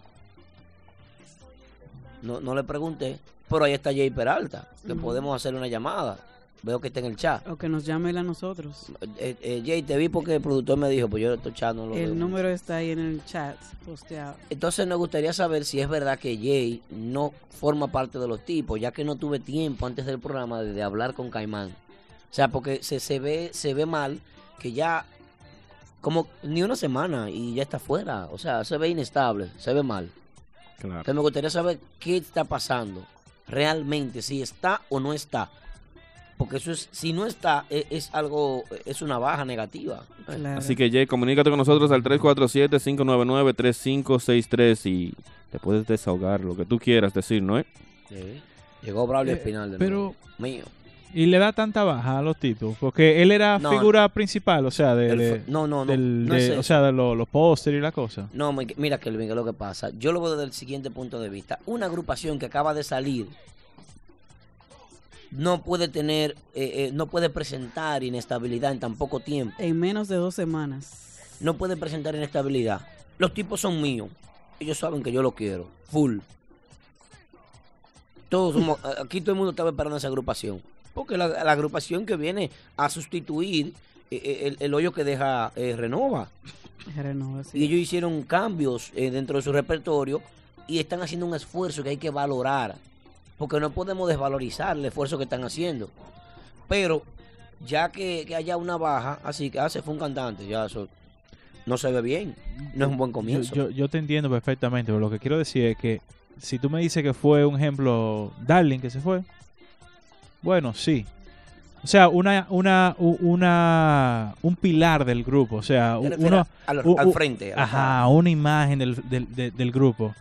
Speaker 5: No, no le pregunté. Pero ahí está Jay Peralta. Le
Speaker 7: Ujú.
Speaker 5: podemos hacer una llamada. Veo que está en el chat.
Speaker 7: O que nos llame él a nosotros.
Speaker 5: Eh, eh, Jay, te vi porque el productor me dijo, pues yo estos chat no lo veo.
Speaker 7: El número está ahí en el chat posteado.
Speaker 5: Entonces nos gustaría saber si es verdad que Jay no forma parte de los tipos, ya que no tuve tiempo antes del programa de, de hablar con Caimán. O sea, porque se, se ve se ve mal que ya como ni una semana y ya está fuera. O sea, se ve inestable, se ve mal.
Speaker 4: Claro.
Speaker 5: Entonces me gustaría saber qué está pasando realmente, si está o no está. Porque eso es, si no está, e- es, algo, es una baja negativa.
Speaker 7: Claro.
Speaker 4: Así que Jay, comunícate con nosotros al 347-599-3563 y te puedes desahogar lo que tú quieras decir, ¿no? eh?
Speaker 5: Sí. Llegó Braulio Espinal. de
Speaker 6: pero-
Speaker 5: nuevo. mío.
Speaker 6: Y le da tanta baja a los tipos, porque él era
Speaker 5: No.
Speaker 6: figura principal, o sea, de,
Speaker 5: El
Speaker 6: de-
Speaker 5: fa- no, no, no.
Speaker 6: del-
Speaker 5: no
Speaker 6: de-
Speaker 5: es eso.
Speaker 6: o sea, de lo- los pósteres y la cosa.
Speaker 5: No, mi- mira, Kelvin, que es lo que pasa. Yo lo veo desde el siguiente punto de vista. Una agrupación que acaba de salir no puede tener, eh, eh, no puede presentar inestabilidad en tan poco tiempo.
Speaker 7: En menos de dos semanas.
Speaker 5: No puede presentar inestabilidad. Los tipos son míos. Ellos saben que yo lo quiero. Full. Todos somos- a- aquí todo el mundo estaba esperando esa agrupación. Porque la, la agrupación que viene a sustituir eh, eh, el, el hoyo que deja eh, Renova.
Speaker 7: Renova, sí.
Speaker 5: Y ellos hicieron cambios eh, dentro de su repertorio y están haciendo un esfuerzo que hay que valorar. Porque no podemos desvalorizar el esfuerzo que están haciendo. Pero ya que, que haya una baja, así que ah, se fue un cantante, ya eso no se ve bien. No es un buen
Speaker 6: Yo,
Speaker 5: comienzo.
Speaker 6: yo, yo te entiendo perfectamente, pero lo que quiero decir es que si tú me dices que fue un ejemplo Darling que se fue, bueno, sí. O sea, una, una, u- una, un pilar del grupo, o sea,
Speaker 5: Te
Speaker 6: u-
Speaker 5: refieres
Speaker 6: uno,
Speaker 5: a los-
Speaker 6: u-
Speaker 5: al
Speaker 6: u-
Speaker 5: frente. a-
Speaker 6: Ajá, una imagen del, del, de- del grupo.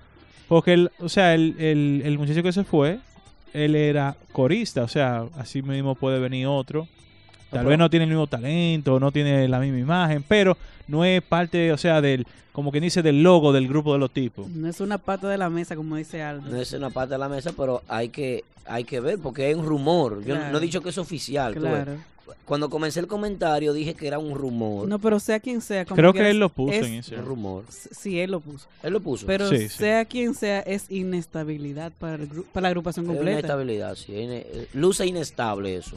Speaker 6: Porque, el, o sea, el, el, el muchacho que se fue, él era corista, o sea, así mismo puede venir otro Tal vez no tiene el mismo talento, no tiene la misma imagen, pero no es parte, o sea, del, como quien dice, del logo del grupo de los tipos.
Speaker 7: No es una pata de la mesa, como dice Aldo.
Speaker 5: No es una pata de la mesa, pero hay que hay que ver porque hay un rumor. Yo
Speaker 7: Claro.
Speaker 5: no he dicho que es oficial. tú ves.
Speaker 7: Claro.
Speaker 5: Cuando comencé el comentario dije que era un rumor.
Speaker 7: No, pero sea quien sea. como
Speaker 6: Creo
Speaker 7: quieras,
Speaker 6: que él lo puso
Speaker 7: es-
Speaker 6: en ese.
Speaker 5: Un rumor.
Speaker 7: Sí, él lo puso.
Speaker 5: Él lo puso.
Speaker 7: Pero
Speaker 6: Sí, sí.
Speaker 7: sea quien sea, es inestabilidad para, el gru- para la agrupación
Speaker 5: Hay una
Speaker 7: completa.
Speaker 5: inestabilidad, sí. hay ine- Luce inestable eso.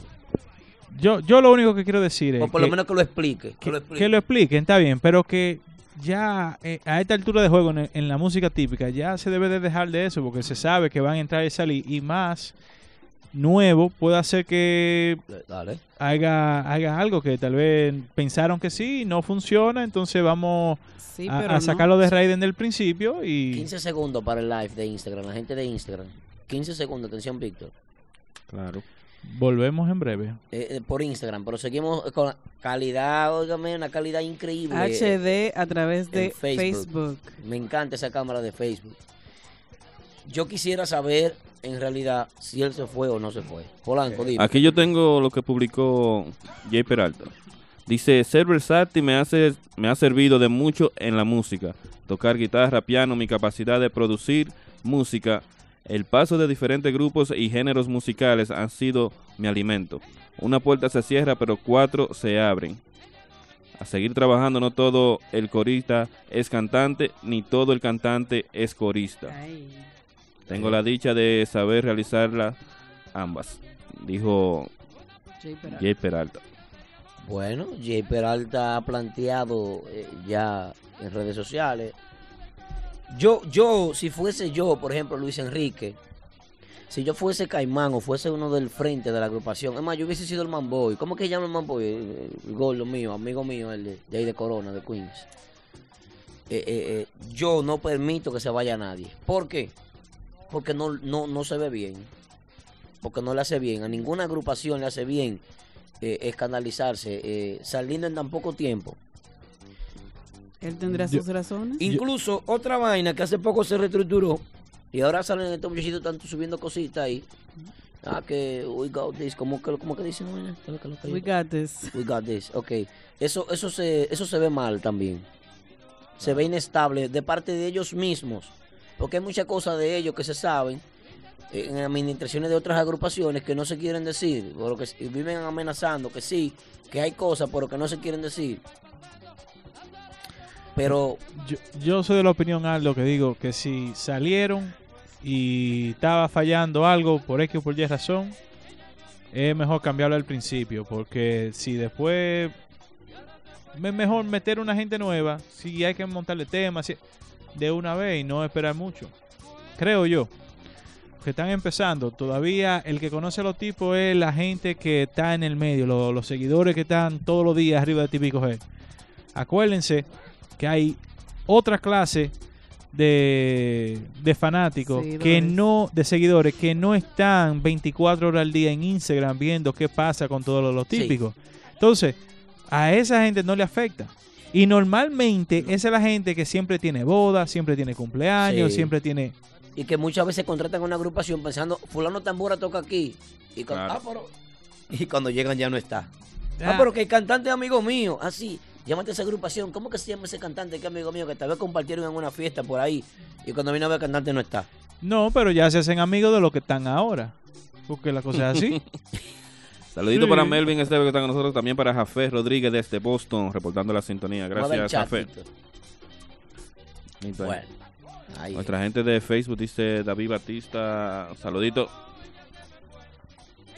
Speaker 6: Yo, yo lo único que quiero decir es
Speaker 5: O por lo
Speaker 6: que-
Speaker 5: menos que lo explique. Que
Speaker 6: que,
Speaker 5: lo
Speaker 6: que
Speaker 5: explique.
Speaker 6: lo expliquen, está bien, pero que ya eh, a esta altura de juego en, en la música típica ya se debe de dejar de eso porque se sabe que van a entrar y salir y más nuevo puede hacer que
Speaker 5: Dale.
Speaker 6: haga, haga algo que tal vez pensaron que sí, no funciona, entonces vamos
Speaker 7: Sí,
Speaker 6: a,
Speaker 7: pero
Speaker 6: a
Speaker 7: no.
Speaker 6: sacarlo de raíz desde el principio y
Speaker 5: 15 segundos para el live de Instagram. La gente de Instagram. 15 segundos. Atención, Víctor.
Speaker 4: Claro.
Speaker 6: volvemos en breve.
Speaker 5: Eh, eh, por Instagram. Pero seguimos con la calidad, óigame, una calidad increíble.
Speaker 7: HD a través de
Speaker 5: en Facebook.
Speaker 7: Facebook.
Speaker 5: Me encanta esa cámara de Facebook. Yo quisiera saber, en realidad, si él se fue o no se fue.
Speaker 6: Eh,
Speaker 5: Polanco, dime.
Speaker 4: Aquí yo tengo lo que publicó Jay Peralta. Dice, ser versátil me, hace, me ha servido de mucho en la música. Tocar guitarra, piano, mi capacidad de producir música, el paso de diferentes grupos y géneros musicales han sido mi alimento. Una puerta se cierra, pero cuatro se abren. A seguir trabajando, no todo el corista es cantante, ni todo el cantante es corista.
Speaker 7: Ay.
Speaker 4: Tengo la dicha de saber realizarlas ambas, dijo
Speaker 7: Jay Peralta.
Speaker 4: Jay Peralta.
Speaker 5: Bueno, Jay Peralta ha planteado eh, ya en redes sociales. Yo, yo, si fuese yo, por ejemplo, Luis Enrique, si yo fuese Caimán o fuese uno del frente de la agrupación, es más, yo hubiese sido el Manboy. ¿Cómo que se llama el Manboy? El, el gordo mío, amigo mío, el de, de ahí de Corona, de Queens. Eh, eh, eh, yo no permito que se vaya nadie. ¿Por qué? Porque no, no, no se ve bien. Porque no le hace bien. A ninguna agrupación le hace bien eh, escandalizarse, eh, saliendo en tan poco tiempo.
Speaker 7: Él tendrá
Speaker 6: Yo-
Speaker 7: sus razones.
Speaker 5: Incluso otra vaina que hace poco se reestructuró y ahora salen estos muchachitos tanto subiendo cositas ahí. Ah, que we got this, ¿cómo que, cómo que dicen? no, vaina? ¿Qué es lo que- lo que
Speaker 7: We
Speaker 5: yo-
Speaker 7: got this.
Speaker 5: We got this, ok. Eso, eso, se, eso se ve mal también. Se ve inestable de parte de ellos mismos. Porque hay muchas cosas de ellos que se saben eh, en administraciones de otras agrupaciones que no se quieren decir. O que s- viven amenazando que sí, que hay cosas, pero que no se quieren decir. Pero
Speaker 6: Yo, yo soy de la opinión, Aldo, que digo que si salieron y estaba fallando algo por X o por Y razón, es mejor cambiarlo al principio, porque si después es mejor meter una gente nueva, si hay que montarle temas si- de una vez y no esperar mucho. Creo yo. Que están empezando. Todavía el que conoce a los tipos es la gente que está en el medio, lo- los seguidores que están todos los días arriba de Típico G. Acuérdense que hay otra clase de, de fanáticos que
Speaker 7: Seguidores.
Speaker 6: no, de seguidores que no están 24 horas al día en Instagram viendo qué pasa con todos los- los
Speaker 5: Sí.
Speaker 6: típicos. Entonces, a esa gente no le afecta. Y normalmente esa es la gente que siempre tiene boda, siempre tiene cumpleaños,
Speaker 5: Sí.
Speaker 6: siempre tiene...
Speaker 5: y que muchas veces contratan una agrupación pensando, fulano tambora toca aquí. Y cuando,
Speaker 4: Claro.
Speaker 5: ah, pero- y cuando llegan ya no está. Ah, pero que el cantante es amigo mío. Ah, sí. Llámate a esa agrupación. ¿Cómo que se llama ese cantante que es amigo mío? Que tal vez compartieron en una fiesta por ahí. Y cuando vino a ver el cantante no está.
Speaker 6: No, pero ya se hacen amigos de los que están ahora. Porque la cosa es así.
Speaker 4: Saludito
Speaker 6: Sí.
Speaker 4: para Melvin Esteve que está con nosotros, también para Jafé Rodríguez desde Boston, reportando la sintonía.
Speaker 5: Mueve el
Speaker 4: Gracias,
Speaker 5: chat,
Speaker 4: Jafé.
Speaker 5: Víctor.
Speaker 4: Ahí está.
Speaker 5: Bueno. Ahí.
Speaker 4: pues, Nuestra gente de Facebook dice David Batista, saludito.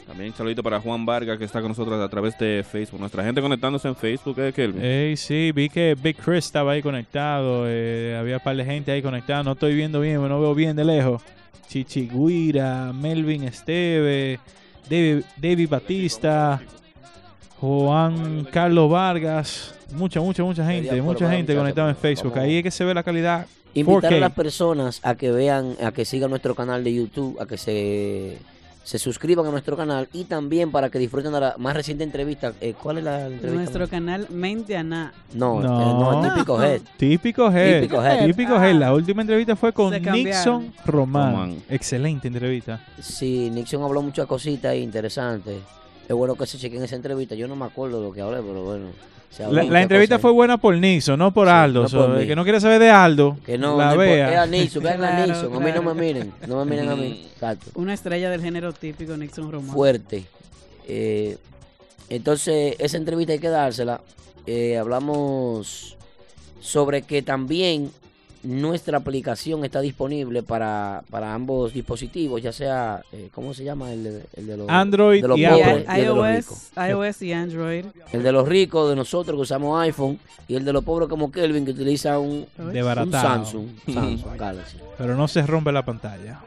Speaker 4: También saludito para Juan Vargas que está con nosotros a través de Facebook. Nuestra gente conectándose en Facebook, ¿eh, Kelvin?
Speaker 6: Ey, sí, vi que Big Chris estaba ahí conectado. eh, había un par de gente ahí conectada. No estoy viendo bien, no veo bien de lejos. Chichiguira, Melvin Esteve, David, David Batista, Juan Carlos Vargas. Mucha, mucha, mucha gente.
Speaker 5: Debería
Speaker 6: Mucha
Speaker 5: formar
Speaker 6: gente
Speaker 5: un chat,
Speaker 6: conectada en
Speaker 5: hermano.
Speaker 6: Facebook.
Speaker 5: Vamos.
Speaker 6: Ahí es que se ve la calidad
Speaker 5: Invitar a
Speaker 6: 4K.
Speaker 5: las personas a que vean, a que sigan nuestro canal de YouTube, a que se, se suscriban a nuestro canal y también para que disfruten de la más reciente entrevista. Eh, ¿Cuál es la entrevista?
Speaker 7: Nuestro canal Mente Aná.
Speaker 5: No, eh,
Speaker 6: No.
Speaker 5: no, típico Head.
Speaker 6: Típico Head.
Speaker 5: Típico Head.
Speaker 6: Típico Head. La última entrevista fue con
Speaker 7: Se cambiaron.
Speaker 6: Nixon Román.
Speaker 4: Román.
Speaker 6: Excelente entrevista.
Speaker 5: Sí, Nixon habló muchas cositas ahí interesantes. Es bueno que se chequen esa entrevista. Yo no me acuerdo lo que hablé, pero bueno. se habló
Speaker 6: La,
Speaker 5: mucha
Speaker 6: la entrevista
Speaker 5: cosa.
Speaker 6: fue buena por Nixon, no por Aldo.
Speaker 5: no
Speaker 6: so,
Speaker 5: por
Speaker 6: el
Speaker 5: mí.
Speaker 6: que no quiere saber de Aldo,
Speaker 5: Que no,
Speaker 6: la
Speaker 5: no es por-
Speaker 6: vea.
Speaker 5: es a Nixon, vean a
Speaker 7: Claro,
Speaker 5: Nixon. A mí no
Speaker 7: claro.
Speaker 5: me miren, no me miren a
Speaker 6: *laughs*
Speaker 5: mí. Exacto.
Speaker 7: Una estrella del género típico Nixon Román.
Speaker 5: fuerte. Eh, entonces, esa entrevista hay que dársela. Eh, hablamos sobre que también nuestra aplicación está disponible para, para ambos dispositivos, ya sea, eh, ¿cómo se llama? El de, el de los,
Speaker 6: Android
Speaker 5: de los
Speaker 6: y
Speaker 7: Y
Speaker 5: pobres
Speaker 6: Apple.
Speaker 5: y el de los ricos.
Speaker 7: iOS, iOS y Android.
Speaker 5: El de los ricos, de nosotros que usamos iPhone, y el de los pobres como Kelvin que utiliza un, un
Speaker 6: Desbaratado. *laughs*
Speaker 5: Samsung. Samsung Galaxy.
Speaker 6: Pero no se rompe la pantalla.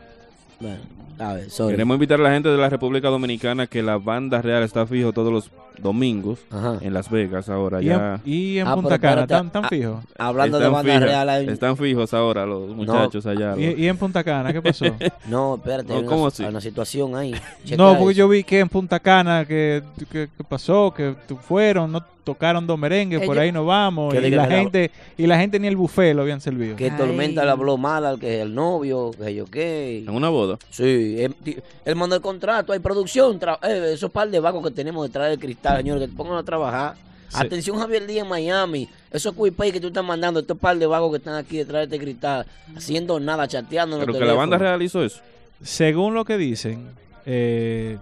Speaker 5: Bueno, a ver, sorry.
Speaker 4: Queremos invitar a la gente de la República Dominicana que la banda real está fijo todos los domingos
Speaker 5: Ajá.
Speaker 4: en Las Vegas ahora
Speaker 6: Y
Speaker 4: ya.
Speaker 6: en, y en
Speaker 5: Ah, pero
Speaker 6: Punta Cana,
Speaker 5: espérate,
Speaker 6: ¿tan, tan
Speaker 5: ah,
Speaker 6: fijo?
Speaker 5: Hablando de
Speaker 4: Están
Speaker 5: banda
Speaker 4: fijas-
Speaker 5: real, hay-
Speaker 4: Están fijos ahora los muchachos allá. los-
Speaker 6: ¿Y, y en Punta Cana qué pasó?
Speaker 5: *laughs* no, espérate,
Speaker 4: No,
Speaker 5: hay una-
Speaker 4: ¿cómo así?
Speaker 5: hay una situación ahí.
Speaker 6: no,
Speaker 5: Checa
Speaker 6: porque
Speaker 5: eso.
Speaker 6: yo vi que en Punta Cana, que, que- que pasó, que tu- fueron, no tocaron dos
Speaker 7: Eh,
Speaker 6: merengues, por
Speaker 5: Ellos-
Speaker 6: ahí no vamos.
Speaker 5: Que
Speaker 6: Y
Speaker 5: digan
Speaker 6: la,
Speaker 5: que la-
Speaker 6: gente, y la gente ni el buffet lo habían servido.
Speaker 5: Que
Speaker 7: Ay.
Speaker 5: Tormenta le habló mal al que el novio, que yo qué.
Speaker 4: En una boda.
Speaker 5: Sí, él, di- él mandó el contrato, hay producción, tra- eh, esos par de vagos que tenemos detrás del cristal, señores, que te pongan a trabajar.
Speaker 6: Sí.
Speaker 5: Atención Javier Díaz en Miami, esos cuipay que tú estás mandando, estos par de vagos que están aquí detrás de este cristal, haciendo nada, chateando. en los
Speaker 4: Pero que la banda
Speaker 5: teléfonos.
Speaker 4: real hizo eso.
Speaker 6: Según lo que dicen, eh,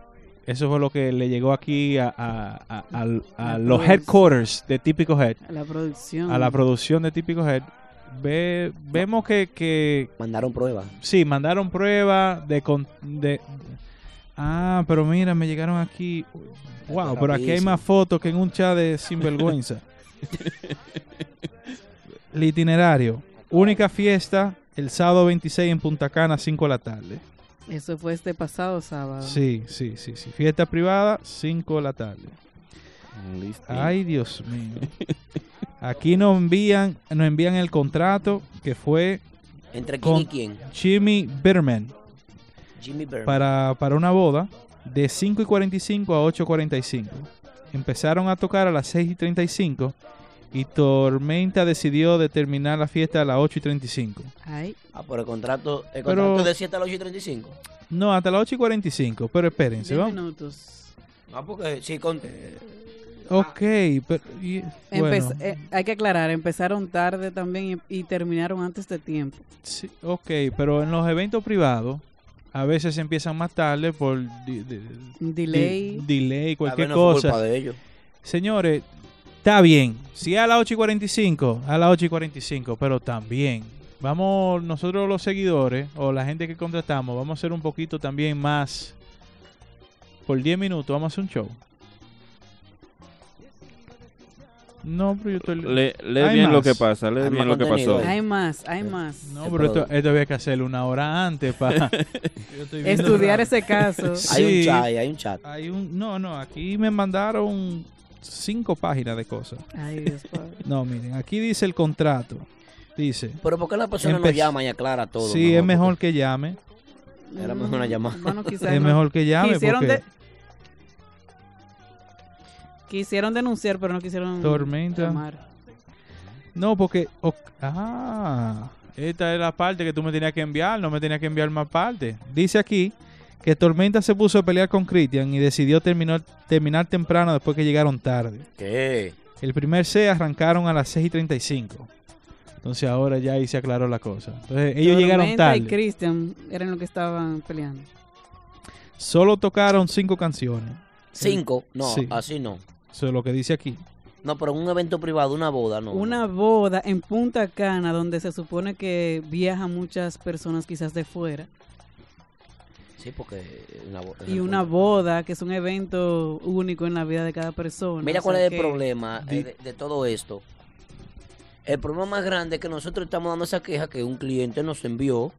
Speaker 6: eso fue lo que le llegó aquí a, a- a- al- a
Speaker 7: La
Speaker 6: los
Speaker 7: producción.
Speaker 6: headquarters de Típico Head,
Speaker 7: A la producción.
Speaker 6: a la producción de Típico Head. Ve- vemos que, que
Speaker 5: Mandaron pruebas.
Speaker 6: sí, mandaron prueba de, con- de... Ah, pero mira, me llegaron aquí... Wow, pero aquí hay más fotos que en un chat de sinvergüenza. El itinerario. Única fiesta el sábado 26 en Punta Cana, 5 de la tarde.
Speaker 7: Eso fue este pasado sábado.
Speaker 6: Sí, sí, sí, sí. Fiesta privada, 5 de la tarde.
Speaker 4: Listo.
Speaker 6: Ay, Dios mío. Aquí nos envían, nos envían el contrato que fue
Speaker 5: ¿Entre quién
Speaker 6: Con-
Speaker 5: y quién?
Speaker 6: Jimmy Bitterman
Speaker 5: Jimmy Burns.
Speaker 6: para, para una boda de 5 y 45 a 8 y 45. Empezaron a tocar a las 6 y 35 y Tormenta decidió de terminar la fiesta a las 8 y 35.
Speaker 7: Ay,
Speaker 5: Ah, por el contrato, el
Speaker 6: Pero-
Speaker 5: contrato es de 7 a las 8 y 35.
Speaker 6: No, hasta las 8 y 45, pero espérense,
Speaker 7: 10
Speaker 6: vamos.
Speaker 7: minutos.
Speaker 5: No, porque sí, con...
Speaker 6: Ok, pero... y- bueno.
Speaker 7: Empe- eh, hay que aclarar, empezaron tarde también y, y terminaron antes de tiempo.
Speaker 6: Sí, ok, pero en los eventos privados a veces empiezan más tarde por di- di-
Speaker 7: Un
Speaker 6: di-
Speaker 7: Delay.
Speaker 6: delay, cualquier
Speaker 5: tal vez no Ah, fue culpa
Speaker 6: cosa.
Speaker 5: de ellos.
Speaker 6: Señores, está bien. Si es a las 8 y 45, a las 8 y 45, pero también vamos nosotros los seguidores o la gente que contratamos, vamos a ser un poquito también más. Por 10 minutos vamos a hacer un show. No, pero yo estoy...
Speaker 4: Lee, lee
Speaker 6: Hay
Speaker 4: bien lo
Speaker 6: más.
Speaker 4: que pasa, lee
Speaker 5: Hay
Speaker 4: bien
Speaker 5: más
Speaker 4: lo que
Speaker 5: contenido
Speaker 4: pasó.
Speaker 5: ahí.
Speaker 7: Hay más, hay más.
Speaker 6: No, pero esto, esto había que hacerlo una hora antes
Speaker 7: *laughs*
Speaker 6: para...
Speaker 7: Estudiar ese
Speaker 6: *laughs*
Speaker 7: caso.
Speaker 5: Hay un
Speaker 6: Sí.
Speaker 5: chat, hay un chat.
Speaker 6: Hay un, no, no, aquí me mandaron cinco páginas de cosas.
Speaker 7: Ay, Dios padre.
Speaker 6: No, miren, aquí dice el contrato. Dice,
Speaker 5: Pero ¿por qué la persona no
Speaker 6: Empe-
Speaker 5: llama y aclara todo?
Speaker 6: sí, es
Speaker 5: Porque-
Speaker 6: mejor que llame,
Speaker 5: Era mejor una llamada.
Speaker 7: Bueno, quizás
Speaker 6: es
Speaker 7: no.
Speaker 6: mejor que llame
Speaker 7: Quisieron
Speaker 6: porque
Speaker 7: de- Quisieron denunciar, pero no quisieron
Speaker 6: Tormenta.
Speaker 7: llamar.
Speaker 6: No, porque... o- ah, esta es la parte que tú me tenías que enviar, no me tenías que enviar más parte. Dice aquí que Tormenta se puso a pelear con Christian y decidió terminar, terminar temprano después que llegaron tarde.
Speaker 5: ¿Qué?
Speaker 6: El primer C arrancaron a las 6 y 35. Entonces ahora ya ahí se aclaró la cosa. Entonces ellos llegaron
Speaker 7: Tormenta y
Speaker 6: tarde.
Speaker 7: Christian eran los que estaban peleando.
Speaker 6: Solo tocaron cinco canciones.
Speaker 5: Cinco. No, ah.
Speaker 6: Sí.
Speaker 5: así no.
Speaker 6: Eso es lo que dice aquí.
Speaker 5: No, pero en un evento privado, una boda, no.
Speaker 7: Una
Speaker 5: no.
Speaker 7: boda en Punta Cana, donde se supone que viajan muchas personas quizás de fuera,
Speaker 5: Sí, porque. Una bo-
Speaker 7: y una boda que es un evento único en la vida de cada persona.
Speaker 5: Mira
Speaker 7: o
Speaker 5: cuál
Speaker 7: sea
Speaker 5: es el
Speaker 7: que-
Speaker 5: problema eh,
Speaker 6: Di-
Speaker 5: de, de todo esto. El problema más grande es que nosotros estamos dando esa queja que un cliente nos envió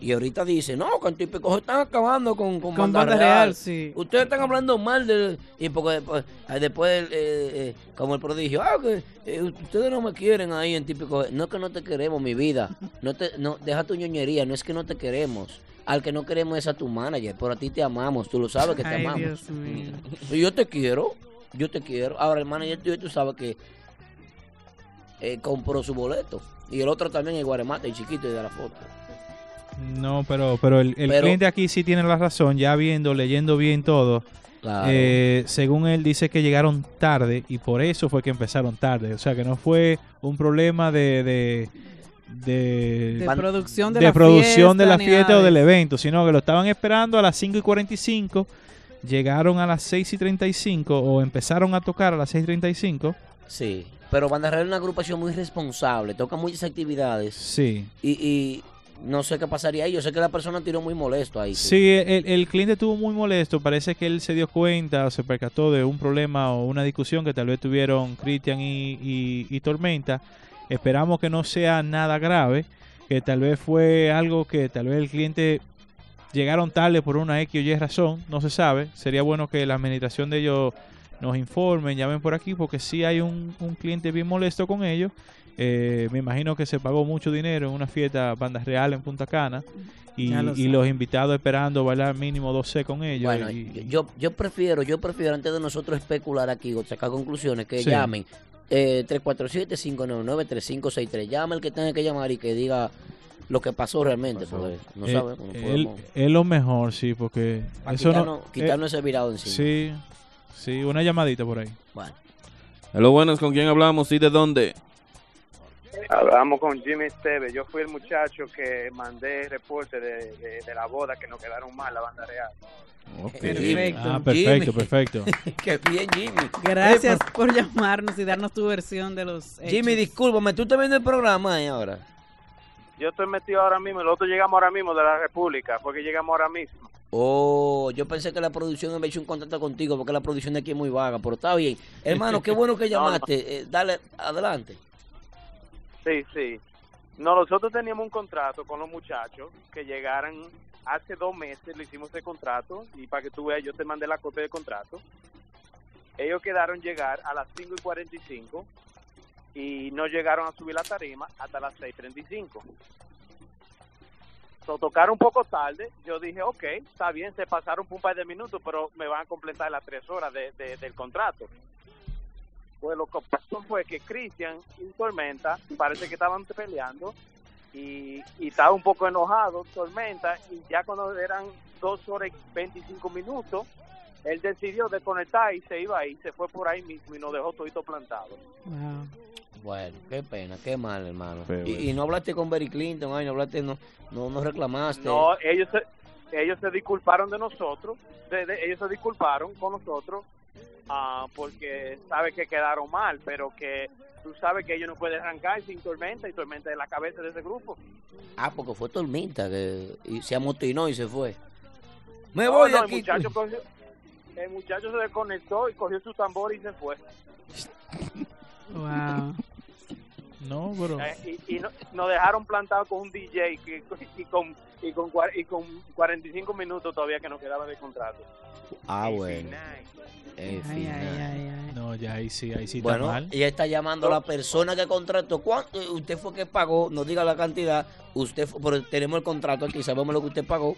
Speaker 5: y ahorita dice: No, que en típico se están acabando con, con,
Speaker 7: Con
Speaker 5: Banda
Speaker 7: banda real, sí.
Speaker 5: Ustedes están hablando mal de... Y porque después, ah, después, eh, eh, como el prodigio, ah, que eh, ustedes no me quieren ahí en típico... No es que no te queremos, mi vida. No te, no, deja tu ñoñería, no es que no te queremos. Al que no queremos es a tu manager, pero a ti te amamos, tú lo sabes que te
Speaker 7: Ay,
Speaker 5: amamos.
Speaker 7: Dios mío.
Speaker 5: Y yo te quiero, yo te quiero. Ahora el manager tuyo, tú sabes que eh, compró su boleto. Y el otro también, el guaremate, el chiquito y de la foto.
Speaker 6: No, pero, pero el, el
Speaker 5: Pero-
Speaker 6: cliente aquí sí tiene la razón, ya viendo, leyendo bien todo.
Speaker 5: Claro.
Speaker 6: Eh, según él dice que llegaron tarde y por eso fue que empezaron tarde. O sea que no fue un problema de... de de,
Speaker 7: De producción de
Speaker 6: de
Speaker 7: la
Speaker 6: producción de
Speaker 7: fiesta
Speaker 6: la
Speaker 7: ni
Speaker 6: fiesta
Speaker 7: nada
Speaker 6: o
Speaker 7: de
Speaker 6: del
Speaker 7: eso.
Speaker 6: evento, sino que lo estaban esperando a las 5 y 45, llegaron a las 6 y 35 o empezaron a tocar a las 6 y 35.
Speaker 5: Sí. Pero Banda Real es una agrupación muy responsable, toca muchas actividades.
Speaker 6: Sí.
Speaker 5: Y, y no sé qué pasaría ahí. Yo sé que la persona tiró muy molesto ahí. sí.
Speaker 6: Sí, el, el cliente estuvo muy molesto. Parece que él se dio cuenta o se percató de un problema o una discusión que tal vez tuvieron Cristian y, y- y Tormenta. Esperamos que no sea nada grave, que tal vez fue algo que tal vez el cliente llegaron tarde por una X o Y razón, no se sabe. Sería bueno que la administración de ellos nos informen, llamen por aquí, porque sí hay un, un cliente bien molesto con ellos. Eh, me imagino que se pagó mucho dinero en una fiesta Bandas Real en Punta Cana y,
Speaker 5: Ya lo
Speaker 6: y
Speaker 5: sabe.
Speaker 6: los invitados esperando bailar mínimo 12 con ellos.
Speaker 5: Bueno,
Speaker 6: y-
Speaker 5: yo, yo, yo prefiero, yo prefiero antes de nosotros especular aquí o sacar conclusiones, que
Speaker 6: Sí.
Speaker 5: llamen eh, 347-599-3563. Llama el que tenga que llamar y que diga lo que pasó realmente, porque no
Speaker 6: eh,
Speaker 5: sabemos, no
Speaker 6: él-
Speaker 5: podemos.
Speaker 6: es lo mejor, sí, porque
Speaker 5: Pa'
Speaker 6: eso
Speaker 5: quitarnos-
Speaker 6: no, eh,
Speaker 5: quitarnos ese virado encima.
Speaker 6: Sí, sí, una llamadita por ahí.
Speaker 4: Eh, Lo bueno es con quién hablamos y de dónde.
Speaker 11: Hablamos con Jimmy Esteves. Yo fui el muchacho que mandé reporte de, de- de la boda que nos quedaron mal, la banda real.
Speaker 7: Perfecto.
Speaker 6: Ah, perfecto,
Speaker 5: *laughs*
Speaker 6: perfecto.
Speaker 5: Qué bien, Jimmy.
Speaker 7: Gracias
Speaker 5: Epa.
Speaker 7: por llamarnos y darnos tu versión de los hechos.
Speaker 5: Eh, Jimmy, discúlpame, tú estás viendo el programa ahí ahora.
Speaker 11: Yo estoy metido ahora mismo, nosotros llegamos ahora mismo de la República, porque llegamos ahora mismo.
Speaker 5: Oh, yo pensé que la producción había hecho un contacto contigo porque la producción de aquí es muy vaga, pero está bien. Hermano, qué bueno *laughs* que
Speaker 11: No, no.
Speaker 5: llamaste. Eh, dale, adelante.
Speaker 11: Sí, sí. No, Nosotros teníamos un contrato con los muchachos que llegaran hace dos meses, le hicimos ese contrato y para que tú veas, yo te mandé la copia del contrato. Ellos quedaron llegar a las 5 y 45 y no llegaron a subir la tarima hasta las 6.35. So, tocaron un poco tarde, yo dije, ok, está bien, se pasaron un par de minutos, pero me van a completar las tres horas de- de- del contrato. Pues lo que pasó fue que Cristian y Tormenta parece que estaban peleando y, y estaba un poco enojado Tormenta y ya cuando eran dos horas y 25 minutos, él decidió desconectar y se iba ahí, se fue por ahí mismo y nos dejó todito plantado.
Speaker 5: Bueno, qué pena, qué mal, hermano.
Speaker 11: Feo
Speaker 5: Y, y no hablaste con Barry Clinton, ay, no hablaste, no, no, no reclamaste.
Speaker 11: No, ellos se, ellos se disculparon de nosotros, de- de- ellos se disculparon con nosotros ah, porque sabe que quedaron mal, pero que tú sabes que ellos no pueden arrancar sin Tormenta y Tormenta es la cabeza de ese grupo.
Speaker 5: Ah, porque fue tormenta que y se amotinó y se fue. Me
Speaker 11: No,
Speaker 5: voy
Speaker 11: no,
Speaker 5: de aquí.
Speaker 11: El muchacho, cogió- el muchacho se desconectó y cogió su tambor y se fue.
Speaker 7: Wow.
Speaker 6: No, bro.
Speaker 11: Eh, y y no- nos dejaron plantados con un DJ que, y, con, y, con, cuar- y con 45 minutos todavía que nos quedaba de contrato.
Speaker 5: Ah, bueno. En fin, nada.
Speaker 6: No, ya ahí sí, ahí sí está
Speaker 5: Bueno,
Speaker 6: mal.
Speaker 5: ella está llamando a la persona que contrató. ¿Cuánto? Eh, Usted fue que pagó, no diga la cantidad. Usted, fue- pero tenemos el contrato aquí, sabemos lo que usted pagó.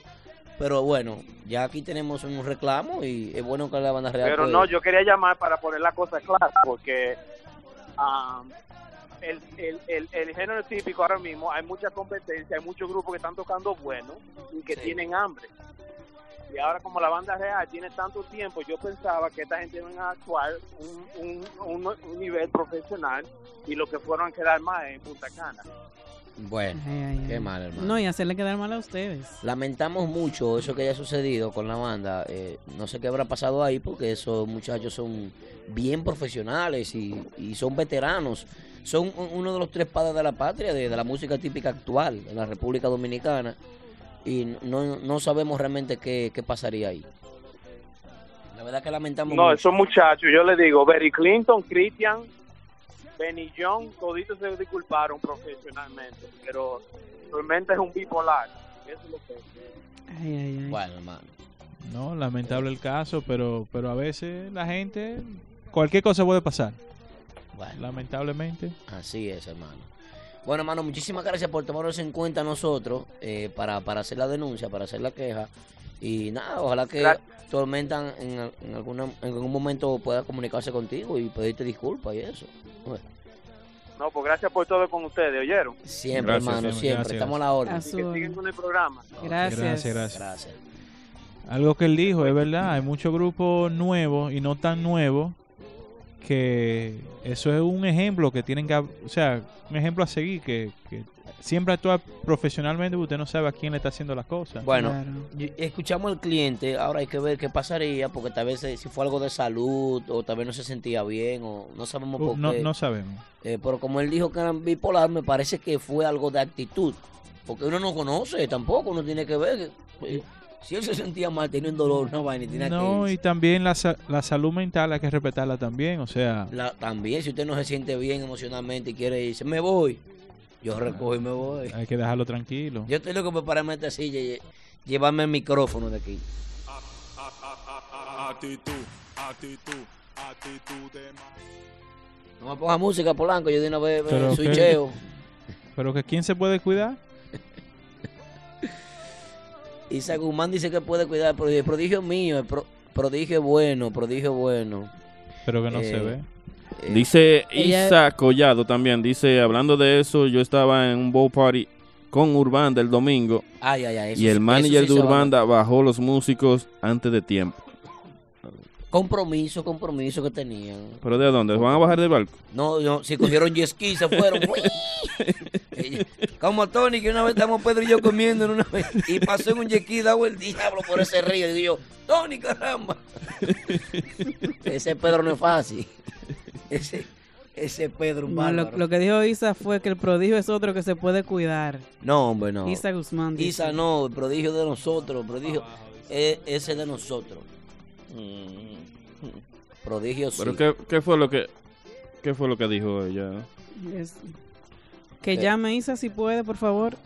Speaker 5: Pero bueno, ya aquí tenemos un reclamo y es bueno que la banda real.
Speaker 11: Pero
Speaker 5: pues,
Speaker 11: no, yo quería llamar para poner la cosa clara, porque ah, el, el, el, el género típico ahora mismo, hay mucha competencia, hay muchos grupos que están tocando bueno y que tienen hambre. Y ahora como la banda real tiene tanto tiempo, yo pensaba que esta gente iba a actuar un, un, un, un nivel profesional y lo que fueron a quedar más en Punta Cana.
Speaker 5: Bueno, qué mal, hermano.
Speaker 7: No, y hacerle quedar mal a ustedes.
Speaker 5: Lamentamos mucho eso que haya sucedido con la banda. Eh, no sé qué habrá pasado ahí porque esos muchachos son bien profesionales y, y son veteranos. Son u- uno de los tres padres de la patria, de, de la música típica actual en la República Dominicana. Y no, no sabemos realmente qué, qué pasaría ahí. La verdad que lamentamos
Speaker 11: No,
Speaker 5: mucho.
Speaker 11: esos muchachos, yo les digo, Berry Clinton, Christian, Benny John, toditos se disculparon profesionalmente, pero realmente es un bipolar. Eso es lo que es.
Speaker 5: Bueno, hermano.
Speaker 6: No, lamentable el caso, pero, pero a veces la gente, cualquier cosa puede pasar. Lamentablemente.
Speaker 5: Así es, hermano. Bueno, hermano, muchísimas gracias por tomarnos en cuenta a nosotros eh, para, para hacer la denuncia, para hacer la queja. Y nada, ojalá que Tormentan en, al- en alguna, en algún momento pueda comunicarse contigo y pedirte disculpas y eso. Bueno,
Speaker 11: No, pues gracias por todo con ustedes, ¿oyeron?
Speaker 5: Siempre, Gracias, hermano, siempre. siempre. Gracias. Estamos a la orden. A
Speaker 11: Así
Speaker 5: su
Speaker 11: que
Speaker 5: orden.
Speaker 11: sigan con el programa.
Speaker 5: Gracias. Gracias, gracias.
Speaker 6: Algo que él dijo, es verdad, hay muchos grupos nuevos y no tan nuevos que eso es un ejemplo que tienen que, ab- o sea, un ejemplo a seguir, que, que siempre actúa profesionalmente, usted no sabe a quién le está haciendo las cosas.
Speaker 5: Bueno, y- escuchamos al cliente, ahora hay que ver qué pasaría, porque tal vez eh, si fue algo de salud, o tal vez no se sentía bien, o no sabemos
Speaker 6: Uh,
Speaker 5: por
Speaker 6: no,
Speaker 5: qué.
Speaker 6: no sabemos.
Speaker 5: Eh, pero como él dijo que eran bipolar, me parece que fue algo de actitud. Porque uno no conoce tampoco, uno tiene que ver. eh, si él se sentía mal, tenía un dolor, una vaina, y tenía
Speaker 6: No,
Speaker 5: que...
Speaker 6: y también la, sa- la salud mental hay que respetarla también, o sea,
Speaker 5: La- también, si usted no se siente bien emocionalmente y quiere irse, me voy. Yo recojo y me voy.
Speaker 6: hay que dejarlo tranquilo.
Speaker 5: Yo estoy loco por pararme de esta silla y eh, llevarme el micrófono de aquí.
Speaker 12: Actitud, actitud, actitud de
Speaker 5: No me ponga música, Polanco, yo de una vez
Speaker 6: Pero
Speaker 5: eh,
Speaker 6: que-
Speaker 5: switcheo.
Speaker 6: Pero que quién se puede cuidar.
Speaker 5: Isaac Guzmán dice que puede cuidar el prodigio. El prodigio es mío, el pro- prodigio es bueno, prodigio es bueno. Eh,
Speaker 6: Pero que no se ve.
Speaker 4: Dice
Speaker 5: Ella-
Speaker 4: Isa Collado también, dice, hablando de eso, yo estaba en un bow party con Urban del domingo
Speaker 5: Ay, ay, ay. eso
Speaker 4: y el
Speaker 5: sí-
Speaker 4: manager
Speaker 5: eso sí se
Speaker 4: de
Speaker 5: va a
Speaker 4: Urbanda bajó los músicos antes de tiempo.
Speaker 5: Compromiso, compromiso que tenían.
Speaker 4: ¿Pero de dónde? ¿Van a bajar del barco?
Speaker 5: No, no, si cogieron jet ski,
Speaker 7: *laughs*
Speaker 5: se fueron. ¡Uy! Como Tony, que una vez estamos Pedro y yo comiendo en una vez, y pasó en un jet ski, dado el diablo por ese río. Digo yo, Tony,
Speaker 7: *laughs*
Speaker 5: caramba. Ese Pedro no es fácil. Ese, ese Pedro, un
Speaker 7: No, lo,
Speaker 5: bárbaro.
Speaker 7: lo que dijo Isa fue que el prodigio es otro que se puede cuidar.
Speaker 5: No, hombre, no.
Speaker 7: Isa Guzmán dice.
Speaker 5: Isa no, el prodigio de nosotros, el prodigio eh, ese de nosotros. Mm, Prodigio sí.
Speaker 4: ¿Pero qué, qué fue lo que qué fue lo que dijo ella?
Speaker 7: Es- Que llame Isa si puede, por favor.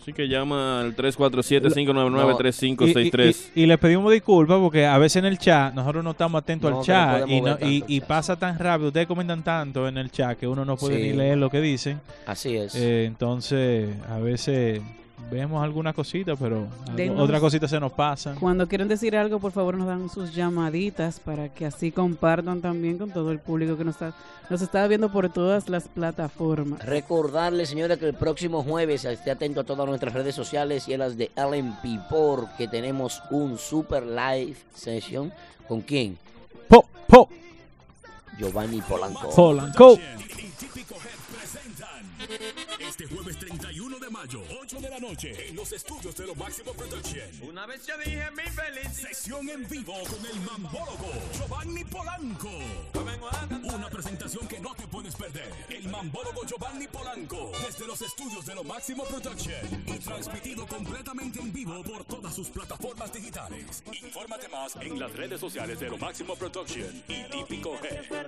Speaker 4: Así que llama al 347-599-3563.
Speaker 6: Y, y- y les pedimos disculpas porque a veces en el chat nosotros no estamos atentos
Speaker 4: No,
Speaker 6: al
Speaker 4: que no
Speaker 6: chat
Speaker 4: podemos
Speaker 6: y, no-
Speaker 4: ver
Speaker 6: y- y pasa tan rápido. Ustedes comentan tanto en el chat que uno no puede
Speaker 5: Sí.
Speaker 6: ni leer lo que dicen.
Speaker 5: Así es.
Speaker 6: Eh, entonces, a veces vemos alguna cosita, pero algo-
Speaker 7: Denos-
Speaker 6: otra cosita se nos
Speaker 7: *laughs*
Speaker 6: pasa.
Speaker 7: Cuando quieren decir algo, por favor nos dan sus llamaditas para que así compartan también con todo el público que nos está, nos está viendo por todas las plataformas.
Speaker 5: Recordarles, señores, que el próximo jueves esté atento a todas nuestras redes sociales y a las de LMP porque tenemos un super live session. ¿Con quién?
Speaker 6: Po, po,
Speaker 5: Giovanni Polanco.
Speaker 6: Polanco.
Speaker 2: Este jueves 31 de mayo, 8 de la noche, en los estudios de Lo Máximo Production. Una vez yo dije mi feliz. Sesión en vivo con el mambólogo Giovanni Polanco. Una presentación que no te puedes perder. El mambólogo Giovanni Polanco, desde los estudios de Lo Máximo Production. Y transmitido completamente en vivo por todas sus plataformas digitales. Infórmate más en las redes sociales de Lo Máximo Production y Típico G.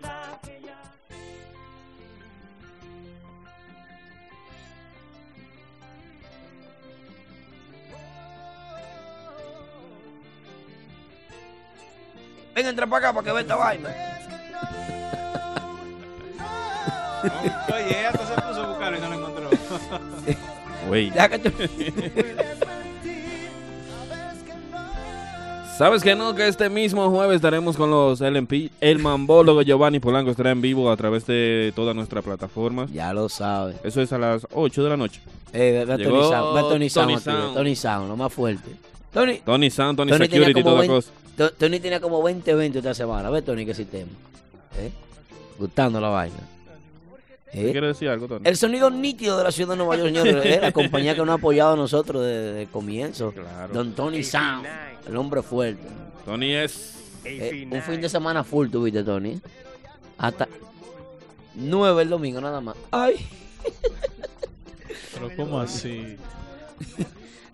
Speaker 5: Venga, entra para acá para que vea esta *laughs* vaina.
Speaker 6: Oye, hasta se puso a buscarlo y no lo encontró.
Speaker 5: *laughs*
Speaker 4: Güey.
Speaker 5: Deja que tú-
Speaker 4: ¿Sabes que no? Que este mismo jueves estaremos con los LMP. El mambólogo Giovanni Polanco estará en vivo a través de toda nuestra plataforma.
Speaker 5: Ya lo sabes.
Speaker 4: Eso es a las 8 de la noche.
Speaker 5: Eh, ve a Tony
Speaker 4: Llegó
Speaker 5: Sound, ve a Tony Sound aquí,
Speaker 4: Sound.
Speaker 5: Tony Sound, lo más fuerte. Tony,
Speaker 4: Tony Sound, Tony,
Speaker 5: tenía
Speaker 4: Security y
Speaker 5: como
Speaker 4: toda
Speaker 5: 20
Speaker 4: cosa.
Speaker 5: To- Tony tenía como 20 eventos esta semana. Ve, Tony, qué sistema. ¿Eh? Gustando la vaina. ¿Eh?
Speaker 4: ¿Te quieres decir algo, Tony?
Speaker 5: El sonido nítido de la ciudad de Nueva York,
Speaker 4: *laughs*
Speaker 5: señores, es la compañía que nos ha apoyado a nosotros desde el comienzo. Don Tony Sound, el hombre fuerte.
Speaker 4: Tony es...
Speaker 5: Eh, un fin de semana full tuviste, Tony. Hasta 9 el domingo nada más. Ay.
Speaker 6: Pero ¿cómo así?
Speaker 5: *laughs*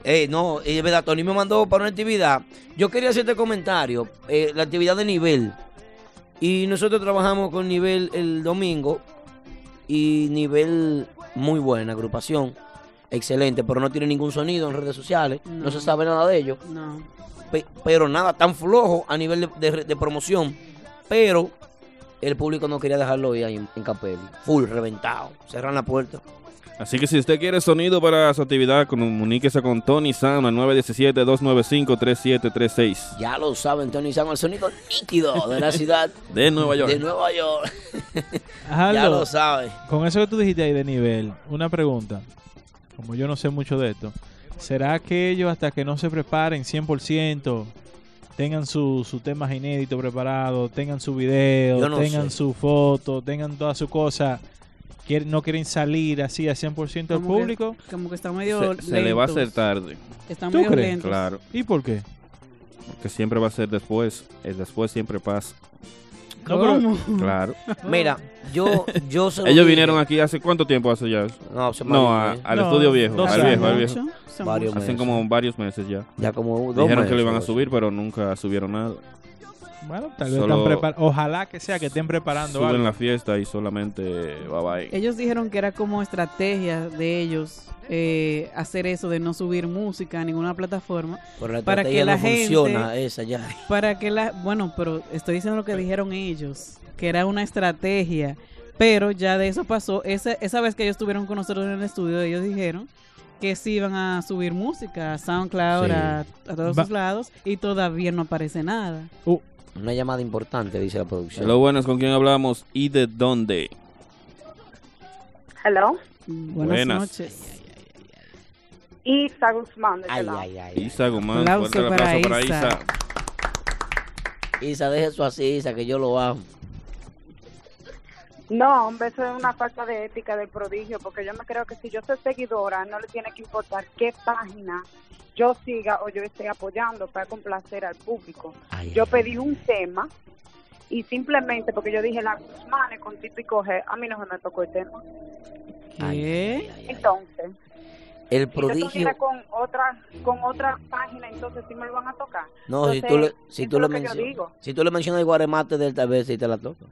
Speaker 5: Eh, no, es verdad, Tony me mandó para una actividad. Yo quería hacerte comentario. eh, la actividad de nivel. Y nosotros trabajamos con nivel el domingo. Y nivel muy buena agrupación. Excelente, pero no tiene ningún sonido en redes sociales. No,
Speaker 7: No.
Speaker 5: se sabe nada de ellos.
Speaker 7: No.
Speaker 5: Pe- pero nada, tan flojo a nivel de, de- de promoción. Pero el público no quería dejarlo ahí en, en Capelli. Full, reventado. Cerran la puerta.
Speaker 4: Así que si usted quiere sonido para su actividad, comuníquese con Tony Sound al 917-295-3736.
Speaker 5: Ya lo saben, Tony Sam, el sonido líquido de la ciudad
Speaker 4: *laughs* De Nueva York.
Speaker 5: De Nueva York.
Speaker 7: *laughs*
Speaker 5: ya
Speaker 6: Aldo,
Speaker 5: lo sabes.
Speaker 6: Con eso que tú dijiste ahí de nivel, una pregunta. Como yo no sé mucho de esto, ¿será que ellos hasta que no se preparen 100%, tengan sus su temas inéditos preparados, tengan su video,
Speaker 5: Yo no
Speaker 6: tengan
Speaker 5: sé.
Speaker 6: su foto, tengan toda su cosa. Quieren- no quieren salir así al 100% al
Speaker 7: Como que-
Speaker 6: público.
Speaker 7: como que está medio
Speaker 4: se, se le va a
Speaker 7: lentos.
Speaker 4: hacer tarde.
Speaker 7: Está
Speaker 6: ¿Tú
Speaker 7: medio
Speaker 6: crees?
Speaker 7: lentos.
Speaker 4: Claro.
Speaker 6: ¿Y por qué?
Speaker 4: Porque siempre va a ser después. El después siempre pasa.
Speaker 6: No, pero- ¿Cómo?
Speaker 4: Claro.
Speaker 5: Mira, yo, *laughs*
Speaker 4: *laughs*
Speaker 5: yo se lo
Speaker 4: Ellos
Speaker 5: dije.
Speaker 4: vinieron aquí hace cuánto tiempo hace ya.
Speaker 5: No, hace
Speaker 4: no a-
Speaker 5: varios meses.
Speaker 4: al
Speaker 5: No,
Speaker 4: estudio viejo,
Speaker 5: dos
Speaker 4: al viejo, al
Speaker 5: años.
Speaker 4: viejo.
Speaker 5: Son Varios muchos.
Speaker 4: Hacen
Speaker 5: meses.
Speaker 4: como varios meses ya.
Speaker 5: Ya como dos
Speaker 4: Dijeron
Speaker 5: meses,
Speaker 4: que lo
Speaker 5: pues.
Speaker 4: iban a
Speaker 5: dos.
Speaker 4: subir, pero nunca subieron nada.
Speaker 6: Bueno, tal vez
Speaker 4: Solo-
Speaker 6: están prepar- Ojalá que sea que estén preparando
Speaker 4: Suben
Speaker 6: algo.
Speaker 4: la fiesta y solamente bye bye.
Speaker 7: Ellos dijeron que era como estrategia de ellos eh, hacer eso de no subir música a ninguna plataforma
Speaker 5: Pero la
Speaker 7: para que
Speaker 5: estrategia
Speaker 7: la
Speaker 5: no
Speaker 7: gente
Speaker 5: funciona, esa ya.
Speaker 7: para que la bueno pero estoy diciendo lo que dijeron ellos que era una estrategia pero ya de eso pasó esa esa vez que ellos estuvieron con nosotros en el estudio ellos dijeron que sí iban a subir música a SoundCloud
Speaker 5: Sí.
Speaker 7: a, a todos
Speaker 5: Va-
Speaker 7: sus lados y todavía no aparece nada
Speaker 5: Una llamada importante, dice la producción.
Speaker 4: Lo bueno es con quién hablamos y de dónde.
Speaker 13: Hello.
Speaker 7: Buenas,
Speaker 4: Buenas.
Speaker 7: noches.
Speaker 13: Y Saga Guzmán. de este lado.
Speaker 4: Isa Guzmán,
Speaker 5: Aplauso
Speaker 4: fuerte el aplauso
Speaker 5: para
Speaker 4: para
Speaker 5: Isa.
Speaker 4: Isa.
Speaker 5: Isa, deje eso así, Isa, que yo lo amo.
Speaker 13: No, hombre, eso es una falta de ética del prodigio, porque yo me creo que si yo soy seguidora, no le tiene que importar qué página yo siga o yo esté apoyando para complacer al público. yo pedí un tema y simplemente porque yo dije la Guzmán con típico G, a mí no se me tocó el tema.
Speaker 7: ¿Qué?
Speaker 13: Entonces,
Speaker 5: El
Speaker 13: si yo
Speaker 5: prodigio.
Speaker 13: estuviera con otra, con otra página, entonces sí me lo van a tocar.
Speaker 5: No, si
Speaker 13: Entonces,
Speaker 5: tú, le, si,
Speaker 13: eso
Speaker 5: tú
Speaker 13: es
Speaker 5: le
Speaker 13: lo que yo
Speaker 5: mencionas,
Speaker 13: digo.
Speaker 5: si tú le mencionas el guaremate del tal vez, si te la toca.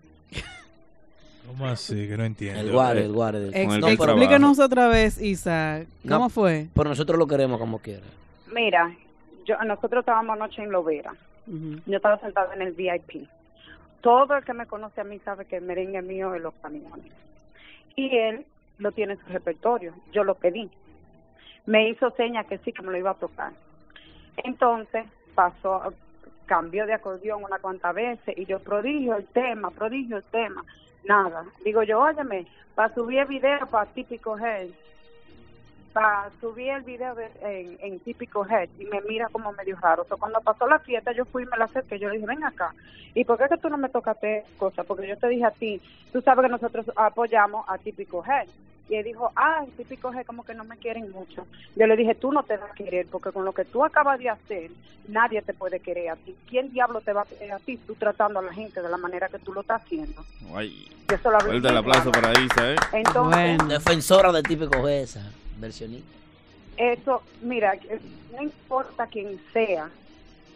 Speaker 6: ¿Cómo así? Que no entiendo.
Speaker 5: El guare, el guare. del-
Speaker 7: Ex-
Speaker 5: No, pero-
Speaker 7: explícanos otra vez Isa
Speaker 5: no,
Speaker 7: cómo fue
Speaker 5: Pero nosotros lo queremos como quiera.
Speaker 13: Mira, yo, nosotros estábamos anoche en Lovera. Yo estaba sentada en el VIP. Todo el que me conoce a mí sabe que el merengue mío es los camiones. Y él lo tiene en su repertorio. Yo lo pedí. Me hizo seña que sí, que me lo iba a tocar. Entonces pasó, cambió de acordeón una cuantas veces y yo prodigio el tema, prodigio el tema. Nada. Digo yo, óyeme, para subir el video para típico head, para subir el video de- en, en típico head y me mira como medio raro. So, cuando pasó la fiesta, yo fui y me la acerqué. Yo le dije, ven acá. ¿Y por qué que tú no me tocaste cosas? Porque yo te dije a ti, tú sabes que nosotros apoyamos a típico head. Y él dijo, ah, típico G como que no me quieren mucho. Yo le dije, tú no te vas a querer, porque con lo que tú acabas de hacer, nadie te puede querer a ti. ¿Quién diablo te va a querer a ti tú tratando a la gente de la manera que tú lo estás haciendo?
Speaker 4: Ay.
Speaker 13: Yo solo hablé
Speaker 4: Fuerte el
Speaker 13: muy
Speaker 4: aplauso
Speaker 13: claro.
Speaker 4: para Isa, ¿eh?
Speaker 13: Entonces,
Speaker 5: Defensora de típico esa, versionista.
Speaker 13: Eso, mira, eh, no importa quién sea,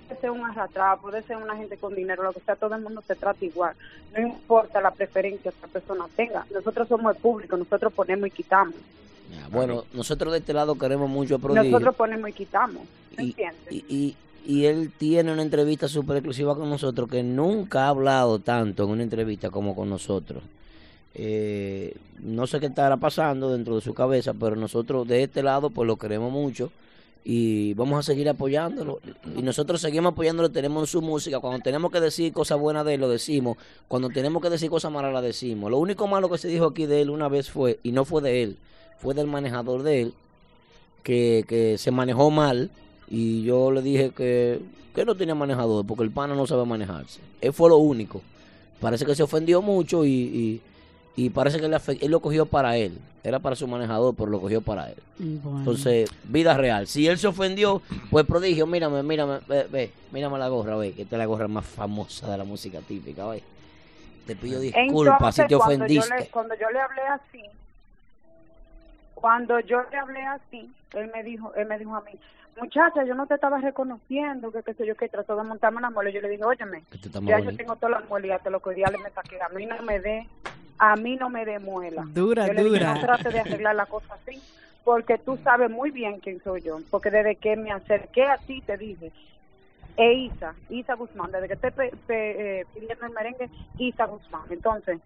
Speaker 13: puede ser un arrastrado, puede ser una gente con dinero, lo que sea, todo el mundo te trata igual. No importa la preferencia que la persona tenga. Nosotros somos el público, nosotros ponemos y quitamos.
Speaker 5: Ah, Bueno, nosotros de este lado queremos mucho a prodigio.
Speaker 13: Nosotros ponemos y quitamos. ¿me
Speaker 5: Y-
Speaker 13: entiendes?
Speaker 5: y, y- y él tiene una entrevista súper exclusiva con nosotros que nunca ha hablado tanto en una entrevista como con nosotros. Eh, no sé qué estará pasando dentro de su cabeza, pero nosotros de este lado pues lo queremos mucho y vamos a seguir apoyándolo. Y nosotros seguimos apoyándolo, tenemos su música. Cuando tenemos que decir cosas buenas de él, lo decimos. Cuando tenemos que decir cosas malas, la decimos. Lo único malo que se dijo aquí de él una vez fue, y no fue de él, fue del manejador de él, que, que se manejó mal y yo le dije que, que no tenía manejador porque el pana no sabe manejarse. Él fue lo único. Parece que se ofendió mucho y, y, y parece que le afe- él lo cogió para él. Era para su manejador, pero lo cogió para él.
Speaker 7: Bueno.
Speaker 5: Entonces, vida real. Si él se ofendió, pues prodigio, mírame, mírame, ve, ve, mírame la gorra, ve, que esta es la gorra más famosa de la música típica, ve. Te pido disculpas
Speaker 13: Entonces,
Speaker 5: si te
Speaker 13: cuando
Speaker 5: ofendiste.
Speaker 13: Yo le, cuando yo le hablé así, cuando yo le hablé así, él me dijo, él me dijo a mí, muchacha, yo no te estaba reconociendo, que qué sé yo, que trató de montarme una muela. Yo le dije, óyeme,
Speaker 5: está más
Speaker 13: ya yo
Speaker 5: bonito.
Speaker 13: tengo todas las muelas, te lo que ya le me saqué, a mí no me dé, a mí no me dé muela.
Speaker 7: Dura,
Speaker 13: yo le dije,
Speaker 7: dura.
Speaker 13: no trate de arreglar la cosa así, porque tú sabes muy bien quién soy yo, porque desde que me acerqué a ti te dije, e Isa, Isa Guzmán, desde que estoy pe- pe- eh, pidiendo el merengue, Isa Guzmán. Entonces,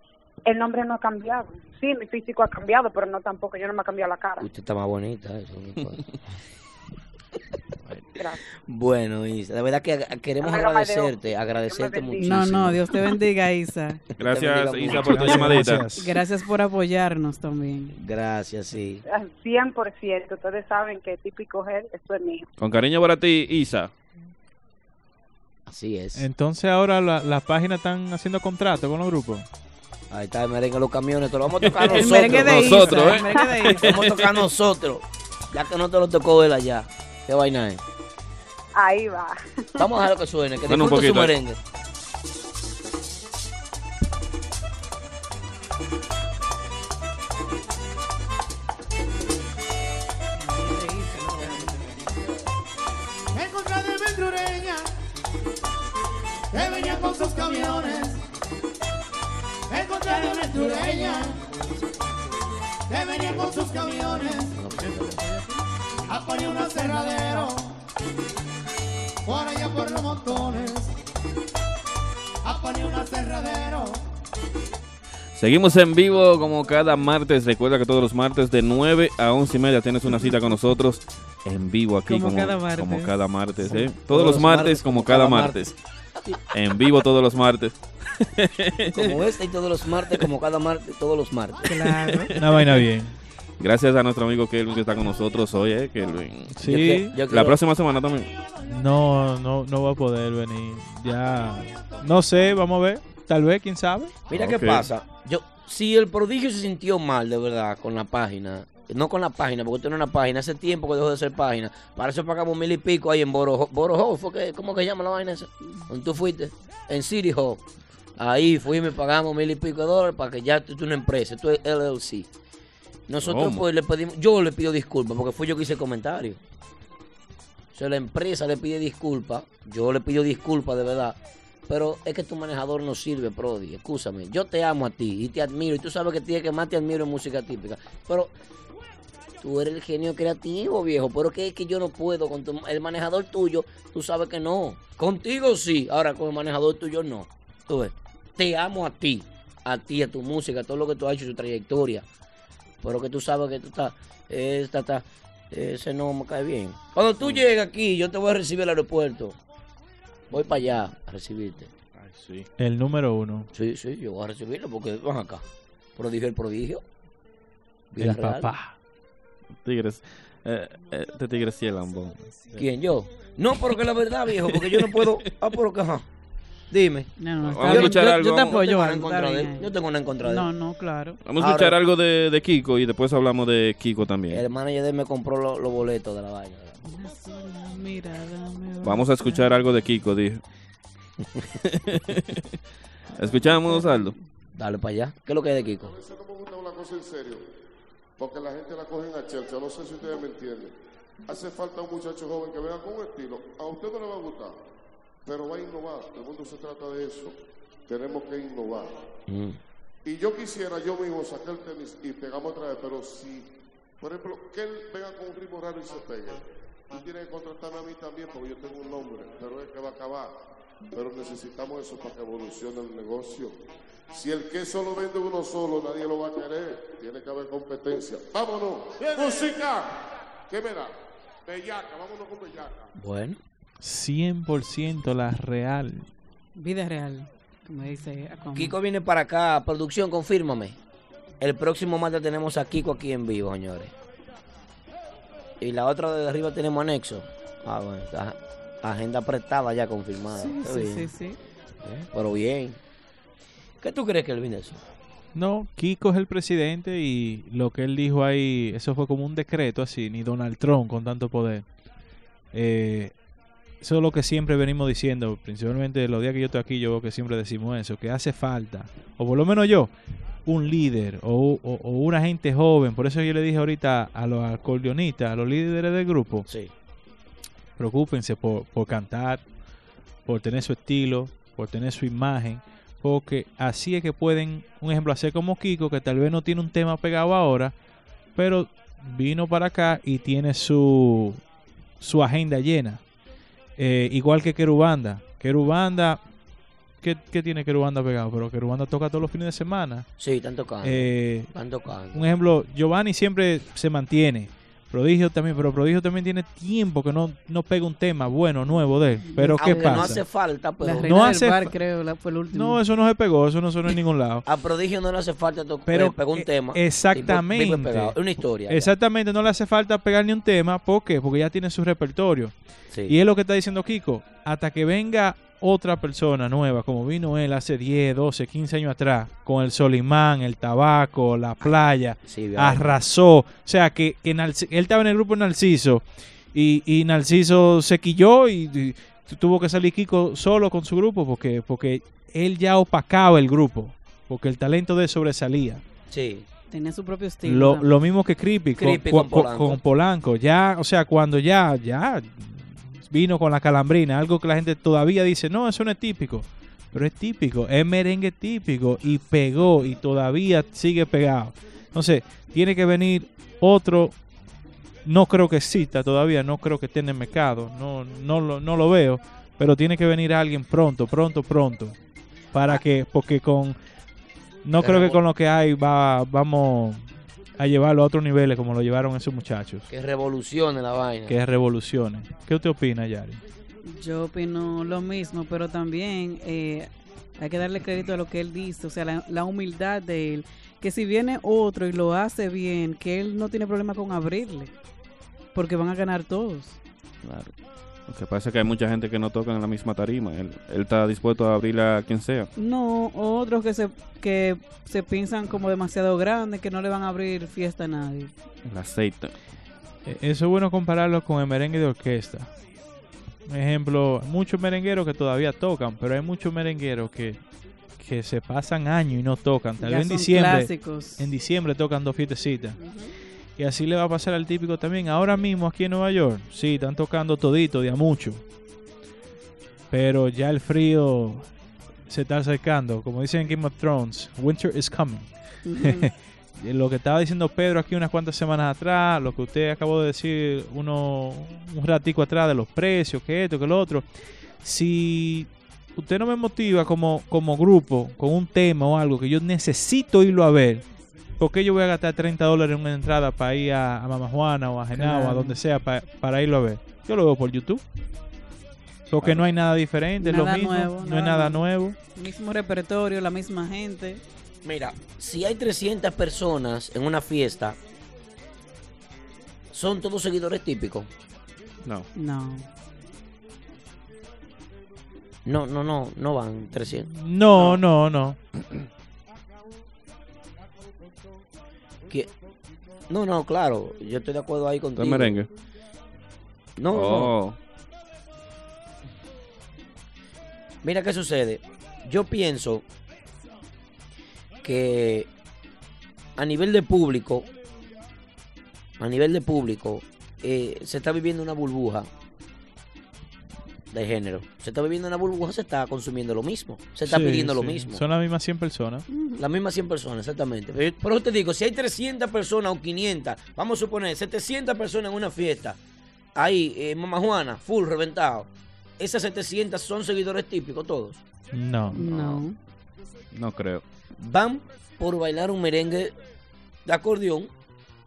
Speaker 13: el nombre no ha cambiado. Sí, mi físico ha cambiado, pero no tampoco, yo no me ha cambiado la cara.
Speaker 5: Usted está más bonita, eso. no importa.
Speaker 13: Gracias.
Speaker 5: Bueno, Isa, la verdad que ag- queremos
Speaker 13: Amiga, Amadeo,
Speaker 5: agradecerte, agradecerte muchísimo.
Speaker 7: no no Dios te bendiga Isa
Speaker 4: Gracias,
Speaker 5: bendiga
Speaker 4: Isa,
Speaker 5: mucho.
Speaker 4: por tu
Speaker 5: Gracias,
Speaker 4: llamadita.
Speaker 7: gracias por apoyarnos también
Speaker 5: Gracias, sí.
Speaker 13: Al 100%, ustedes saben que típico él, esto es mío.
Speaker 4: Con cariño para ti, Isa.
Speaker 5: Así es.
Speaker 6: Entonces ahora la- las páginas están haciendo contrato con los grupos.
Speaker 5: Ahí está el merengue de los camiones, te lo vamos a
Speaker 6: *laughs*
Speaker 5: tocar
Speaker 6: El
Speaker 5: nosotros.
Speaker 6: merengue de Isa,
Speaker 5: nosotros, ¿eh?
Speaker 6: el merengue de Isa.
Speaker 5: Vamos a tocar nosotros. Ya que no te lo tocó él allá. Qué vaina es.
Speaker 13: Ahí va.
Speaker 5: Vamos
Speaker 13: *laughs*
Speaker 5: a dejarlo que suene, que
Speaker 4: Suena un
Speaker 5: disfrute su
Speaker 4: poquito, eh.
Speaker 5: merengue.
Speaker 1: Me encontré de Ventureña que venía con sus camiones. Me encontré de Ventureña que venía con sus camiones. A poner un aserradero por allá por los montones. A poner un aserradero.
Speaker 4: Seguimos en vivo como cada martes. Recuerda que todos los martes de 9 a 11 y media tienes una cita con nosotros en vivo aquí.
Speaker 7: Como cada martes.
Speaker 4: como cada martes,
Speaker 7: Como
Speaker 4: ¿eh? Todos los martes, como cada martes. En vivo todos los martes.
Speaker 5: Como este y todos los martes, como cada martes, todos los martes.
Speaker 7: Claro.
Speaker 6: Una vaina bien.
Speaker 4: Gracias a nuestro amigo Kelvin que está con nosotros hoy, ¿eh? Kelvin.
Speaker 6: Sí. Yo que- yo
Speaker 4: La
Speaker 6: quiero-
Speaker 4: próxima semana también.
Speaker 6: No, no, no va a poder venir. Ya. No sé, vamos a ver. Tal vez, quién sabe.
Speaker 5: Mira qué pasa. Yo, si el prodigio se sintió mal, de verdad, con la página, no con la página, porque tiene una página, hace tiempo que dejó de ser página. Para eso pagamos mil y pico ahí en Borojo. Borojo, fue que- ¿cómo que se llama la vaina esa? ¿Dónde tú fuiste? En City Hall. Ahí fuimos y pagamos mil y pico de dólares para que ya tú tú una empresa, tú eres LLC. Nosotros
Speaker 14: ¿Cómo?
Speaker 5: pues le pedimos, yo le pido disculpas porque fui yo que hice el comentario. O sea, la empresa le pide disculpas, yo le pido disculpas de verdad, pero es que tu manejador no sirve, Prodi, escúchame, yo te amo a ti y te admiro, y tú sabes que tienes que más te admiro en música típica, pero tú eres el genio creativo, viejo, pero que es que yo no puedo, con tu- el manejador tuyo, tú sabes que no, contigo sí, ahora con el manejador tuyo no, tú ves, te amo a ti, a ti, a tu música, a todo lo que tú has hecho, tu trayectoria, pero que tú sabes que tú estás, eh, está- está- eh, ese no me cae bien. Cuando tú llegas aquí, yo te voy a recibir al aeropuerto. Voy para allá a recibirte. sí.
Speaker 6: El número uno.
Speaker 5: Sí, sí, yo voy a recibirlo porque van acá. Prodigio el prodigio. Vida
Speaker 4: El
Speaker 5: real.
Speaker 4: papá. Tigres. Eh, eh, te tigres sí el ambón.
Speaker 5: ¿Quién, yo? No, pero que la verdad, viejo, porque yo no
Speaker 4: *laughs*
Speaker 5: puedo. Ah, pero que ajá. Dime.
Speaker 7: No, no,
Speaker 4: Vamos a escuchar
Speaker 5: yo-
Speaker 4: algo,
Speaker 5: Yo te
Speaker 4: vamos.
Speaker 5: apoyo,
Speaker 7: Yo
Speaker 5: no
Speaker 7: te
Speaker 5: tengo nada en contra
Speaker 7: banco,
Speaker 5: de
Speaker 7: está
Speaker 5: él.
Speaker 7: bien.
Speaker 5: No tengo nada en contra de él.
Speaker 7: No, no, claro.
Speaker 4: Vamos a
Speaker 5: Ahora-
Speaker 4: escuchar algo de, de Kiko y después hablamos de Kiko también.
Speaker 5: El manager de él me compró lo- los boletos de la vaina.
Speaker 4: Vamos a escuchar algo de
Speaker 6: *laughs*
Speaker 4: Kiko, dije. Escuchamos, Aldo.
Speaker 5: Dale para allá. ¿Qué es lo que es de Kiko?
Speaker 15: una cosa en serio, porque la gente la cogen a Chelsea, no sé si ustedes me entienden. Hace falta un muchacho joven que venga con un estilo, a usted no le va a gustar, pero va a innovar, el mundo se trata de eso, tenemos que innovar.
Speaker 5: Mm.
Speaker 15: Y yo quisiera yo mismo sacar el tenis y pegamos otra vez, pero si, por ejemplo, que él venga con un ritmo raro y se pegue, tú tienes que contratarme a mí también porque yo tengo un nombre, pero es que va a acabar. Pero necesitamos eso para que evolucione el negocio. Si el queso lo vende uno solo, nadie lo va a querer. Tiene que haber competencia. ¡Vámonos! ¡Música! ¿Qué me da? Bellaca, vámonos con Bellaca.
Speaker 5: Bueno.
Speaker 6: 100% la real.
Speaker 7: Vida real, como dice Aquaman.
Speaker 5: Kiko viene para acá. Producción, confírmame. El próximo martes tenemos a Kiko aquí en vivo, señores. Y la otra de arriba tenemos anexo. Ah, bueno, está- agenda prestada ya confirmada.
Speaker 7: Sí,
Speaker 5: Está
Speaker 7: sí,
Speaker 5: bien.
Speaker 7: sí, sí.
Speaker 5: Eh, Pero bien. ¿Qué tú crees que él viene a hacer?
Speaker 6: No, Kiko es el presidente y lo que él dijo ahí, eso fue como un decreto así, ni Donald Trump con tanto poder. Eh, eso es lo que siempre venimos diciendo, principalmente los días que yo estoy aquí, yo veo que siempre decimos eso, que hace falta, o por lo menos yo, un líder o, o- o una gente joven. Por eso yo le dije ahorita a los acordeonistas, a los líderes del grupo, preocúpense por, por cantar, por tener su estilo, por tener su imagen, porque así es que pueden, un ejemplo, hacer como Kiko, que tal vez no tiene un tema pegado ahora, pero vino para acá y tiene su, su agenda llena. Eh, igual que Querubanda. Querubanda, ¿qué, qué tiene Querubanda pegado? Pero Querubanda toca todos los fines de semana.
Speaker 5: Sí, están tocando.
Speaker 6: Eh,
Speaker 5: están tocando.
Speaker 6: Un ejemplo, Giovanni siempre se mantiene. Prodigio también, pero Prodigio también tiene tiempo que no, no pega un tema bueno, nuevo de él. Pero ¿qué
Speaker 5: Aunque
Speaker 6: pasa?
Speaker 5: no hace falta, pero...
Speaker 7: La reina
Speaker 6: No
Speaker 7: del
Speaker 6: hace
Speaker 7: bar,
Speaker 6: fa-
Speaker 7: creo, la- fue el último.
Speaker 6: No, eso no se pegó, eso no sonó en ningún lado.
Speaker 5: A Prodigio no le hace falta tocar,
Speaker 6: Pero,
Speaker 5: pero pegó un
Speaker 6: eh,
Speaker 5: tema.
Speaker 6: exactamente.
Speaker 5: Y fue- fue pegado. Es una historia. *laughs* ya.
Speaker 6: Exactamente, no le hace falta pegar ni un tema. ¿Por qué? Porque ya tiene su repertorio.
Speaker 5: Sí.
Speaker 6: Y es lo que está diciendo Kiko. Hasta que venga otra persona nueva, como vino él hace 10, 12, 15 años atrás, con el Solimán, el tabaco, la playa,
Speaker 5: bien.
Speaker 6: arrasó. O sea, que, que Narci- él estaba en el grupo de Narciso y, y Narciso se quilló y, y tu- tuvo que salir Kiko solo con su grupo porque, porque él ya opacaba el grupo, porque el talento de él sobresalía.
Speaker 5: Sí.
Speaker 7: Tenía su propio estilo.
Speaker 6: Lo,
Speaker 7: también.
Speaker 6: lo mismo que Creepy, con-
Speaker 7: Creepy
Speaker 6: con,
Speaker 7: con
Speaker 6: con-
Speaker 7: Polanco.
Speaker 6: con Polanco. Ya, o sea, cuando ya, ya vino con la calambrina, algo que la gente todavía dice, no, eso no es típico. Pero es típico, es merengue típico y pegó y todavía sigue pegado. Entonces, tiene que venir otro. No creo que exista todavía, no creo que esté en el mercado, no, no, lo, no lo veo, pero tiene que venir alguien pronto, pronto, pronto. Para que, porque con. No creo que con lo que hay va, vamos a llevarlo a otros niveles como lo llevaron esos muchachos.
Speaker 5: Que revolucione la vaina.
Speaker 6: Que es revoluciones. ¿Qué usted opina, Yari?
Speaker 7: Yo opino lo mismo, pero también eh, hay que darle crédito a lo que él dice, o sea, la, la humildad de él. Que si viene otro y lo hace bien, que él no tiene problema con abrirle, porque van a ganar todos.
Speaker 4: Claro. Lo que pasa es que hay mucha gente que no toca en la misma tarima. Él, él está dispuesto a abrirla a quien sea.
Speaker 7: No, otros que se, que se piensan como demasiado grandes, que no le van a abrir fiesta a nadie.
Speaker 4: El aceite.
Speaker 6: Eh, Eso es bueno compararlo con el merengue de orquesta. Un ejemplo, muchos merengueros que todavía tocan, pero hay muchos merengueros que, que se pasan años y no tocan. Tal
Speaker 7: Ya
Speaker 6: vez en
Speaker 7: son
Speaker 6: diciembre.
Speaker 7: clásicos.
Speaker 6: En diciembre tocan dos fiestecitas. Y así le va a pasar al típico también. Ahora mismo aquí en Nueva York, sí, están tocando todito, de a mucho. Pero ya el frío se está acercando. Como dicen en Game of Thrones, winter is coming. *laughs*
Speaker 14: Ujú.
Speaker 6: lo que estaba diciendo Pedro aquí unas cuantas semanas atrás, lo que usted acabó de decir uno, un ratico atrás de los precios, que esto, que lo otro. Si usted no me motiva como, como grupo, con un tema o algo que yo necesito irlo a ver, ¿por qué yo voy a gastar 30 dólares en una entrada para ir a, a Mama Juana o a Genao o a
Speaker 4: Claro.
Speaker 6: donde sea pa- para irlo a ver? Yo lo veo por YouTube. Porque no hay nada diferente, es
Speaker 7: Nada
Speaker 6: lo mismo,
Speaker 7: nuevo,
Speaker 6: no es nada nuevo.
Speaker 7: Mismo repertorio, la misma gente.
Speaker 5: Mira, si hay 300 personas en una fiesta, ¿son todos seguidores típicos?
Speaker 4: No.
Speaker 7: No.
Speaker 5: No, no, no, no van 300.
Speaker 6: No, no, no.
Speaker 5: ¿Qué? No, no, claro, yo estoy de acuerdo ahí contigo.
Speaker 4: ¿Está merengue?
Speaker 5: No, no.
Speaker 4: Oh,
Speaker 5: Mira qué sucede. Yo pienso que a nivel de público, a nivel de público, eh, se está viviendo una burbuja de género. Se está viviendo una burbuja, se está consumiendo lo mismo, se está
Speaker 6: Sí,
Speaker 5: pidiendo lo
Speaker 6: sí.
Speaker 5: mismo.
Speaker 6: Son las mismas 100 personas.
Speaker 5: Las mismas 100 personas, exactamente. Pero yo- Por eso te digo, si hay 300 personas o 500, vamos a suponer 700 personas en una fiesta, ahí, eh, Mamá Juana, full, reventado. Esas 700 son seguidores típicos todos.
Speaker 6: No.
Speaker 7: No.
Speaker 4: no creo.
Speaker 5: Van por bailar un merengue de acordeón,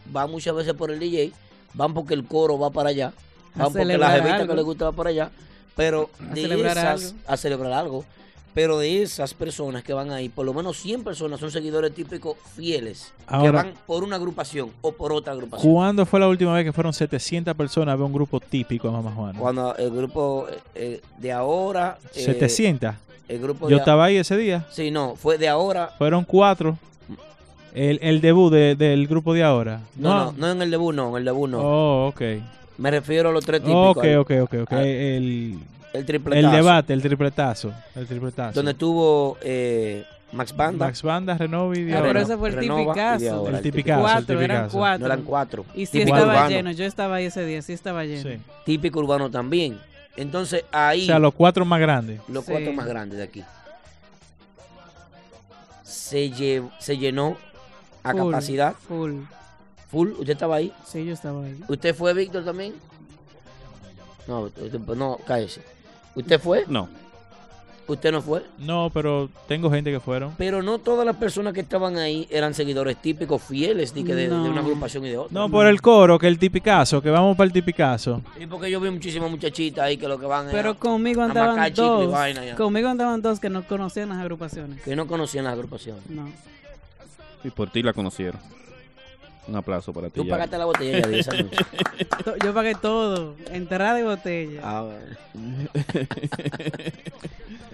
Speaker 5: van muchas veces por el DJ, van porque el coro va para allá,
Speaker 7: A
Speaker 5: van porque la
Speaker 7: celebrar
Speaker 5: jevita
Speaker 7: algo.
Speaker 5: que le gusta va para allá, pero
Speaker 7: A
Speaker 5: de
Speaker 7: celebrar
Speaker 5: esas,
Speaker 7: algo.
Speaker 5: a celebrar algo, pero de esas personas que van ahí, por lo menos 100 personas son seguidores típicos fieles, que
Speaker 6: Ahora-
Speaker 5: van por una agrupación o por otra agrupación.
Speaker 6: ¿Cuándo fue la última vez que fueron 700 personas a ver un grupo típico de Mamá Juana?
Speaker 5: Cuando el grupo eh, eh, de ahora... eh,
Speaker 6: 700.
Speaker 5: El grupo
Speaker 6: Yo
Speaker 5: de-
Speaker 6: estaba ahí ese día.
Speaker 5: Sí, no, fue de ahora
Speaker 6: Fueron cuatro. El, el debut de- del grupo de ahora.
Speaker 5: No, no, no en el debut, no, en el debut no.
Speaker 6: Oh, ok.
Speaker 5: Me refiero a los tres típicos. Ah,
Speaker 6: Ok,
Speaker 5: ahí.
Speaker 6: ok, ok. ok. El,
Speaker 5: El
Speaker 6: El
Speaker 5: tripletazo.
Speaker 6: debate, el tripletazo. El tripletazo.
Speaker 5: Donde tuvo eh, Max Banda.
Speaker 6: Max Banda, Renovi y de
Speaker 5: Ah,
Speaker 6: ahora.
Speaker 5: pero ese fue el
Speaker 6: Renova y de
Speaker 5: tipicazo.
Speaker 6: ahora,
Speaker 5: El
Speaker 6: el
Speaker 5: tipicazo,
Speaker 6: tipicazo, el
Speaker 7: Cuatro, eran
Speaker 6: tipicazo.
Speaker 7: cuatro.
Speaker 5: No eran cuatro.
Speaker 7: Y sí
Speaker 5: Típico
Speaker 7: estaba
Speaker 5: urbano.
Speaker 7: lleno, yo estaba ahí ese día, sí estaba lleno.
Speaker 5: Típico urbano también. Entonces ahí.
Speaker 6: O sea, los cuatro más grandes.
Speaker 5: Los
Speaker 7: Sí.
Speaker 5: cuatro más grandes de aquí. Se, lle- se llenó a
Speaker 7: Full,
Speaker 5: capacidad.
Speaker 7: Full.
Speaker 5: Full. ¿Usted estaba ahí?
Speaker 7: Sí, yo estaba ahí.
Speaker 5: ¿Usted fue, Víctor, también? No, usted- pues, no, cállese. ¿Usted fue?
Speaker 4: No.
Speaker 5: ¿Usted no fue?
Speaker 6: No, pero tengo gente que fueron.
Speaker 5: Pero no todas las personas que estaban ahí eran seguidores típicos, fieles ni que de, de
Speaker 6: No.
Speaker 5: una agrupación y de otra.
Speaker 6: No, por el coro, que el tipicazo, que vamos para el tipicazo.
Speaker 5: Y porque yo vi muchísimas muchachitas ahí que lo que van es
Speaker 7: Pero
Speaker 5: a-
Speaker 7: conmigo
Speaker 5: a macar
Speaker 7: andaban
Speaker 5: chicle y
Speaker 7: dos.
Speaker 5: vaina ya.
Speaker 7: Conmigo andaban dos que no conocían las agrupaciones.
Speaker 5: Que no conocían las agrupaciones.
Speaker 7: No.
Speaker 4: Y por ti la conocieron. Un aplauso para ti.
Speaker 5: Tú
Speaker 4: Yari.
Speaker 5: pagaste la botella ya
Speaker 7: *laughs*
Speaker 5: de
Speaker 6: *laughs*
Speaker 5: esa noche.
Speaker 7: To- Yo pagué todo, entrada y botella.
Speaker 5: Ah, bueno.
Speaker 6: *laughs*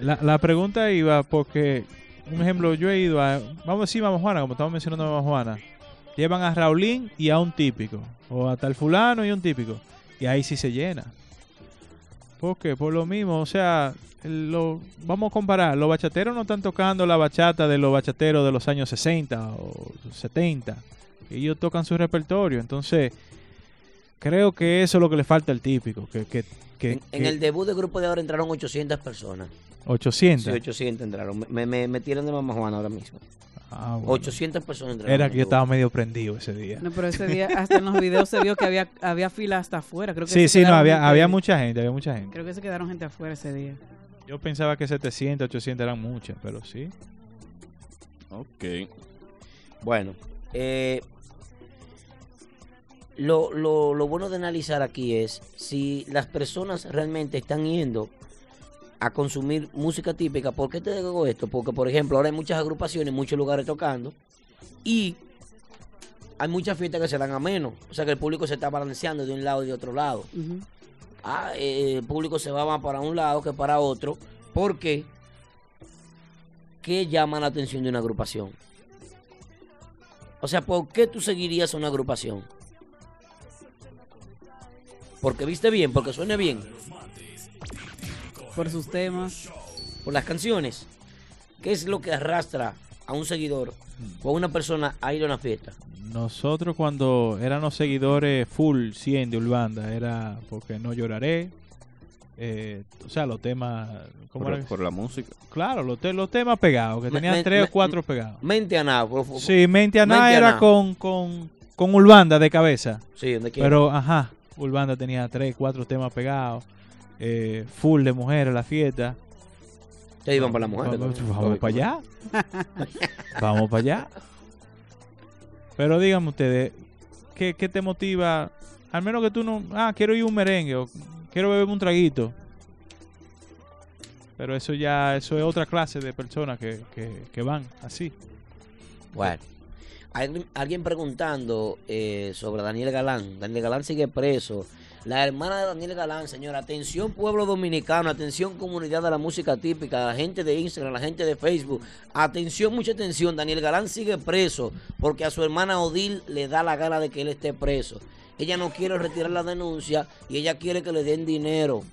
Speaker 6: La, la pregunta iba porque, un ejemplo, yo he ido a, vamos a decir Mama Juana, como estamos mencionando Mama Juana, llevan a Raulín y a un típico, o a tal fulano y un típico, y ahí sí se llena. Porque por lo mismo, o sea, lo, vamos a comparar, los bachateros no están tocando la bachata de los bachateros de los años 60 o 70, ellos tocan su repertorio, entonces creo que eso es lo que le falta al típico, que... que, que-
Speaker 5: En
Speaker 6: que-
Speaker 5: el debut del grupo de ahora entraron 800 personas.
Speaker 6: 800.
Speaker 5: Sí, 800 entraron. Me, me, me tiran de mamá Juana ahora mismo.
Speaker 6: Ah, bueno.
Speaker 5: 800 personas entraron.
Speaker 6: Era que yo estaba medio prendido ese día.
Speaker 7: No, pero ese día, hasta en los videos se vio que había, había fila hasta afuera. Creo que
Speaker 6: Sí,
Speaker 7: se
Speaker 6: sí, no,
Speaker 7: quedaron
Speaker 6: había,
Speaker 7: gente-
Speaker 6: había mucha gente, había mucha gente.
Speaker 7: Creo que se quedaron gente afuera ese día.
Speaker 6: Yo pensaba que 700, 800 eran muchas, pero sí.
Speaker 4: Ok.
Speaker 5: Bueno, eh, lo, lo, lo bueno de analizar aquí es si las personas realmente están yendo a consumir música típica. ¿Por qué te digo esto? Porque, por ejemplo, ahora hay muchas agrupaciones, muchos lugares tocando y hay muchas fiestas que se dan a menos. O sea que el público se está balanceando de un lado y de otro lado. Ah, eh, el público se va más para un lado que para otro. ¿Por qué? ¿Qué llama la atención de una agrupación? O sea, ¿por qué tú seguirías a una agrupación? Porque viste bien, porque suene bien.
Speaker 7: Por sus temas.
Speaker 5: Por las canciones. ¿Qué es lo que arrastra a un seguidor o a una persona a ir a una fiesta?
Speaker 6: Nosotros cuando eran los seguidores full 100 de Urbanda, era porque no lloraré. eh, o sea, los temas... ¿cómo
Speaker 4: Por,
Speaker 6: era?
Speaker 4: por la música.
Speaker 6: Claro, los, te- los temas pegados, que
Speaker 5: Me-
Speaker 6: tenían
Speaker 5: me-
Speaker 6: tres
Speaker 5: me-
Speaker 6: o cuatro pegados.
Speaker 5: Mente a nada. por- por-
Speaker 6: Sí, Mente a nada
Speaker 5: Mente a
Speaker 6: era
Speaker 5: nada.
Speaker 6: con, con, con Urbanda de cabeza.
Speaker 5: Sí, donde quiera.
Speaker 6: Pero, ajá, Urbanda tenía tres, cuatro temas pegados. eh, full de mujeres la fiesta.
Speaker 5: Ya iban para la mujer.
Speaker 6: Vamos,
Speaker 5: ¿no?
Speaker 6: vamos para allá. Vamos para allá. Pero díganme ustedes, ¿qué, qué te motiva? Al menos que tú no... Ah, quiero ir a un merengue o quiero beberme un traguito. Pero eso ya, eso es otra clase de personas que, que, que van así.
Speaker 5: Bueno. Alguien, alguien preguntando eh, sobre Daniel Galán. Daniel Galán sigue preso. La hermana de Daniel Galán, señora, atención pueblo dominicano, atención comunidad de la música típica, la gente de Instagram, la gente de Facebook, atención, mucha atención, Daniel Galán sigue preso porque a su hermana Odil le da la gana de que él esté preso. Ella no quiere retirar la denuncia y ella quiere que le den dinero.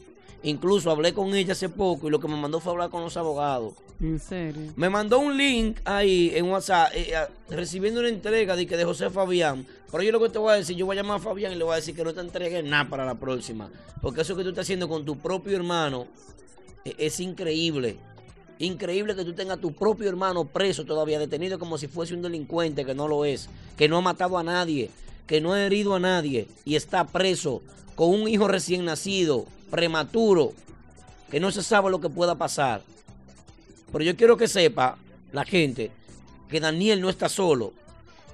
Speaker 5: Incluso hablé con ella hace poco y lo que me mandó fue hablar con los abogados.
Speaker 7: En serio.
Speaker 5: Me mandó un link ahí en WhatsApp eh, eh, recibiendo una entrega de, que de José Fabián. Pero yo lo que te voy a decir, yo voy a llamar a Fabián y le voy a decir que no te entregues nada para la próxima. Porque eso que tú estás haciendo con tu propio hermano eh, es increíble. Increíble que tú tengas a tu propio hermano preso todavía, detenido como si fuese un delincuente, que no lo es, que no ha matado a nadie, que no ha herido a nadie y está preso con un hijo recién nacido, prematuro, que no se sabe lo que pueda pasar. Pero yo quiero que sepa la gente que Daniel no está solo,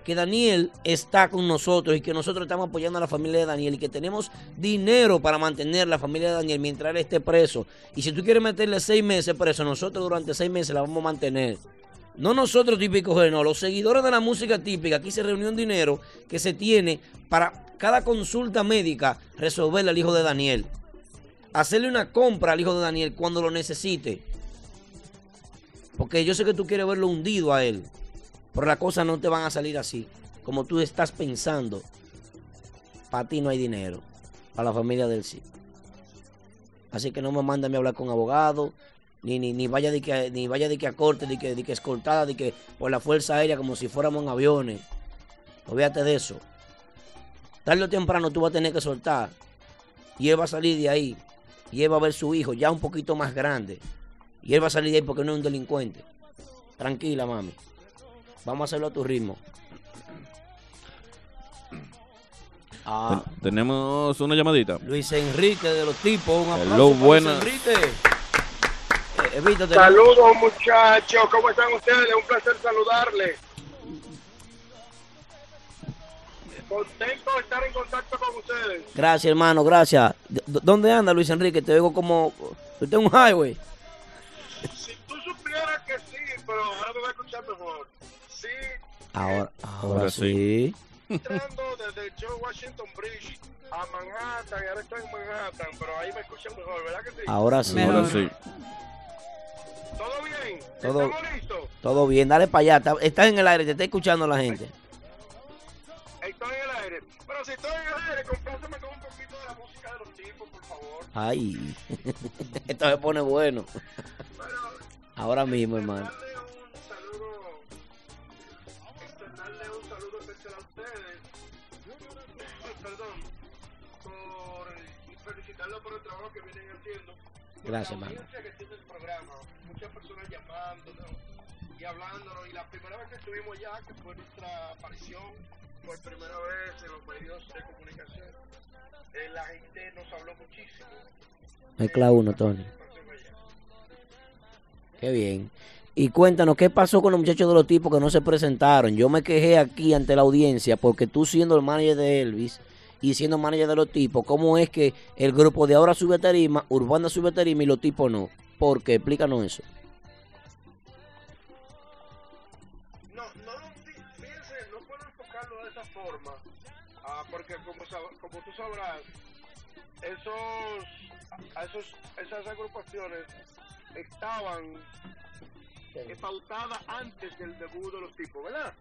Speaker 5: que Daniel está con nosotros y que nosotros estamos apoyando a la familia de Daniel y que tenemos dinero para mantener la familia de Daniel mientras él esté preso. Y si tú quieres meterle seis meses preso, nosotros durante seis meses la vamos a mantener. No nosotros típicos, eh, no, los seguidores de la música típica, aquí se reunió un dinero que se tiene para cada consulta médica resolverle al hijo de Daniel. Hacerle una compra al hijo de Daniel cuando lo necesite. Porque yo sé que tú quieres verlo hundido a él. Pero las cosas no te van a salir así. Como tú estás pensando. Para ti no hay dinero. Para la familia del sí. Así que no me manda a mí hablar con abogado. Ni, ni, ni vaya de que ni vaya de que a corte, de que, de que escoltada, de que por la fuerza aérea como si fuéramos en aviones. Olvídate de eso. Tarde o temprano tú vas a tener que soltar. Y él va a salir de ahí. Y él va a ver su hijo ya un poquito más grande. Y él va a salir de ahí porque no es un delincuente. Tranquila, mami. Vamos a hacerlo a tu ritmo. Ah,
Speaker 4: Ten- tenemos una llamadita.
Speaker 5: Luis Enrique de los tipos. Un aplauso para
Speaker 4: Hello,
Speaker 5: Luis
Speaker 4: buena.
Speaker 5: Enrique. Eh, evítate.
Speaker 10: Saludos muchachos, ¿cómo están ustedes? Un placer saludarles. *laughs* Contento de estar en contacto con ustedes.
Speaker 5: Gracias, hermano, gracias. D- d- ¿Dónde anda Luis Enrique? Te oigo como... Usted es un highway.
Speaker 10: Tú supieras que sí, pero ahora me voy a escuchar mejor. Sí, Eh,
Speaker 5: Ahora, ahora,
Speaker 4: Ahora
Speaker 5: sí.
Speaker 10: entrando desde George Washington Bridge a Manhattan, ahora estoy en Manhattan, pero ahí me escuchan mejor, ¿verdad que sí?
Speaker 5: Ahora sí.
Speaker 4: Ahora sí.
Speaker 5: Todo, todo bien, dale para allá. Está- Estás en el aire, te está escuchando la gente. Ay, *laughs* esto se pone bueno. *laughs* Ahora mismo, hermano. Gracias, hermano. Mezcla uno, Tony. Qué bien. Y cuéntanos, ¿qué pasó con los muchachos de los tipos que no se presentaron? Yo me quejé aquí ante la audiencia porque tú siendo el manager de Elvis y siendo manager de los tipos, ¿cómo es que el grupo de ahora sube a tarima, Urbana sube a tarima y los tipos no? ¿Por qué? Explícanos eso.
Speaker 10: Esos, a esos, esas agrupaciones estaban eh, pautadas antes del debut de los tipos, ¿verdad?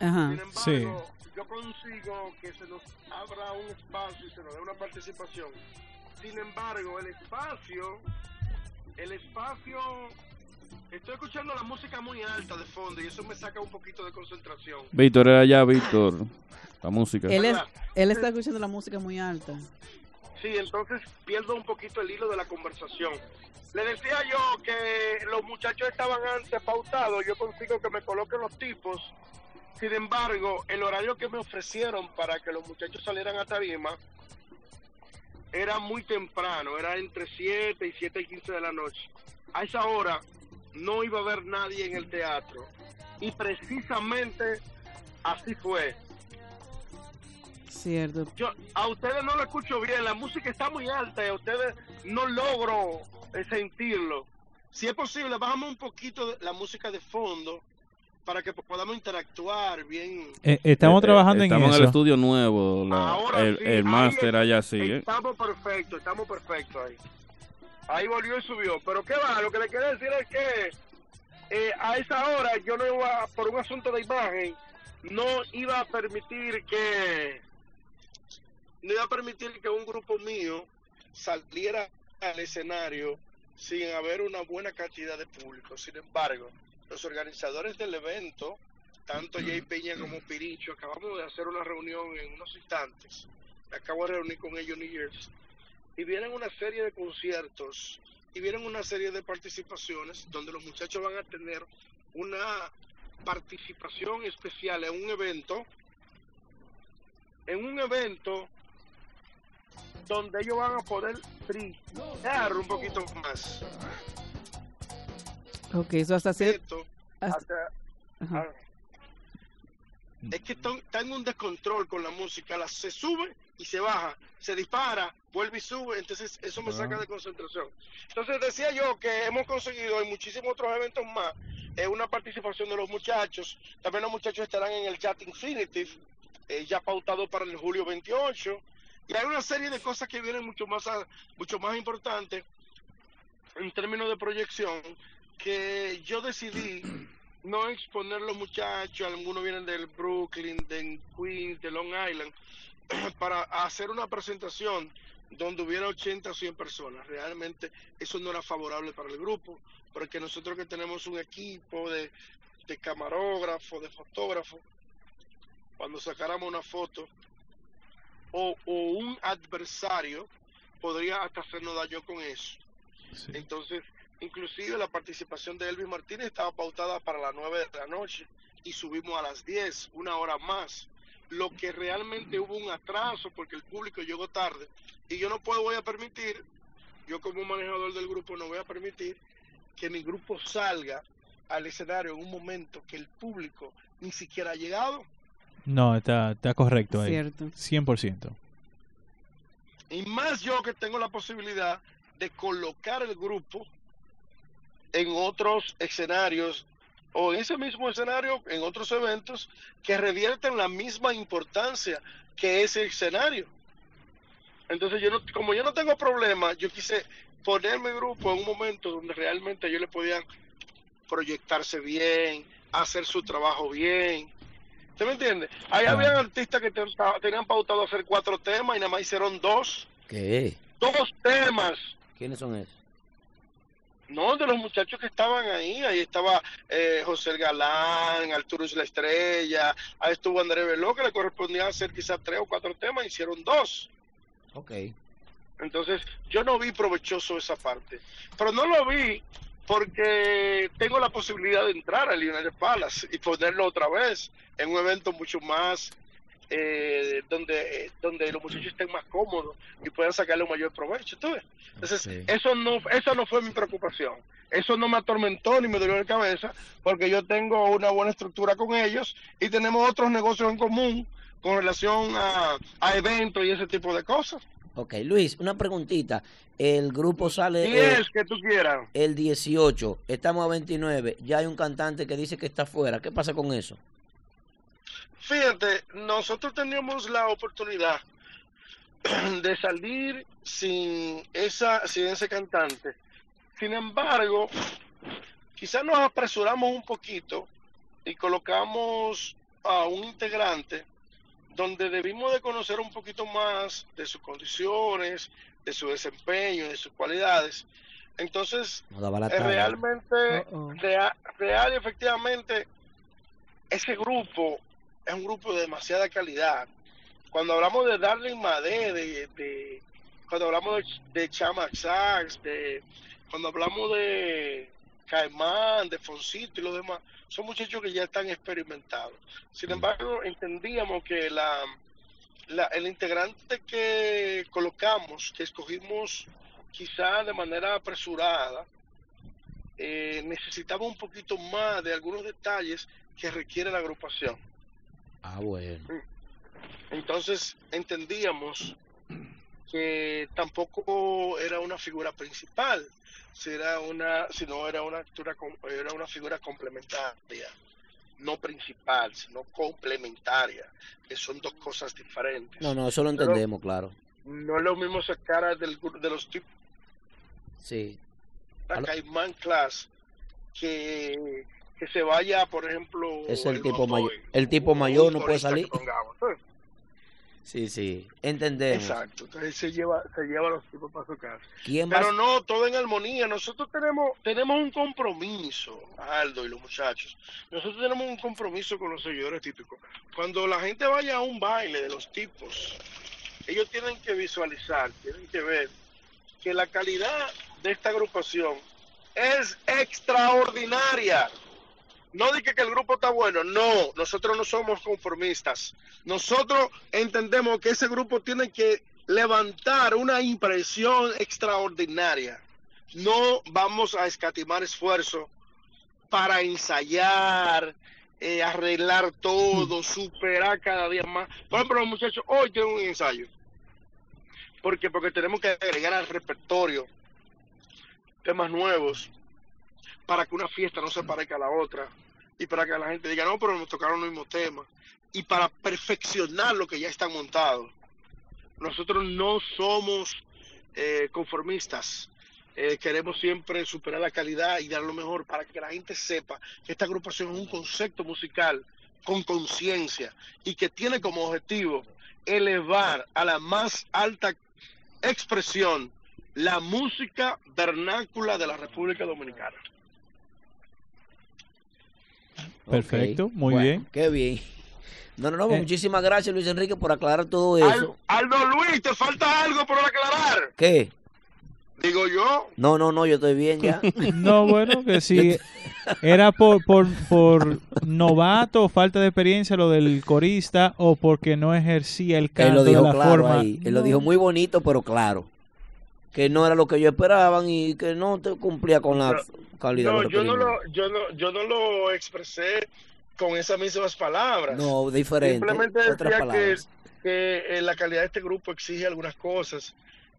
Speaker 7: Ajá.
Speaker 10: Sin embargo, yo consigo que se nos abra un espacio y se nos dé una participación. Sin embargo, el espacio, el espacio, estoy escuchando la música muy alta de fondo y eso me saca un poquito de concentración.
Speaker 4: Víctor, era allá, Víctor. La música.
Speaker 7: Él, es- él está escuchando la música muy alta.
Speaker 10: Sí, entonces pierdo un poquito el hilo de la conversación. Le decía yo que los muchachos estaban antes pautados, yo consigo que me coloquen los tipos. Sin embargo, el horario que me ofrecieron para que los muchachos salieran a tarima era muy temprano, era entre 7 y 7 y 15 de la noche. A esa hora no iba a haber nadie en el teatro. Y precisamente así fue.
Speaker 7: Cierto.
Speaker 10: Yo a ustedes no lo escucho bien, la música está muy alta y a ustedes no logro eh, sentirlo. Si es posible, bajamos un poquito de- la música de fondo para que podamos interactuar bien.
Speaker 6: Eh, estamos
Speaker 4: Eh, eh,
Speaker 6: trabajando en
Speaker 4: Estamos en el
Speaker 6: eso.
Speaker 4: estudio nuevo, la- el, el máster allá sí, ¿eh?
Speaker 10: Estamos perfectos, estamos perfectos ahí. Ahí volvió y subió. Pero qué va, lo que le quiero decir es que eh, a esa hora yo no iba, por un asunto de imagen, no iba a permitir que no iba a permitir que un grupo mío saliera al escenario sin haber una buena cantidad de público. Sin embargo, los organizadores del evento, tanto Jay Peña como Piricho, acabamos de hacer una reunión en unos instantes. Me acabo de reunir con ellos New Year's. Y vienen una serie de conciertos y vienen una serie de participaciones donde los muchachos van a tener una participación especial en un evento en un evento donde ellos van a poder brillar un poquito más.
Speaker 7: Ok, eso hasta hacer.
Speaker 10: Hasta- ah. Es que están están en un descontrol con la música. La, se sube y se baja, se dispara, vuelve y sube. Entonces, eso me saca de concentración. Entonces, decía yo que hemos conseguido en muchísimos otros eventos más eh, una participación de los muchachos. También los muchachos estarán en el Chat Infinitive, eh, ya pautado para el julio 28. Y hay una serie de cosas que vienen mucho más, a- mucho más importantes en términos de proyección que yo decidí no exponer los muchachos, algunos vienen del Brooklyn, de Queens, de Long Island, *clears throat* para hacer una presentación donde hubiera 80 o 100 personas. Realmente eso no era favorable para el grupo, porque nosotros que tenemos un equipo de, de camarógrafo, de fotógrafo, cuando sacáramos una foto o, o un adversario, podría hasta hacernos daño con eso. Entonces, inclusive la participación de Elvis Martínez estaba pautada para las 9 de la noche y subimos a las 10, una hora más. Lo que realmente hubo un atraso porque el público llegó tarde y yo no puedo, voy a permitir, yo como manejador del grupo no voy a permitir que mi grupo salga al escenario en un momento que el público ni siquiera ha llegado.
Speaker 6: No, está, está correcto ahí.
Speaker 10: Cierto.
Speaker 6: 100%.
Speaker 10: Y más yo que tengo la posibilidad de colocar el grupo en otros escenarios o en ese mismo escenario, en otros eventos que revierten la misma importancia que ese escenario. Entonces, yo no, como yo no tengo problema, yo quise poner mi grupo en un momento donde realmente ellos le podían proyectarse bien, hacer su trabajo bien. ¿Usted me entiende? Ahí
Speaker 5: Ah.
Speaker 10: habían artistas que ten- tenían pautado hacer cuatro temas y nada más hicieron dos.
Speaker 5: ¿Qué?
Speaker 10: Dos temas.
Speaker 5: ¿Quiénes son esos?
Speaker 10: No, de los muchachos que estaban ahí, ahí estaba eh, José el Galán, Arturo Isla Estrella, ahí estuvo Andrés Veló, que le correspondía hacer quizás tres o cuatro temas, hicieron dos.
Speaker 5: Ok.
Speaker 10: Entonces, yo no vi provechoso esa parte. Pero no lo vi porque tengo la posibilidad de entrar al United Palace y ponerlo otra vez en un evento mucho más eh, donde eh, donde los muchachos estén más cómodos y puedan sacarle un mayor provecho. ¿tú ves? Entonces, eso no eso no fue mi preocupación. Eso no me atormentó ni me dolió la cabeza porque yo tengo una buena estructura con ellos y tenemos otros negocios en común con relación a, a eventos y ese tipo de cosas.
Speaker 5: Ok, Luis, una preguntita. El grupo sale
Speaker 10: Y
Speaker 5: eh,
Speaker 10: es que tú quieras.
Speaker 5: el 18, estamos a 29, ya hay un cantante que dice que está afuera. ¿Qué pasa con eso?
Speaker 10: Fíjate, nosotros teníamos la oportunidad *clears throat* de salir sin esa, sin ese cantante. Sin embargo, quizás nos apresuramos un poquito y colocamos a un integrante donde debimos de conocer un poquito más de sus condiciones, de su desempeño, de sus cualidades. Entonces,
Speaker 5: No daba la
Speaker 10: eh,
Speaker 5: talla.
Speaker 10: realmente, rea- real y efectivamente, ese grupo es un grupo de demasiada calidad. Cuando hablamos de Darling Madé, de, de- cuando hablamos de, de Chama Sax, de, cuando hablamos de Caimán, de Foncito y los demás, son muchachos que ya están experimentados. Sin embargo, entendíamos que la, la- el integrante que colocamos, que escogimos quizá de manera apresurada, eh, necesitaba un poquito más de algunos detalles que requiere la agrupación.
Speaker 5: Ah, bueno.
Speaker 10: Entonces entendíamos que tampoco era una figura principal, si era una, sino era una actura com- era una figura complementaria, no principal, sino complementaria, que son dos cosas diferentes.
Speaker 5: No, no, eso lo entendemos, claro.
Speaker 10: No es lo mismo sacar a del, gru- de los tipos
Speaker 5: Sí.
Speaker 10: a Caimán Class que, que se vaya, por ejemplo,
Speaker 5: Es el tipo
Speaker 10: Godoy,
Speaker 5: mayor. El tipo mayor no puede
Speaker 10: solista que
Speaker 5: salir.
Speaker 10: pongamos, ¿sabes?
Speaker 5: Sí, sí. Entendemos.
Speaker 10: Exacto, entonces se lleva, se lleva a los tipos para su casa.
Speaker 5: ¿Quién va
Speaker 10: Pero no, todo en armonía. Nosotros tenemos tenemos un compromiso, Aldo y los muchachos. Nosotros tenemos un compromiso con los seguidores típicos. Cuando la gente vaya a un baile de los tipos, ellos tienen que visualizar, tienen que ver que la calidad de esta agrupación es extraordinaria. No dije que el grupo está bueno, no, nosotros no somos conformistas. Nosotros entendemos que ese grupo tiene que levantar una impresión extraordinaria. No vamos a escatimar esfuerzo para ensayar, eh, arreglar todo, superar cada día más. Por ejemplo, los muchachos, hoy tienen un ensayo. porque Porque tenemos que agregar al repertorio temas nuevos para que una fiesta no se parezca a la otra y para que la gente diga, no, pero nos tocaron los mismos temas y para perfeccionar lo que ya está montado. Nosotros no somos eh, conformistas. Eh, queremos siempre superar la calidad y dar lo mejor para que la gente sepa que esta agrupación es un concepto musical con conciencia y que tiene como objetivo elevar a la más alta expresión la música vernácula de la República Dominicana.
Speaker 6: Perfecto, muy
Speaker 5: Bueno,
Speaker 6: bien.
Speaker 5: Qué bien. No, no, no, pues
Speaker 6: Eh.
Speaker 5: muchísimas gracias Luis Enrique por aclarar todo
Speaker 10: Al-
Speaker 5: eso.
Speaker 10: Aldo Luis, te falta algo por aclarar.
Speaker 5: ¿Qué?
Speaker 10: Digo yo,
Speaker 5: No, no, no, yo estoy bien ya.
Speaker 6: *laughs* No, bueno, que si era por, por, por novato, falta de experiencia lo del corista o porque no ejercía el
Speaker 5: Él
Speaker 6: canto
Speaker 5: lo
Speaker 6: de
Speaker 5: dijo
Speaker 6: la
Speaker 5: claro
Speaker 6: forma.
Speaker 5: ahí. Él lo dijo muy bonito, pero claro. Que no era lo que yo esperaban y que no te cumplía con la calidad.
Speaker 10: No,
Speaker 5: de los
Speaker 10: yo no,
Speaker 5: requerimientos.
Speaker 10: lo, yo, no, yo no lo expresé con esas mismas palabras.
Speaker 5: No, diferente,
Speaker 10: Simplemente
Speaker 5: otras
Speaker 10: decía que,
Speaker 5: palabras.
Speaker 10: que, eh, la calidad de este grupo exige algunas cosas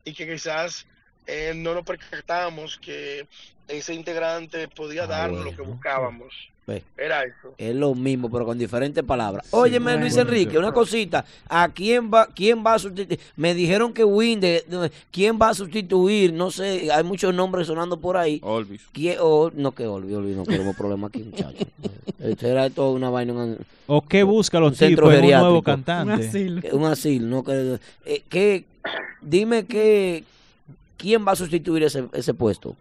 Speaker 10: y que quizás eh, no nos percatamos que ese integrante
Speaker 5: Ah,
Speaker 10: podía darnos lo que buscábamos.
Speaker 5: Ve.
Speaker 10: Era eso.
Speaker 5: Es lo mismo, pero con diferentes palabras. Óyeme, Luis Enrique, una cosita. ¿A quién va, quién va a sustituir? Me dijeron que Win, de- de- ¿quién va a sustituir? No sé, hay muchos nombres sonando por ahí.
Speaker 4: Olvis.
Speaker 5: ¿Quién- o- no, que Olvis, Olvis, no queremos problemas
Speaker 6: *laughs*
Speaker 5: aquí, muchachos. Esto era todo una vaina. un-
Speaker 6: ¿O qué busca
Speaker 5: un
Speaker 6: los
Speaker 5: centro
Speaker 6: tipos en pues, un nuevo
Speaker 5: geriátrico.
Speaker 6: cantante?
Speaker 5: Que- Un asilo, no que, eh, que- dime que quién va a sustituir ese, ese puesto.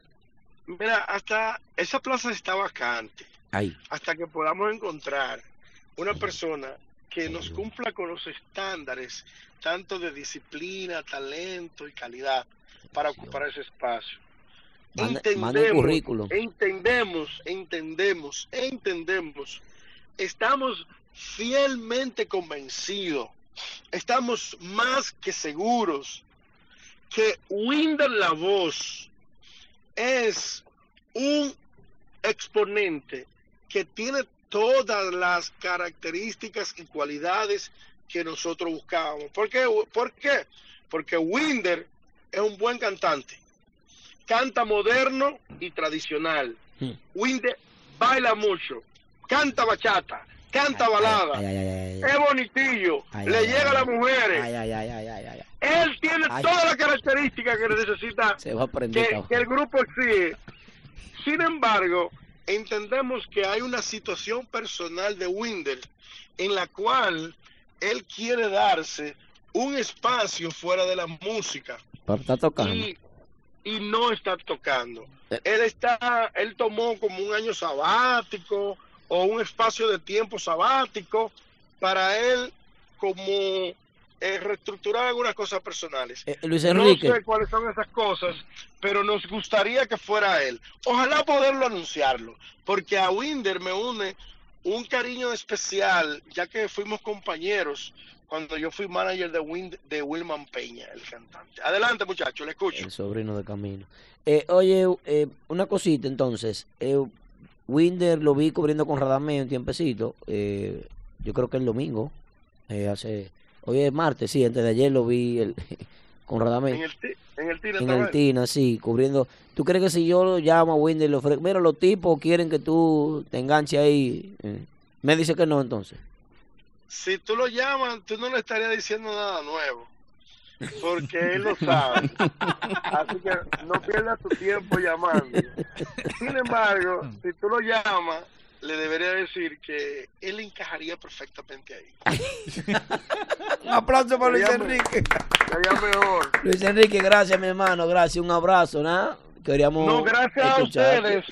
Speaker 10: Mira, hasta esa plaza está vacante.
Speaker 5: Ahí.
Speaker 10: hasta que podamos encontrar una persona que nos cumpla con los estándares, tanto de disciplina, talento y calidad, para ocupar ese espacio.
Speaker 5: Manda- manda el currículum.
Speaker 10: entendemos, entendemos, entendemos. Estamos fielmente convencidos, estamos más que seguros que Winder La Voz es un exponente que tiene todas las características y cualidades que nosotros buscábamos. ¿Por qué? ¿Por qué? Porque Winder es un buen cantante. Canta moderno y tradicional.
Speaker 5: Hmm.
Speaker 10: Winder baila mucho, canta bachata, canta balada,
Speaker 5: Ay, ay, ay, ay, ay.
Speaker 10: es bonitillo,
Speaker 5: Ay,
Speaker 10: le
Speaker 5: ay,
Speaker 10: llega
Speaker 5: ay,
Speaker 10: a las mujeres.
Speaker 5: Ay, ay, ay, ay, ay, ay, ay.
Speaker 10: Él tiene
Speaker 5: Ay.
Speaker 10: todas las características que necesita
Speaker 5: Se va a prender,
Speaker 10: que,
Speaker 5: cabrón.
Speaker 10: que el grupo exige. Sin embargo, entendemos que hay una situación personal de Winder en la cual él quiere darse un espacio fuera de la música
Speaker 5: Pero está tocando.
Speaker 10: y, y no está tocando.
Speaker 5: Eh.
Speaker 10: Él está, él tomó como un año sabático o un espacio de tiempo sabático para él como eh, reestructurar algunas cosas personales.
Speaker 5: Eh, Luis Enrique.
Speaker 10: No sé cuáles son esas cosas, pero nos gustaría que fuera él. Ojalá poderlo anunciarlo, porque a Winder me une un cariño especial, ya que fuimos compañeros cuando yo fui manager de, Wind, de Wilman Peña, el cantante. Adelante, muchacho, le escucho.
Speaker 5: El sobrino de Camino. Eh, oye, eh, una cosita entonces. Eh, Winder lo vi cubriendo con Radamé un tiempecito. eh, yo creo que el domingo. eh, hace, hoy es martes, sí, antes de ayer lo vi el- *laughs* con Radamé.
Speaker 10: En el, ti- en el Tina
Speaker 5: en
Speaker 10: Tabel.
Speaker 5: el TINA, sí, cubriendo. ¿Tú crees que si yo lo llamo a Winder y le ofrezco, mira, los tipos quieren que tú te enganches ahí? eh, Me dice que no, entonces.
Speaker 10: Si tú lo llamas, tú no le estarías diciendo nada nuevo, porque él lo sabe. Así que no pierdas tu tiempo llamando. Sin embargo, si tú lo llamas, le debería decir que él encajaría perfectamente ahí.
Speaker 5: Un aplauso para Luis
Speaker 10: Sería me-
Speaker 5: Enrique.
Speaker 10: Sería mejor.
Speaker 5: Luis Enrique, gracias, mi hermano, gracias, un abrazo, ¿no? Queríamos
Speaker 10: No, gracias a
Speaker 5: escucharte.
Speaker 10: ustedes.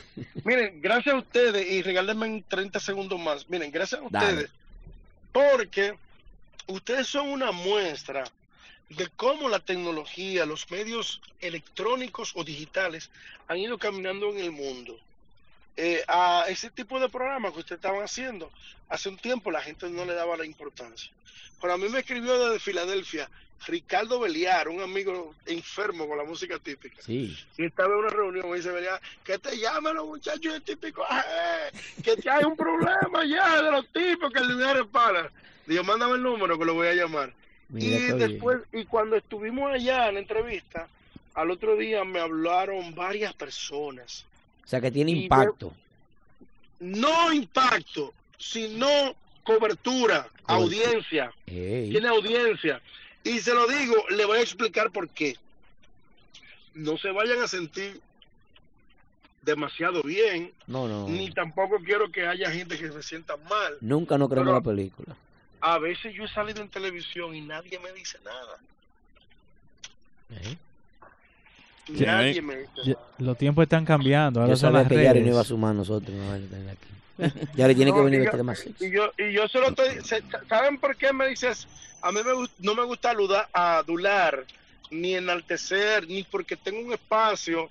Speaker 10: Miren, gracias a ustedes y regálenme 30 segundos más. Miren, gracias a
Speaker 5: Dale.
Speaker 10: ustedes porque ustedes son una muestra de cómo la tecnología, los medios electrónicos o digitales han ido caminando en el mundo. Eh, a ese tipo de programas que ustedes estaban haciendo, hace un tiempo la gente no le daba la importancia. Pero a mí me escribió desde Filadelfia Ricardo Beliar, un amigo enfermo con la música típica.
Speaker 5: Sí.
Speaker 10: Y estaba en una reunión, me dice, "Mira, que te llamen los muchachos de típico, ajé, que te hay un problema ya de los tipos que el dinero es para. Digo, mándame el número que lo voy a llamar.
Speaker 5: Mira pues,
Speaker 10: y
Speaker 5: qué bien.
Speaker 10: después, y cuando estuvimos allá en la entrevista, al otro día me hablaron varias personas
Speaker 5: O sea, que tiene
Speaker 10: Y
Speaker 5: impacto.
Speaker 10: no impacto, sino cobertura, audiencia.
Speaker 5: Ey.
Speaker 10: Tiene audiencia. Y se lo digo, le voy a explicar por qué. No se vayan a sentir demasiado bien,
Speaker 5: No, no.
Speaker 10: ni tampoco quiero que haya gente que se sienta mal.
Speaker 5: Nunca no creemos
Speaker 10: Pero-
Speaker 5: la película.
Speaker 10: A veces yo he salido en televisión y nadie me dice nada. Nadie
Speaker 6: Ya-
Speaker 10: me dice
Speaker 6: ya-
Speaker 10: nada.
Speaker 6: los tiempos están cambiando. Ahora
Speaker 5: Yo
Speaker 6: son
Speaker 5: sabía
Speaker 6: las
Speaker 5: que Yari no iba a
Speaker 6: redes.
Speaker 5: sumar a nosotros. no vale tener aquí. Yari tiene que
Speaker 10: No,
Speaker 5: venir este
Speaker 10: y yo-
Speaker 5: vestida más sexy.
Speaker 10: Y yo, y yo solo estoy. se- ¿Saben por qué me dices? A mí me, gust- no me gusta aluda- adular, ni enaltecer, ni porque tengo un espacio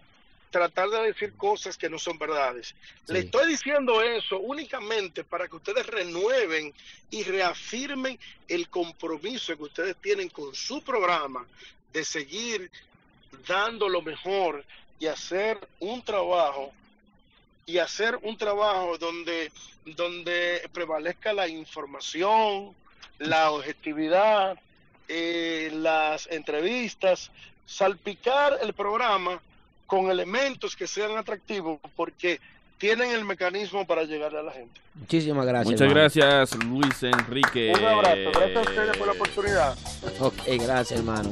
Speaker 10: tratar de decir cosas que no son verdades. Le
Speaker 5: Sí.
Speaker 10: estoy diciendo eso únicamente para que ustedes renueven y reafirmen el compromiso que ustedes tienen con su programa de seguir dando lo mejor y hacer un trabajo y hacer un trabajo donde, donde prevalezca la información, la objetividad, eh, las entrevistas, salpicar el programa con elementos que sean atractivos porque tienen el mecanismo para llegarle a la gente.
Speaker 5: Muchísimas gracias.
Speaker 4: Muchas
Speaker 5: hermano.
Speaker 4: gracias, Luis Enrique.
Speaker 10: Un abrazo, gracias a ustedes por la oportunidad.
Speaker 5: Ok, gracias, hermano.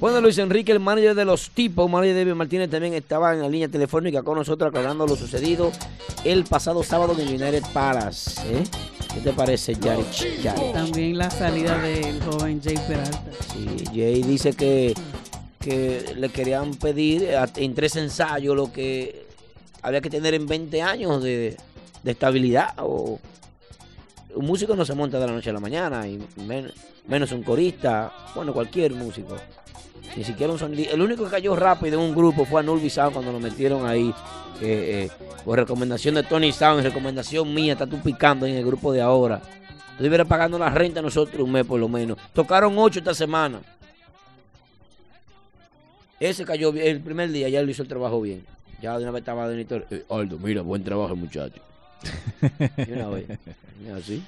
Speaker 5: Bueno, Luis Enrique, el manager de los tipos, Mario David Martínez, también estaba en la línea telefónica con nosotros aclarando lo sucedido el pasado sábado en el United Palace. ¿eh? ¿Qué te parece, Yarich? Yarich.
Speaker 7: También la salida del joven Jay Peralta.
Speaker 5: Sí, Jay dice que, que le querían pedir eh, en tres ensayos lo que había que tener en 20 años de, de estabilidad. O, un músico no se monta de la noche a la mañana, y men- menos un corista, bueno, cualquier músico. Ni siquiera un sonidista. El único que cayó rápido en un grupo fue a Nulby Sound cuando lo metieron ahí. eh, eh, por recomendación de Tony Sound, recomendación mía, está tú picando en el grupo de ahora. Tú debieras pagando la renta a nosotros un mes por lo menos. Tocaron ocho esta semana. Ese cayó bien, el primer día, ya lo hizo el trabajo bien. Ya de una vez estaba de editor. eh, Aldo, mira, buen trabajo, muchacho. De una vez. Y Así.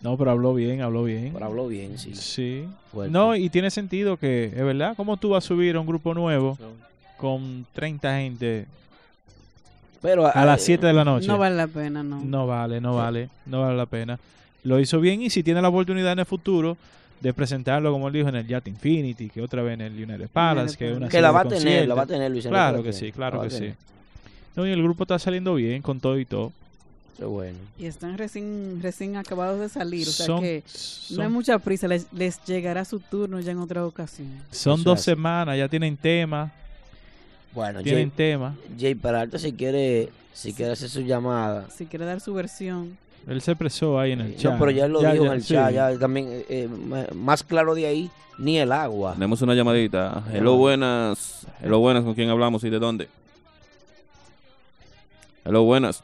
Speaker 6: No, pero habló bien, habló bien.
Speaker 5: Pero habló bien, sí.
Speaker 6: Sí.
Speaker 5: Fuerte.
Speaker 6: No, y tiene sentido que, es verdad, ¿cómo tú vas a subir a un grupo nuevo con 30 gente
Speaker 5: Pero
Speaker 6: a las 7 de la noche?
Speaker 7: No vale la pena, no.
Speaker 6: No vale, no vale, no vale la pena. Lo hizo bien y si tiene la oportunidad en el futuro de presentarlo, como él dijo, en el Yacht Infinity, que otra vez en el United Palace, que, es una
Speaker 5: Que
Speaker 6: serie
Speaker 5: la
Speaker 6: de
Speaker 5: va a tener,
Speaker 6: conciertos.
Speaker 5: la va a tener, Luis Enrique, la
Speaker 6: Claro que
Speaker 5: tiene,
Speaker 6: sí,
Speaker 5: la
Speaker 6: claro
Speaker 5: va a
Speaker 6: que sí.
Speaker 5: tener.
Speaker 6: No, y el grupo está saliendo bien con todo y todo.
Speaker 5: Qué bueno.
Speaker 7: Y están recién, recién acabados de salir, o sea
Speaker 6: Son-
Speaker 7: que no hay
Speaker 6: son-
Speaker 7: mucha prisa, les, les llegará su turno ya en otra ocasión.
Speaker 6: Son
Speaker 5: Eso
Speaker 6: dos
Speaker 5: es.
Speaker 6: semanas, ya tienen tema.
Speaker 5: Bueno,
Speaker 6: Tienen tema.
Speaker 5: Jay Peralta, si quiere, si quiere hacer su llamada.
Speaker 7: Si quiere dar su versión.
Speaker 6: Él se expresó ahí en el chat.
Speaker 5: No, pero ya él lo dijo en el
Speaker 6: sí.
Speaker 5: chat, ya también, eh, eh, ma- más claro de ahí, ni el agua.
Speaker 4: Tenemos una llamadita. Hello, buenas. Hello, buenas. ¿Con quién hablamos y de dónde? Hello, buenas.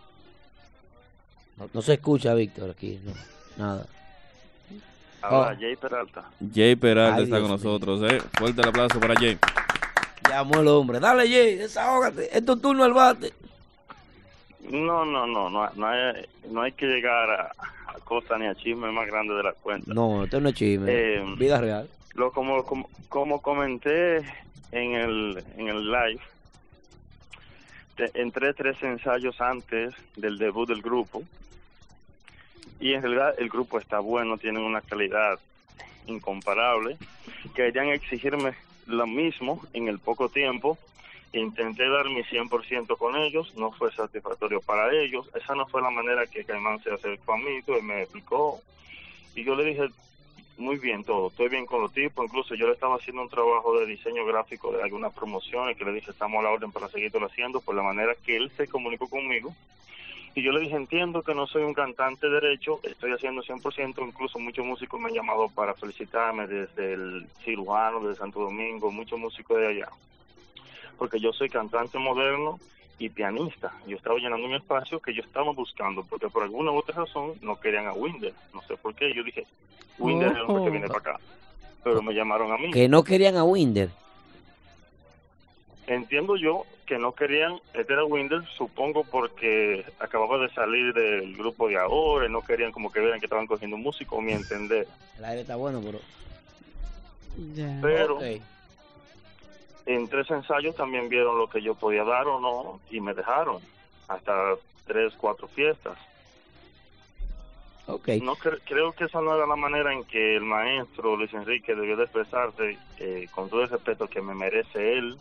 Speaker 5: No, no se escucha, Víctor, aquí, no, nada.
Speaker 14: Ahora, Jay Peralta.
Speaker 4: Jay Peralta
Speaker 5: Ay,
Speaker 4: está
Speaker 5: Dios
Speaker 4: con nosotros, ¿eh? Fuerte el aplauso para Jay.
Speaker 5: Llamó el hombre. Dale, Jay, desahógate. Es tu turno al bate.
Speaker 14: No, no, no, no, no hay, no hay que llegar a, a cosas ni a chismes más grandes de la cuenta.
Speaker 5: No, esto no es chisme.
Speaker 14: Eh,
Speaker 5: Vida real.
Speaker 14: Lo, como, como, como comenté en el, en el live, te- entré tres ensayos antes del debut del grupo y en realidad el grupo está bueno, tienen una calidad incomparable. Querían exigirme lo mismo en el poco tiempo. Intenté dar mi 100% con ellos, no fue satisfactorio para ellos. Esa no fue la manera que Caimán se acercó a mí, pues, me explicó. Y yo le dije, muy bien todo, estoy bien con los tipos, incluso yo le estaba haciendo un trabajo de diseño gráfico de algunas promociones que le dije estamos a la orden para seguirlo haciendo por la manera que él se comunicó conmigo y yo le dije entiendo que no soy un cantante derecho, estoy haciendo 100%, incluso muchos músicos me han llamado para felicitarme desde el cirujano, desde Santo Domingo, muchos músicos de allá, porque yo soy cantante moderno y pianista, yo estaba llenando un espacio que yo estaba buscando, porque por alguna u otra razón no querían a Winder, no sé por qué, yo dije, Winder es el hombre que viene para acá. Pero me llamaron a mí.
Speaker 5: Que no querían a Winder.
Speaker 14: Entiendo yo que no querían meter a Winder, supongo porque acababa de salir del grupo de ahora y no querían como que vieran que estaban cogiendo un músico, mi entender.
Speaker 5: El aire está bueno, pero...
Speaker 7: Ya.
Speaker 14: Pero en tres ensayos también vieron lo que yo podía dar o no y me dejaron hasta tres, cuatro fiestas.
Speaker 5: Okay.
Speaker 14: No cre- creo que esa no era la manera en que el maestro Luis Enrique debió de expresarse eh, con todo el respeto que me merece él.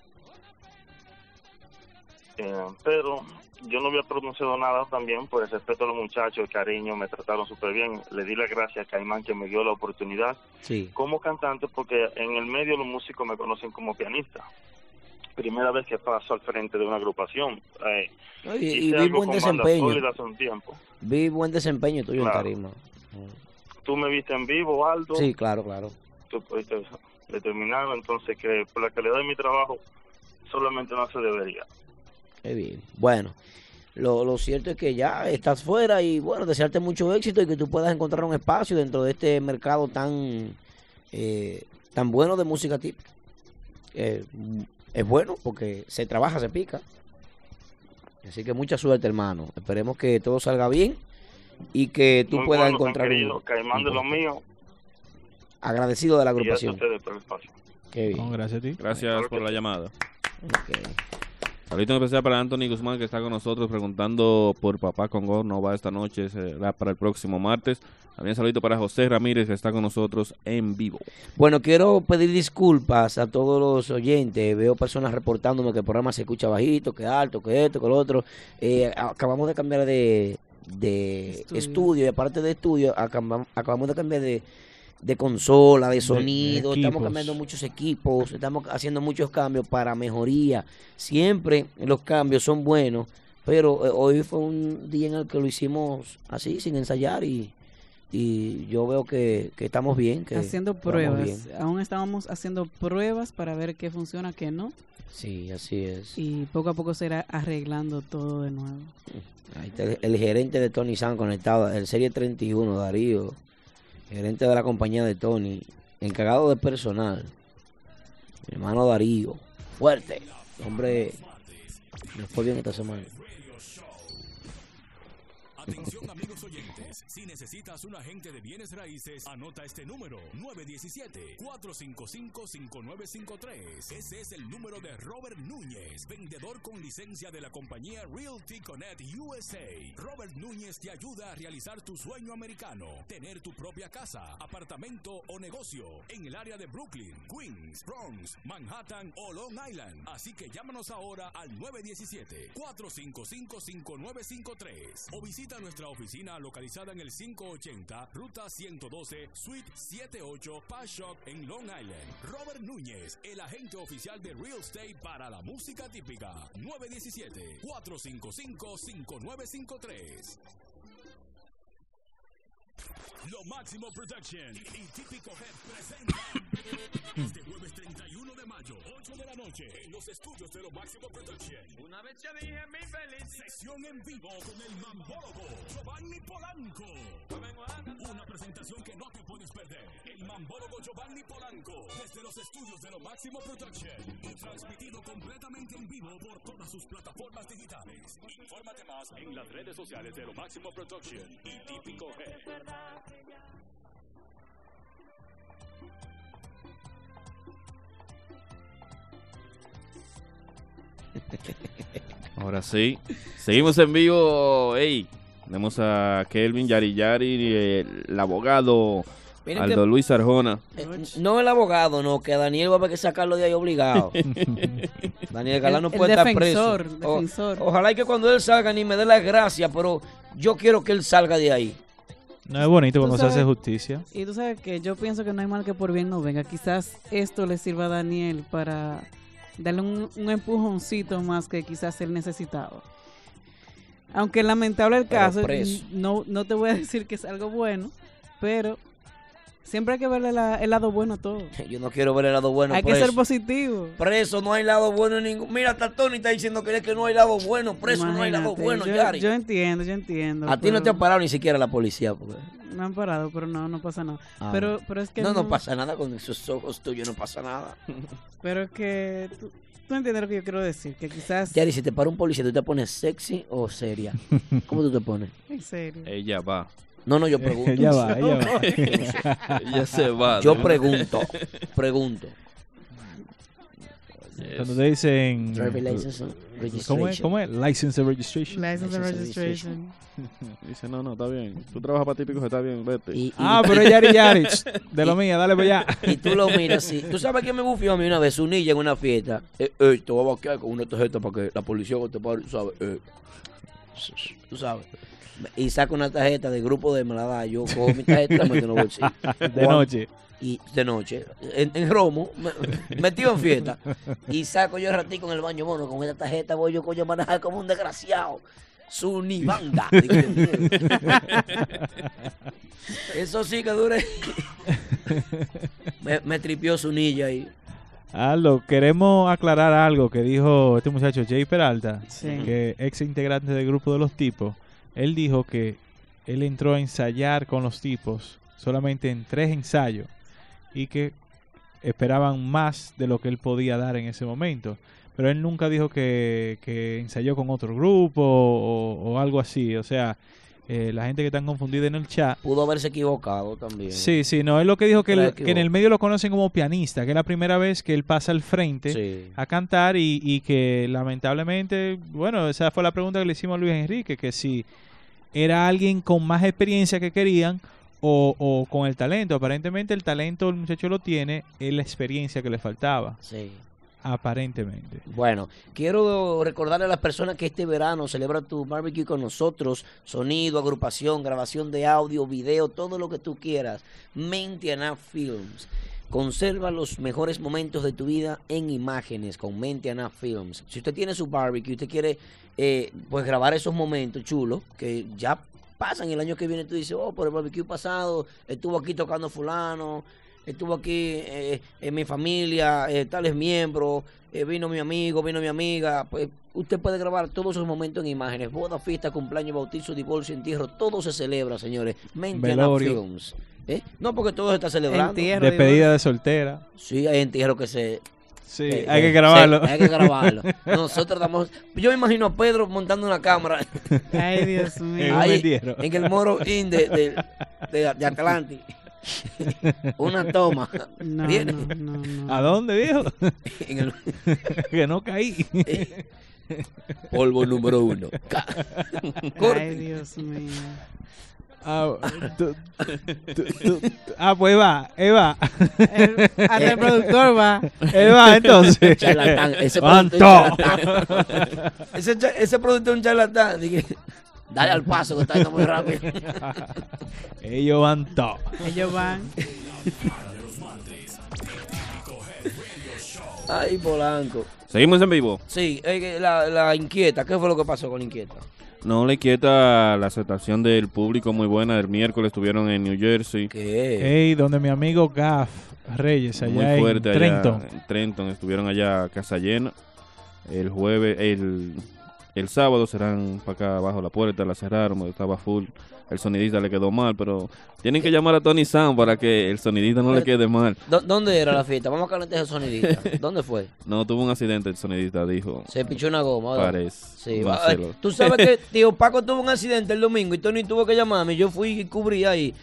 Speaker 14: Eh, pero yo no había pronunciado nada también por el respeto a los muchachos, el cariño, me trataron súper bien. Le di las gracias a Caimán que me dio la oportunidad
Speaker 5: Sí.
Speaker 14: como cantante porque en el medio los músicos me conocen como pianista. Primera vez que paso al frente de una agrupación. Eh,
Speaker 5: Oye, y
Speaker 14: hice
Speaker 5: vi
Speaker 14: algo
Speaker 5: buen
Speaker 14: con Banda
Speaker 5: desempeño.
Speaker 14: Sólida hace un tiempo.
Speaker 5: Vi buen desempeño tuyo
Speaker 14: Claro.
Speaker 5: en Tarima.
Speaker 14: Tú me viste en vivo, Aldo.
Speaker 5: Sí, claro, claro.
Speaker 14: tú pudiste determinarlo, entonces que por la calidad de mi trabajo solamente no se debería.
Speaker 5: Qué bien. Bueno, lo, lo cierto es que ya estás fuera y bueno, desearte mucho éxito y que tú puedas encontrar un espacio dentro de este mercado tan, eh, tan bueno de música típica. Eh, es bueno porque se trabaja, se pica. Así que mucha suerte, hermano. Esperemos que todo salga bien y que tú
Speaker 14: Muy
Speaker 5: puedas
Speaker 14: bueno,
Speaker 5: encontrar
Speaker 14: tan querido,
Speaker 5: un,
Speaker 14: Caimán de los míos
Speaker 5: agradecido de la
Speaker 14: y gracias a
Speaker 5: agrupación.
Speaker 14: ustedes por el espacio.
Speaker 5: Qué bien.
Speaker 6: gracias a ti.
Speaker 4: Gracias por la llamada. Ahorita un especial para Anthony Guzmán que está con nosotros preguntando por Papá Congo. No va esta noche, será para el próximo martes. También saludito para José Ramírez que está con nosotros en vivo.
Speaker 5: Bueno, quiero pedir disculpas a todos los oyentes. Veo personas reportándome que el programa se escucha bajito, que alto, que esto, que lo otro. Eh, acabamos de cambiar de, de estudio. y aparte de estudio, acabam- acabamos de cambiar de, de consola, de
Speaker 16: De- de
Speaker 5: sonido. estamos
Speaker 16: equipos.
Speaker 5: cambiando muchos equipos, estamos haciendo muchos cambios para mejoría. Siempre los cambios son buenos, pero eh, hoy fue un día en el que lo hicimos así, sin ensayar y y yo veo que, que estamos bien. Que
Speaker 7: haciendo
Speaker 5: vamos bien.
Speaker 7: pruebas. Aún estábamos haciendo pruebas para ver qué funciona, qué no.
Speaker 5: Sí, así es.
Speaker 7: Y poco a poco se irá arreglando todo de nuevo.
Speaker 5: Ahí está el, el gerente de Tony San conectado, el Serie 31, Darío, gerente de la compañía de Tony, encargado de personal, mi hermano Darío, fuerte, hombre, nos fue bien esta semana.
Speaker 2: Atención amigos oyentes, si necesitas un agente de bienes raíces, anota este número 917-455-5953. Ese es el número de Robert Núñez, vendedor con licencia de la compañía Realty Connect USA. Robert Núñez te ayuda a realizar tu sueño americano, tener tu propia casa, apartamento o negocio en el área de Brooklyn, Queens, Bronx, Manhattan o Long Island. Así que llámanos ahora al 917-455-5953 o visita nuestra oficina localizada en el 580 Ruta 112 Suite 78 Pashock en Long Island. Robert Núñez, el agente oficial de Real Estate para la música típica. 917-455-5953. Lo Máximo Production y Típico Head presentan este jueves 31 de mayo, 8 de la noche, en los estudios de Lo Máximo Production. Una vez ya dije mi feliz. Sesión en vivo con el mambólogo Giovanni Polanco. Una presentación que no te puedes perder. El mambólogo Giovanni Polanco, desde los estudios de Lo Máximo Production y transmitido completamente en vivo por todas sus plataformas digitales. Infórmate más en las redes sociales de Lo Máximo Production y Típico Head. Ahora sí. Seguimos en vivo. Ey, tenemos a Kelvin Yari Yari, el abogado
Speaker 5: Miren
Speaker 4: Aldo
Speaker 5: que-
Speaker 4: Luis Arjona.
Speaker 5: Eh, No el abogado, no, que a Daniel va a haber que sacarlo de ahí obligado. Daniel Galán no
Speaker 7: El- el
Speaker 5: puede estar
Speaker 7: defensor,
Speaker 5: preso. O-
Speaker 7: defensor.
Speaker 5: ojalá y que cuando él salga ni me dé las gracias, pero yo quiero que él salga de ahí.
Speaker 6: No es bonito
Speaker 7: Tú
Speaker 6: cuando
Speaker 7: sabes-
Speaker 6: se hace justicia.
Speaker 7: Y tú sabes que yo pienso que no hay mal que por bien no venga. Quizás esto le sirva a Daniel para darle un, un empujoncito más que quizás él necesitaba. Aunque lamentable el
Speaker 5: Pero
Speaker 7: caso,
Speaker 5: preso.
Speaker 7: no, no te voy a *laughs* decir que es algo bueno, pero siempre hay que verle la- el lado bueno a todo.
Speaker 5: Yo no quiero ver el lado *laughs* bueno
Speaker 7: hay que
Speaker 5: preso.
Speaker 7: ser positivo.
Speaker 5: Preso, no hay lado bueno en ningún. Mira, hasta Tony está diciendo que, es que no hay lado bueno. Preso, no hay lado
Speaker 7: Imagínate,
Speaker 5: Oh, bueno,
Speaker 7: yo,
Speaker 5: Yari.
Speaker 7: yo entiendo, yo entiendo.
Speaker 5: a ti no te
Speaker 7: pero-
Speaker 5: ha parado ni siquiera la policía. Porque...
Speaker 7: Me han parado, pero no, no pasa nada.
Speaker 5: Ah.
Speaker 7: Pero, pero es que
Speaker 5: no, no, pasa nada con esos ojos tuyos, no pasa nada.
Speaker 7: Pero es que tú, tú entiendes lo que yo quiero decir, que *laughs* quizás...
Speaker 5: Yari, si te para un policía, ¿tú te pones sexy o seria? ¿Cómo tú te pones?
Speaker 7: En serio.
Speaker 4: Ella va.
Speaker 5: No, no, yo pregunto.
Speaker 4: *laughs* Ella
Speaker 5: *laughs*
Speaker 4: va, ella va. *laughs* Ella se va,
Speaker 5: Yo
Speaker 4: ¿no?
Speaker 5: pregunto, pregunto.
Speaker 6: Cuando te dicen...
Speaker 5: Driver license and
Speaker 6: ¿Cómo es?
Speaker 5: registration.
Speaker 6: ¿Cómo es? License and registration.
Speaker 7: License and
Speaker 5: registration.
Speaker 7: registration.
Speaker 4: *laughs* Dice, no, no, está bien. Tú trabajas para típicos, está bien, vete.
Speaker 6: Ah, pero es Yari Yari.
Speaker 5: *laughs*
Speaker 6: De lo mía, dale para allá.
Speaker 5: Y tú lo miras así. ¿Tú sabes quién me bufió a mí una vez? Un niño en una fiesta. Eh, eh, te voy a vaquear con una tarjeta para que la policía que te pare, tú sabes. eh. Tú sabes. Y saco una tarjeta del grupo de Malada. Yo cojo mi tarjeta y la meto en los bolsillos.
Speaker 6: *laughs* De
Speaker 5: Cuando-
Speaker 6: noche.
Speaker 5: Y de noche. En, en Romo, me- metido en fiesta. Y saco yo el ratico en el baño. Bueno, con esta tarjeta voy yo coño a manejar como un desgraciado. Su ni banda. Digo yo, *laughs* Eso sí que dure. me, me tripió su nilla ahí.
Speaker 6: Aldo, queremos aclarar algo que dijo este muchacho Jay Peralta,
Speaker 5: Sí.
Speaker 6: que ex integrante del grupo de los tipos. Él dijo que él entró a ensayar con los tipos solamente en tres ensayos y que esperaban más de lo que él podía dar en ese momento. Pero él nunca dijo que, que ensayó con otro grupo o, o algo así. O sea, eh, la gente que están confundida en el chat.
Speaker 5: Pudo haberse equivocado también.
Speaker 6: Sí, sí, no, es lo que dijo que,
Speaker 5: Pero
Speaker 6: el-
Speaker 5: equivoco.
Speaker 6: que en el medio lo conocen como pianista, que es la primera vez que él pasa al frente
Speaker 5: Sí.
Speaker 6: a cantar y, y que lamentablemente, bueno, esa fue la pregunta que le hicimos a Luis Enrique, que si era alguien con más experiencia que querían o, o con el talento. Aparentemente el talento el muchacho lo tiene, es la experiencia que le faltaba.
Speaker 5: Sí.
Speaker 6: Aparentemente.
Speaker 5: Bueno, Quiero recordarle a las personas que este verano celebra tu barbecue con nosotros. Sonido, agrupación, grabación de audio, video, todo lo que tú quieras. Mentiana Films. Conserva los mejores momentos de tu vida en imágenes con Mentiana Films. Si usted tiene su barbecue, usted quiere eh, pues grabar esos momentos chulos que ya pasan y el año que viene tú dices, oh, por el barbecue pasado estuvo aquí tocando fulano, estuvo aquí eh, en mi familia, eh, tales miembros, eh, vino mi amigo, vino mi amiga. Pues usted puede grabar todos esos momentos en imágenes: boda, fiesta, cumpleaños, bautizo, divorcio, entierro. Todo se celebra, señores. Mentiana
Speaker 6: Velorio.
Speaker 5: Films. ¿Eh? No, porque todo se está celebrando.
Speaker 6: Despedida de soltera.
Speaker 5: Sí, hay entierro que se.
Speaker 6: Sí, hay que grabarlo.
Speaker 5: hay que
Speaker 6: *laughs*
Speaker 5: grabarlo. Nosotros damos. Yo me imagino a Pedro montando una cámara.
Speaker 6: Ay,
Speaker 5: *laughs*
Speaker 6: Dios mío. En un
Speaker 5: Ahí,
Speaker 6: entierro.
Speaker 5: en el Moro Inn de, de, de,
Speaker 6: *laughs*
Speaker 5: de Atlantic. *laughs* una toma.
Speaker 6: No,
Speaker 5: Viene.
Speaker 6: no, no. ¿A dónde, viejo?
Speaker 5: *laughs* En el-
Speaker 6: *laughs* que no caí.
Speaker 5: Polvo número
Speaker 6: *laughs*
Speaker 5: uno. Ca-
Speaker 7: Ay, Dios mío.
Speaker 6: Ah, tú- tú- tú- ah, pues va, Eva. Eh,
Speaker 7: El- al reproductor va.
Speaker 6: Eva, entonces.
Speaker 5: *laughs* Charlatán.
Speaker 6: *laughs*
Speaker 5: Ese productor
Speaker 6: Anto.
Speaker 5: es un charlatán. *laughs* ese, cha- ese productor es un charlatán. Dije, dale al paso que está yendo muy
Speaker 6: *laughs*
Speaker 5: rápido.
Speaker 6: Ellos van top.
Speaker 7: Ellos van.
Speaker 5: Ay, Polanco.
Speaker 4: Seguimos en vivo.
Speaker 5: Sí, eh, que la, la inquieta. ¿Qué fue lo que pasó con la inquieta?
Speaker 4: No le quieta la aceptación del público muy buena. El miércoles estuvieron en New Jersey.
Speaker 6: Ey, donde mi amigo Gaff Reyes, Eh, allá
Speaker 4: Muy fuerte
Speaker 6: en
Speaker 4: allá
Speaker 6: Trenton.
Speaker 4: en Trenton. Estuvieron allá a casa llena. El jueves, el, el sábado serán para acá abajo la puerta, la cerraron, estaba full. El sonidista le quedó mal, pero tienen
Speaker 5: Eh,
Speaker 4: que llamar a Tony Sam para que el sonidista no le quede mal.
Speaker 5: *laughs* ¿Dó- ¿Dónde era la fiesta? Vamos a hablar antes del sonidista. ¿Dónde fue?
Speaker 4: No, tuvo un accidente el sonidista, dijo.
Speaker 5: Se pinchó una goma, ¿verdad?
Speaker 4: Parece.
Speaker 5: Sí,
Speaker 4: No
Speaker 5: va-
Speaker 4: sé
Speaker 5: eh,
Speaker 4: lo-
Speaker 5: Tú sabes
Speaker 4: *laughs*
Speaker 5: que tío Paco tuvo un accidente el domingo y Tony tuvo que llamarme. Yo fui y cubrí ahí.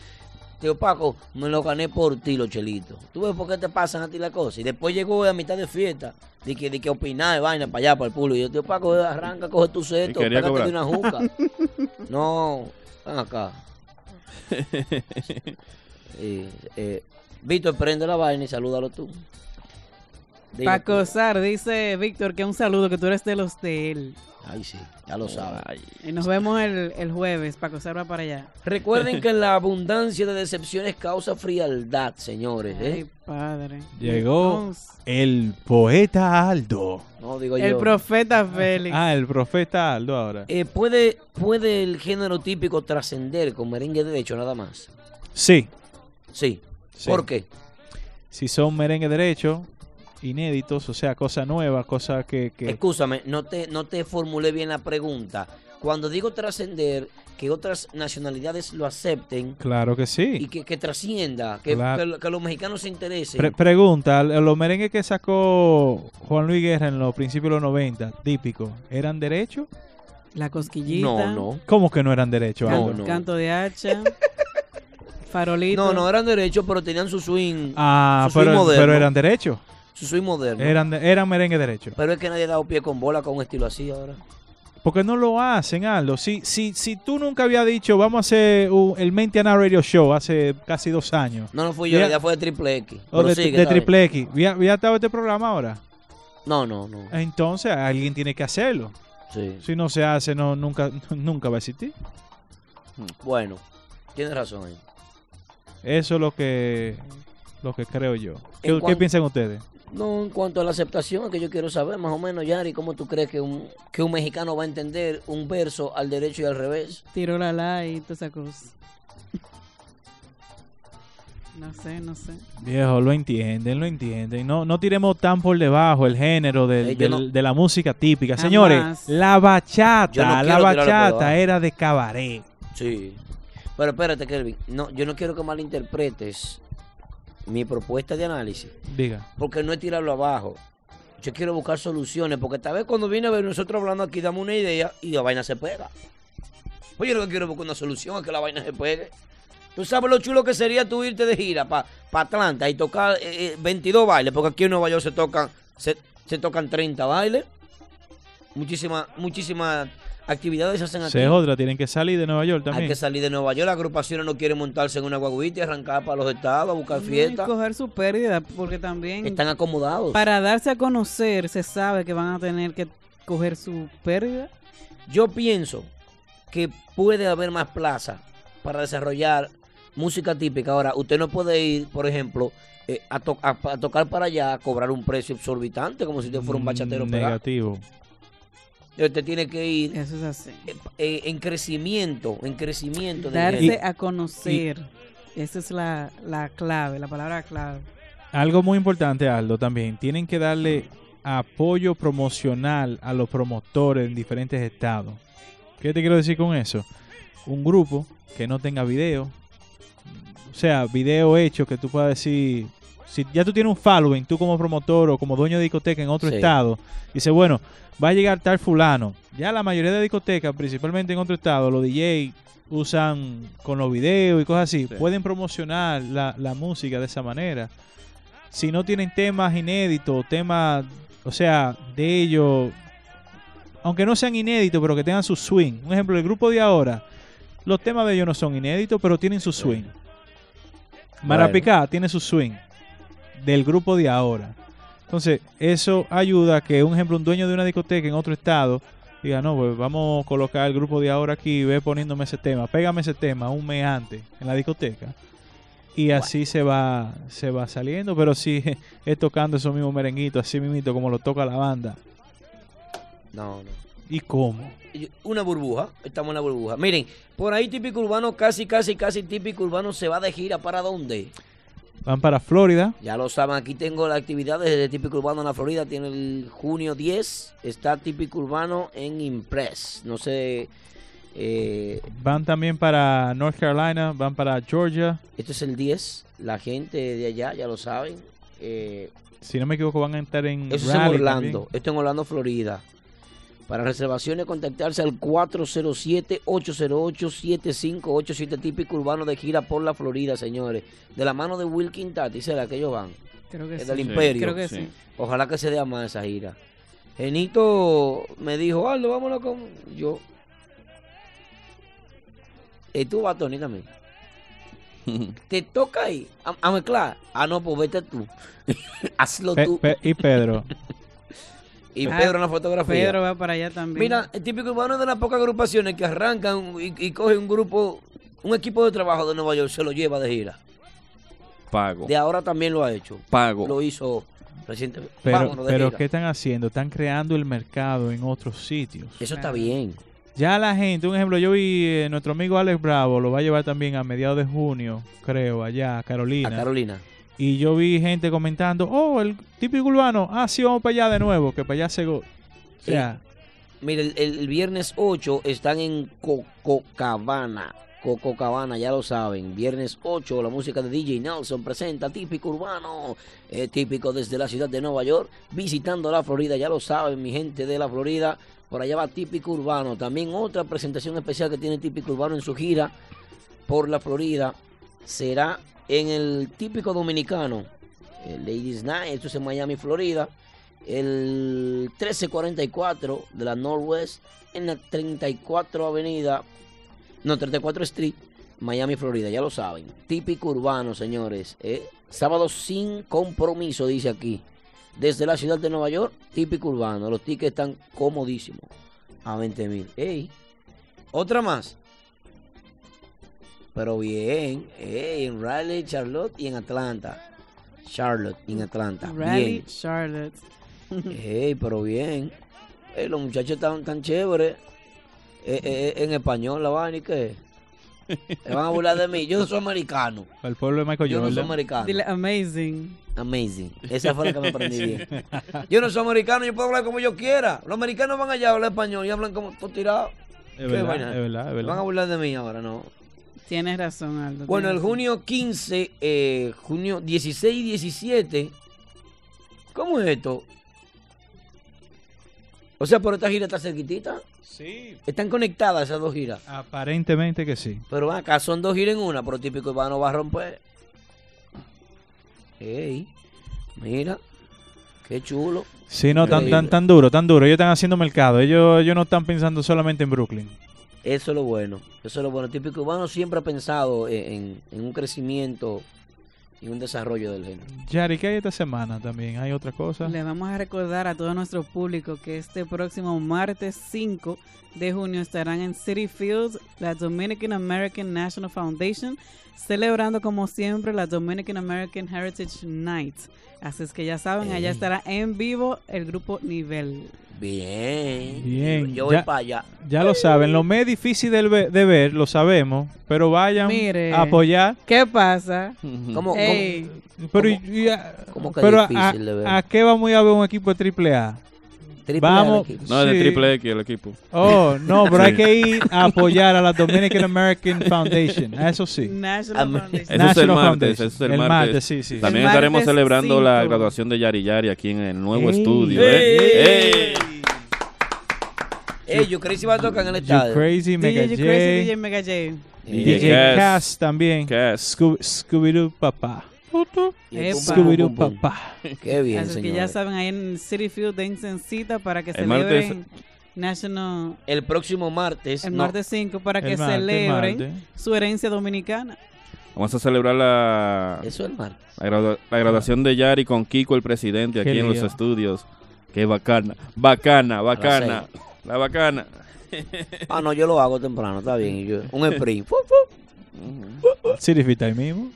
Speaker 5: Tío Paco, me lo gané por ti, los chelitos. ¿Tú ves por qué te pasan a ti la cosa? Y después llegó a mitad de fiesta. De que, de que opinar de vaina para allá, para el público. Y yo, tío Paco, arranca, coge tu seto,
Speaker 4: quería
Speaker 5: pégate de
Speaker 4: cobrar.
Speaker 5: una juca.
Speaker 4: *laughs*
Speaker 5: no, ven acá. Eh, eh, Víctor, prende la vaina y salúdalo tú. Dilo tú.
Speaker 7: Paco Sar dice Víctor que un saludo, que tú eres de los de él.
Speaker 5: Ay, sí, Ah, ya lo sabes.
Speaker 7: Y nos vemos el, el jueves. Paco Sar va para allá. *laughs*
Speaker 5: Recuerden que la abundancia de decepciones causa frialdad, señores. ¿eh?
Speaker 7: Padre.
Speaker 6: Llegó el poeta Aldo.
Speaker 5: No, digo
Speaker 7: El
Speaker 5: yo.
Speaker 7: profeta Félix.
Speaker 6: Ah, el profeta Aldo ahora.
Speaker 5: Eh, ¿puede, ¿Puede el género típico trascender con merengue derecho nada más?
Speaker 6: Sí.
Speaker 5: Sí.
Speaker 6: Sí.
Speaker 5: ¿Por qué?
Speaker 6: Si son merengue derecho, inéditos, o sea, cosa nueva, cosa que... que-
Speaker 5: Escúchame, no te, no te formulé bien la pregunta. Cuando digo trascender, que otras nacionalidades lo acepten
Speaker 6: Claro que sí.
Speaker 5: y que, que trascienda, que,
Speaker 6: Claro.
Speaker 5: que lo- que los mexicanos se interesen.
Speaker 6: Pre- pregunta, los merengues que sacó Juan Luis Guerra en los principios de los 90, típico, ¿eran derecho?
Speaker 7: La cosquillita.
Speaker 6: ¿Cómo que no eran derecho?
Speaker 7: Can-
Speaker 6: Aldo?
Speaker 7: Canto de hacha.
Speaker 6: *laughs*
Speaker 7: Farolito.
Speaker 5: no, no eran derechos, pero tenían su swing.
Speaker 6: Ah,
Speaker 5: su swing
Speaker 6: pero,
Speaker 5: moderno.
Speaker 6: pero eran derecho.
Speaker 5: Su swing moderno.
Speaker 6: Eran, de- eh. eran merengue derecho.
Speaker 5: Pero es que nadie ha dado pie con bola con un estilo así ahora.
Speaker 6: Porque no lo hacen, Aldo. Si, si, si tú nunca habías dicho, vamos a hacer un- el Mentiana Radio Show hace casi dos años.
Speaker 5: No, no fui yo,
Speaker 6: Ya-
Speaker 5: la idea fue de Triple X.
Speaker 6: O
Speaker 5: Pero
Speaker 6: Oh, de,
Speaker 5: sigue,
Speaker 6: de
Speaker 5: está bien.
Speaker 6: Triple X. ¿Había había estado este programa ahora?
Speaker 5: No, no, no.
Speaker 6: Entonces alguien tiene que hacerlo.
Speaker 5: Sí.
Speaker 6: Si no se hace, no nunca, *laughs* nunca va a existir.
Speaker 5: Bueno, tienes razón eh. ahí.
Speaker 6: Eso es lo que, lo que creo yo. ¿Qué,
Speaker 5: En
Speaker 6: qué
Speaker 5: cuan-
Speaker 6: piensan ustedes?
Speaker 5: No, en cuanto a la aceptación, es que yo quiero saber más o menos, Yari, cómo tú crees que un, que un mexicano va a entender un verso al derecho y al revés.
Speaker 7: Tiró la la y toda esa cosa. No sé, no sé.
Speaker 6: Viejo, lo entienden, lo entienden. No, no tiremos tan por debajo el género del-
Speaker 7: Eh, yo
Speaker 6: del-
Speaker 7: no-
Speaker 6: de la música típica.
Speaker 7: Jamás.
Speaker 6: Señores, la
Speaker 5: Yo no
Speaker 6: bachata,
Speaker 5: quiero
Speaker 6: la
Speaker 5: tirarla por debajo.
Speaker 6: bachata era de cabaret.
Speaker 5: Sí. Pero espérate, Kelvin. No, yo no quiero que malinterpretes mi propuesta de análisis.
Speaker 6: Diga.
Speaker 5: Porque no es tirarlo abajo. Yo quiero buscar soluciones. Porque tal vez cuando viene a ver nosotros hablando aquí, damos una idea y la vaina se pega. Pues yo lo que quiero es buscar una solución, es que la vaina se pegue. Tú sabes lo chulo que sería tú irte de gira para Atlanta y tocar eh, eh, 22 bailes, porque aquí en Nueva York se tocan, se, se tocan 30 bailes. Muchísimas, muchísimas actividades se hacen aquí.
Speaker 6: Esa es otra, tienen que salir de Nueva York
Speaker 5: Hay
Speaker 6: también.
Speaker 5: que salir de Nueva York, las agrupaciones no quieren montarse en una guaguita y arrancar para los estados a buscar fiestas.
Speaker 7: Y coger su pérdida, porque también
Speaker 5: Están acomodados.
Speaker 7: para darse a conocer se sabe que van a tener que coger su pérdida.
Speaker 5: Yo pienso que puede haber más plazas para desarrollar música típica. Ahora, usted no puede ir, por ejemplo, eh, a, to- a- a tocar para allá a cobrar un precio exorbitante, como si usted
Speaker 6: Mm,
Speaker 5: fuera un bachatero pegado.
Speaker 6: Negativo.
Speaker 5: Usted tiene que ir
Speaker 7: Eso es así.
Speaker 5: eh, eh, en crecimiento, en crecimiento. de
Speaker 7: Darse
Speaker 5: nivel.
Speaker 7: a conocer. Esa es la, la clave, la palabra clave.
Speaker 6: Algo muy importante, Aldo, también. Tienen que darle apoyo promocional a los promotores en diferentes estados. ¿Qué te quiero decir con eso? Un grupo que no tenga video. O sea, video hecho que tú puedas decir... Si ya tú tienes un following, tú como promotor o como dueño de discoteca en otro
Speaker 16: Sí.
Speaker 6: estado, dice, bueno, va a llegar tal fulano. Ya la mayoría de discotecas, principalmente en otro estado, los DJ usan con los videos y cosas así. Pueden promocionar la, la música de esa manera. Si no tienen temas inéditos, temas, o sea, de ellos, aunque no sean inéditos, pero que tengan su swing. Un ejemplo, el grupo de ahora, los temas de ellos no son inéditos, pero tienen su swing. Marapicá tiene su swing del grupo de ahora. Entonces, eso ayuda a que, un ejemplo, un dueño de una discoteca en otro estado diga, no, pues vamos a colocar el grupo de ahora aquí y ve poniéndome ese tema, pégame ese tema un mes antes en la discoteca. Y así se va se va saliendo, pero si *laughs* es tocando esos mismos merenguitos, así mismito como lo toca la banda.
Speaker 5: No, no.
Speaker 6: ¿Y cómo?
Speaker 5: Una burbuja, estamos en la burbuja. Miren, por ahí típico urbano, casi, casi, casi típico urbano se va de gira para dónde.
Speaker 6: Van para Florida.
Speaker 5: Ya lo saben, aquí tengo las actividades de Típico Urbano en la Florida. Tiene el junio 10, está Típico Urbano en Impress. No sé, eh,
Speaker 6: Van también para North Carolina, van para Georgia.
Speaker 5: esto es el 10, la gente de allá ya lo saben. Eh,
Speaker 6: Si no me equivoco, van a estar en
Speaker 5: eso es en
Speaker 6: Raleigh
Speaker 5: Orlando,
Speaker 6: también.
Speaker 5: esto en Orlando, Florida. Para reservaciones, contactarse al 407-808-7587 Típico Urbano de gira por la Florida, señores. De la mano de Wilkin Tati, será que ellos van.
Speaker 7: Creo que
Speaker 5: Es
Speaker 7: sí.
Speaker 5: del imperio.
Speaker 7: Creo que sí.
Speaker 5: Ojalá que se dé a más esa gira. Genito me dijo, Aldo, vámonos con... Yo... Y tú vas, Tony, también. *laughs* Te toca ahí a, a mezclar. Ah, no, pues vete tú. *laughs* Hazlo
Speaker 6: Pe-
Speaker 5: tú.
Speaker 6: Pe- y
Speaker 5: *laughs*
Speaker 6: Pedro.
Speaker 5: y
Speaker 7: Ah,
Speaker 5: Pedro en la fotografía.
Speaker 7: Pedro va para allá también.
Speaker 5: Mira, el típico urbano es de las pocas agrupaciones que arrancan y, y coge un grupo, un equipo de trabajo de Nueva York, se lo lleva de gira.
Speaker 4: Pago.
Speaker 5: De ahora también lo ha hecho.
Speaker 4: Pago.
Speaker 5: Lo hizo recientemente.
Speaker 6: Pero,
Speaker 5: Vámonos de
Speaker 6: pero
Speaker 5: gira.
Speaker 6: ¿qué están haciendo? Están creando el mercado en otros sitios.
Speaker 5: Eso está bien.
Speaker 6: Ya la gente, un ejemplo, yo vi eh, nuestro amigo Alex Bravo, lo va a llevar también a mediados de junio, creo, allá, a Carolina.
Speaker 5: A Carolina.
Speaker 6: Y yo vi gente comentando, oh, el típico urbano, ah, sí, vamos para allá de nuevo, que para allá se... go-". O sea,
Speaker 5: Mira, el, el- el viernes 8 están en Cococabana. Cococabana, ya lo saben. Viernes 8, la música de DJ Nelson presenta típico urbano, eh, típico desde la ciudad de Nueva York, visitando la Florida, ya lo saben, mi gente de la Florida. Por allá va típico urbano. También otra presentación especial que tiene típico urbano en su gira por la Florida será en el típico dominicano, el Ladies Night, esto es en Miami, Florida, el 1344 de la Northwest en la 34 Avenida, no, 34 Street, Miami, Florida, ya lo saben. Típico urbano, señores. ¿eh? Sábado sin compromiso, dice aquí. Desde la ciudad de Nueva York, típico urbano. Los tickets están comodísimos. A 20 mil. ¡Ey! Otra más. Pero bien, ey, en Raleigh, Charlotte y en Atlanta. Charlotte y en Atlanta.
Speaker 7: Raleigh,
Speaker 5: Bien.
Speaker 7: Charlotte.
Speaker 5: Ey, pero bien. Ey, Eh, los muchachos están tan chéveres. Eh, eh, eh, en español, la vaina y qué. Se van a burlar de mí. Yo no soy americano.
Speaker 6: para el pueblo de Michael
Speaker 5: Yo no soy
Speaker 6: Jordan.
Speaker 5: americano.
Speaker 7: Dile amazing.
Speaker 5: Amazing. Esa fue la que me aprendí bien. Yo no soy americano, yo puedo hablar como yo quiera. Los americanos van allá a hablar español y hablan como todo tirado. Qué
Speaker 6: verdad,
Speaker 5: vaina.
Speaker 6: es verdad, es verdad.
Speaker 5: Van a burlar de mí ahora, ¿no?
Speaker 7: Tienes razón, Aldo.
Speaker 5: Bueno, el
Speaker 7: tienes razón.
Speaker 5: junio 15, eh, junio 16 y 17. ¿Cómo es esto? O sea, pero esta gira está cerquitita.
Speaker 6: *laughs* Sí.
Speaker 5: Están conectadas esas dos giras.
Speaker 7: Ah.
Speaker 6: Aparentemente que sí.
Speaker 5: Pero ven acá son dos giras en una, pero típico Urbano va a romper. Ey, mira, qué chulo.
Speaker 6: Sí, no, tan, tan,
Speaker 5: Increíble.
Speaker 6: tan duro, tan duro. Ellos están haciendo mercado. Ellos, ellos no están pensando solamente en Brooklyn.
Speaker 5: Eso es lo bueno. Eso es lo bueno. Típico Urbano siempre ha pensado eh, en, en un crecimiento y un desarrollo del género.
Speaker 6: Yari, ¿qué hay esta semana también? ¿Hay otra cosa?
Speaker 7: Le vamos a recordar a todo nuestro público que este próximo martes 5 de junio estarán en City Fields la Dominican American National Foundation celebrando como siempre la Dominican American Heritage Night. Así es que ya saben, allá
Speaker 5: Ey.
Speaker 7: estará en vivo el grupo Nivel.
Speaker 5: Bien.
Speaker 6: Bien.
Speaker 5: Yo voy
Speaker 6: ya-
Speaker 5: para allá.
Speaker 6: Ya lo saben. Lo más difícil del ve- de, ver, lo sabemos. Pero vayan
Speaker 7: Mire.
Speaker 6: a apoyar.
Speaker 7: ¿Qué pasa?
Speaker 5: ¿Cómo-
Speaker 7: Ey.
Speaker 6: Pero, y- y a-
Speaker 5: cómo que
Speaker 6: pero ah, a,
Speaker 5: Oh, difícil de ver?
Speaker 6: ¿a qué vamos a ir a ver un equipo de triple A?
Speaker 5: Triple A el
Speaker 6: vamos,
Speaker 5: equipo.
Speaker 4: No, es de
Speaker 6: sí.
Speaker 4: triple X el equipo.
Speaker 6: Oh, no, pero hay
Speaker 4: Sí.
Speaker 6: que ir a apoyar a la Dominican American Foundation. a Eso sí.
Speaker 7: National Foundation.
Speaker 4: Eso es el
Speaker 6: National
Speaker 4: martes, eso
Speaker 6: Foundation.
Speaker 4: es el,
Speaker 6: El
Speaker 4: martes.
Speaker 6: martes, sí, sí.
Speaker 4: También
Speaker 6: El
Speaker 4: estaremos
Speaker 6: martes
Speaker 4: celebrando la
Speaker 6: cinco.
Speaker 4: graduación de Yari Yari aquí en el nuevo
Speaker 6: Ey.
Speaker 4: estudio.
Speaker 6: Ey.
Speaker 4: ¿eh? Ey.
Speaker 5: Ey, yo Crazy va a tocar en el
Speaker 6: You
Speaker 5: estadio.
Speaker 6: Crazy, Mega
Speaker 7: DJ
Speaker 6: J.
Speaker 7: Crazy, DJ Mega J.
Speaker 6: DJ
Speaker 4: Cass.
Speaker 6: Cass también. Scoo- Scooby-Doo Papá.
Speaker 7: Epa.
Speaker 6: Scooby-Doo Papá.
Speaker 5: Qué bien,
Speaker 7: Así que ya
Speaker 5: señores.
Speaker 7: saben, ahí en el City Field dense en cita para que
Speaker 5: El martes-
Speaker 7: celebren National
Speaker 5: El próximo martes.
Speaker 7: el
Speaker 5: no.
Speaker 7: martes 5 para
Speaker 5: El
Speaker 7: que
Speaker 5: martes,
Speaker 7: celebren
Speaker 5: martes.
Speaker 7: su herencia dominicana.
Speaker 4: Vamos a celebrar la,
Speaker 5: Eso es el martes.
Speaker 4: la, gradua- la graduación de Yari con Kiko, el presidente,
Speaker 6: Qué
Speaker 4: aquí en los
Speaker 6: lío.
Speaker 4: estudios. Qué bacana, bacana, bacana.
Speaker 5: seis.
Speaker 4: La bacana.
Speaker 5: Ah, no, yo lo hago temprano, está bien. y yo-
Speaker 6: *laughs*
Speaker 5: un sprint. fu, fu,
Speaker 6: City Fit ahí mismo.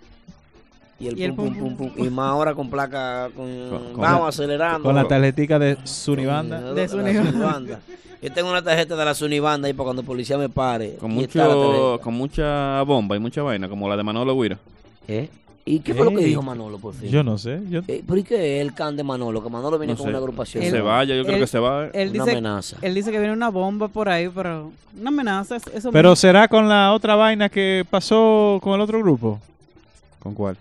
Speaker 5: y el,
Speaker 7: Y el
Speaker 5: pum, pum, pum, pum, Y más ahora con placa. Con,
Speaker 6: con
Speaker 5: vamos
Speaker 6: la-
Speaker 5: acelerando.
Speaker 6: Con la tarjetica de Sunibanda.
Speaker 5: De la
Speaker 7: Sunibanda.
Speaker 5: *laughs* Sunibanda. Yo tengo una tarjeta de la Sunibanda ahí para cuando el policía me pare.
Speaker 4: Con,
Speaker 5: Aquí está la
Speaker 4: mucho, con mucha bomba y mucha vaina, como la de Manolo Guira.
Speaker 5: ¿Eh? ¿Y qué fue lo que dijo Manolo, por fin?
Speaker 6: Yo no sé. Yo...
Speaker 5: Eh, ¿Pero y qué es el can de Manolo? Que Manolo viene
Speaker 4: No
Speaker 5: con
Speaker 4: sé.
Speaker 5: una agrupación.
Speaker 4: Que se vaya, yo creo que se va.
Speaker 7: Él
Speaker 5: Una
Speaker 7: dice,
Speaker 5: amenaza.
Speaker 7: Él dice que viene una bomba por ahí, pero una amenaza. es- Eso
Speaker 6: Pero
Speaker 7: mismo.
Speaker 6: será con la otra vaina que pasó con el otro grupo.
Speaker 4: ¿Con cuál?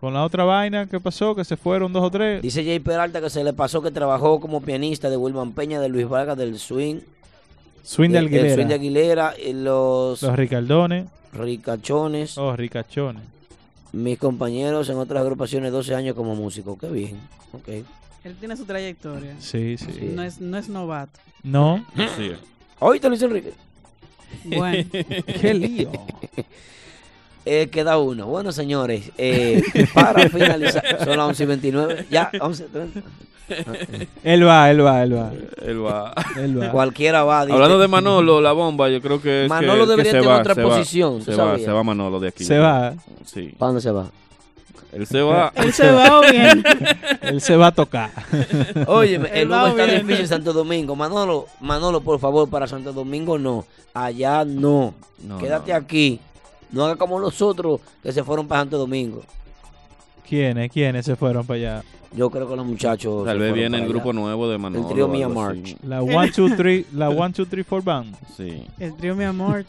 Speaker 6: Con la otra vaina que pasó, que se fueron dos o tres.
Speaker 5: Dice Jay Peralta que se le pasó que trabajó como pianista de Wilman Peña, de Luis Vargas, del Swing. Eh,
Speaker 6: Swing de
Speaker 5: El- El Swing de
Speaker 6: Aguilera.
Speaker 5: Aguilera, y los
Speaker 6: Los Ricardones.
Speaker 5: ricachones,
Speaker 6: Oh, ricachones.
Speaker 5: mis compañeros en otras agrupaciones 12 años como músico. Qué bien. ok.
Speaker 7: Él tiene su trayectoria.
Speaker 6: Sí, sí.
Speaker 7: No es, no es novato. *laughs*
Speaker 6: No.
Speaker 4: Así es.
Speaker 5: Hoy te lo hizo Enrique. *laughs*
Speaker 7: Bueno.
Speaker 6: *laughs* Qué lío.
Speaker 5: Eh, queda uno. Bueno, señores, eh, *laughs* para finalizar, son las 11 y 29. Ya, 11 y 30.
Speaker 6: Él va, él va, él va.
Speaker 4: Él va.
Speaker 6: Él va.
Speaker 5: Cualquiera va. Ah, dice.
Speaker 4: Hablando de Manolo, la bomba, yo creo que es
Speaker 5: Manolo
Speaker 4: que, que
Speaker 5: debería
Speaker 4: se
Speaker 5: tener
Speaker 4: va,
Speaker 5: otra
Speaker 4: se va,
Speaker 5: posición,
Speaker 4: se
Speaker 5: ¿tú
Speaker 4: va,
Speaker 5: sabías?
Speaker 4: se va Manolo de aquí.
Speaker 6: Se va.
Speaker 4: Sí.
Speaker 5: ¿Para dónde se va?
Speaker 4: Él se va.
Speaker 7: Él se va o bien.
Speaker 6: Él se va a tocar. *laughs*
Speaker 4: *laughs*
Speaker 5: Oye,
Speaker 7: Él
Speaker 5: el
Speaker 7: va
Speaker 5: Hugo está
Speaker 7: bien.
Speaker 5: difícil en Santo Domingo. Manolo, Manolo, por favor, para Santo Domingo no. Allá no.
Speaker 4: No,
Speaker 5: Quédate
Speaker 4: no.
Speaker 5: aquí. No hagas como nosotros que se fueron para Santo Domingo.
Speaker 6: ¿Quiénes? ¿Quiénes se fueron para allá?
Speaker 5: Yo creo que los muchachos.
Speaker 4: Tal
Speaker 5: se
Speaker 4: vez
Speaker 5: fueron
Speaker 4: viene
Speaker 5: para
Speaker 4: el
Speaker 5: allá.
Speaker 4: grupo nuevo de Manolo.
Speaker 5: El trío
Speaker 4: o
Speaker 5: Mia
Speaker 4: algo
Speaker 5: March.
Speaker 4: así.
Speaker 6: La 1, 2, 3, la 1, 2, 3, 4 band.
Speaker 4: Sí.
Speaker 7: El trío Mi Amor,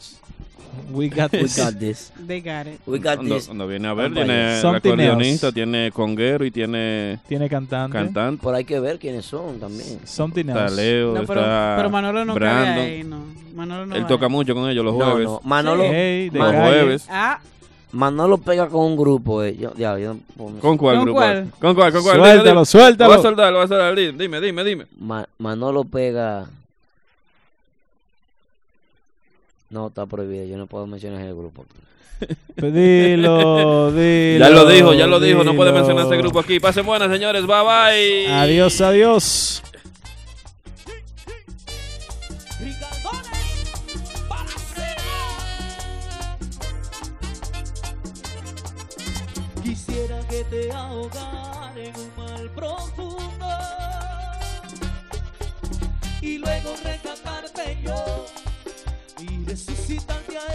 Speaker 6: We got
Speaker 5: We
Speaker 6: this.
Speaker 5: got this.
Speaker 7: they got it.
Speaker 5: We got
Speaker 4: Cuando,
Speaker 5: this.
Speaker 4: cuando viene a ver,
Speaker 5: Vamos allá.
Speaker 4: tiene el
Speaker 6: Something
Speaker 4: acordeonista,
Speaker 6: else.
Speaker 4: tiene conguero y tiene
Speaker 6: Tiene cantante.
Speaker 4: cantante.
Speaker 5: Por hay que ver quiénes son también.
Speaker 6: Something
Speaker 4: Está
Speaker 6: else.
Speaker 4: *laughs* Leo,
Speaker 7: No, pero,
Speaker 4: está
Speaker 7: pero Manolo no cabe
Speaker 4: Brandon.
Speaker 7: ahí, no. Manolo no
Speaker 4: Él
Speaker 7: va
Speaker 4: toca
Speaker 7: ahí.
Speaker 4: mucho con ellos los
Speaker 5: No,
Speaker 4: jueves.
Speaker 5: no. Manolo,
Speaker 6: Hey, de
Speaker 4: Los
Speaker 5: Manolo,
Speaker 6: calle.
Speaker 4: jueves.
Speaker 7: Ah,
Speaker 5: Manolo pega con un grupo. eh. Yo- ya, yo-
Speaker 4: ¿Con cuál
Speaker 7: ¿Con
Speaker 4: grupo?
Speaker 7: cuál?
Speaker 4: ¿Con cuál? ¿Con cuál? Dime,
Speaker 6: Suéltalo,
Speaker 4: dime. Lo
Speaker 6: suéltalo.
Speaker 4: voy a soltar, lo voy a soltar. Di- Dime, dime, dime.
Speaker 5: Ma- Manolo pega. No, está prohibido. Yo no puedo mencionar el grupo.
Speaker 6: Pues Dilo, dilo.
Speaker 4: Ya lo dijo, ya lo dijo. No puede
Speaker 6: dilo.
Speaker 4: mencionar ese grupo aquí. Pasen buenas, señores. Bye bye.
Speaker 6: Adiós, adiós.
Speaker 1: Quisiera que te ahogara en un mal profundo y luego rescatarte yo y resucitarte a él.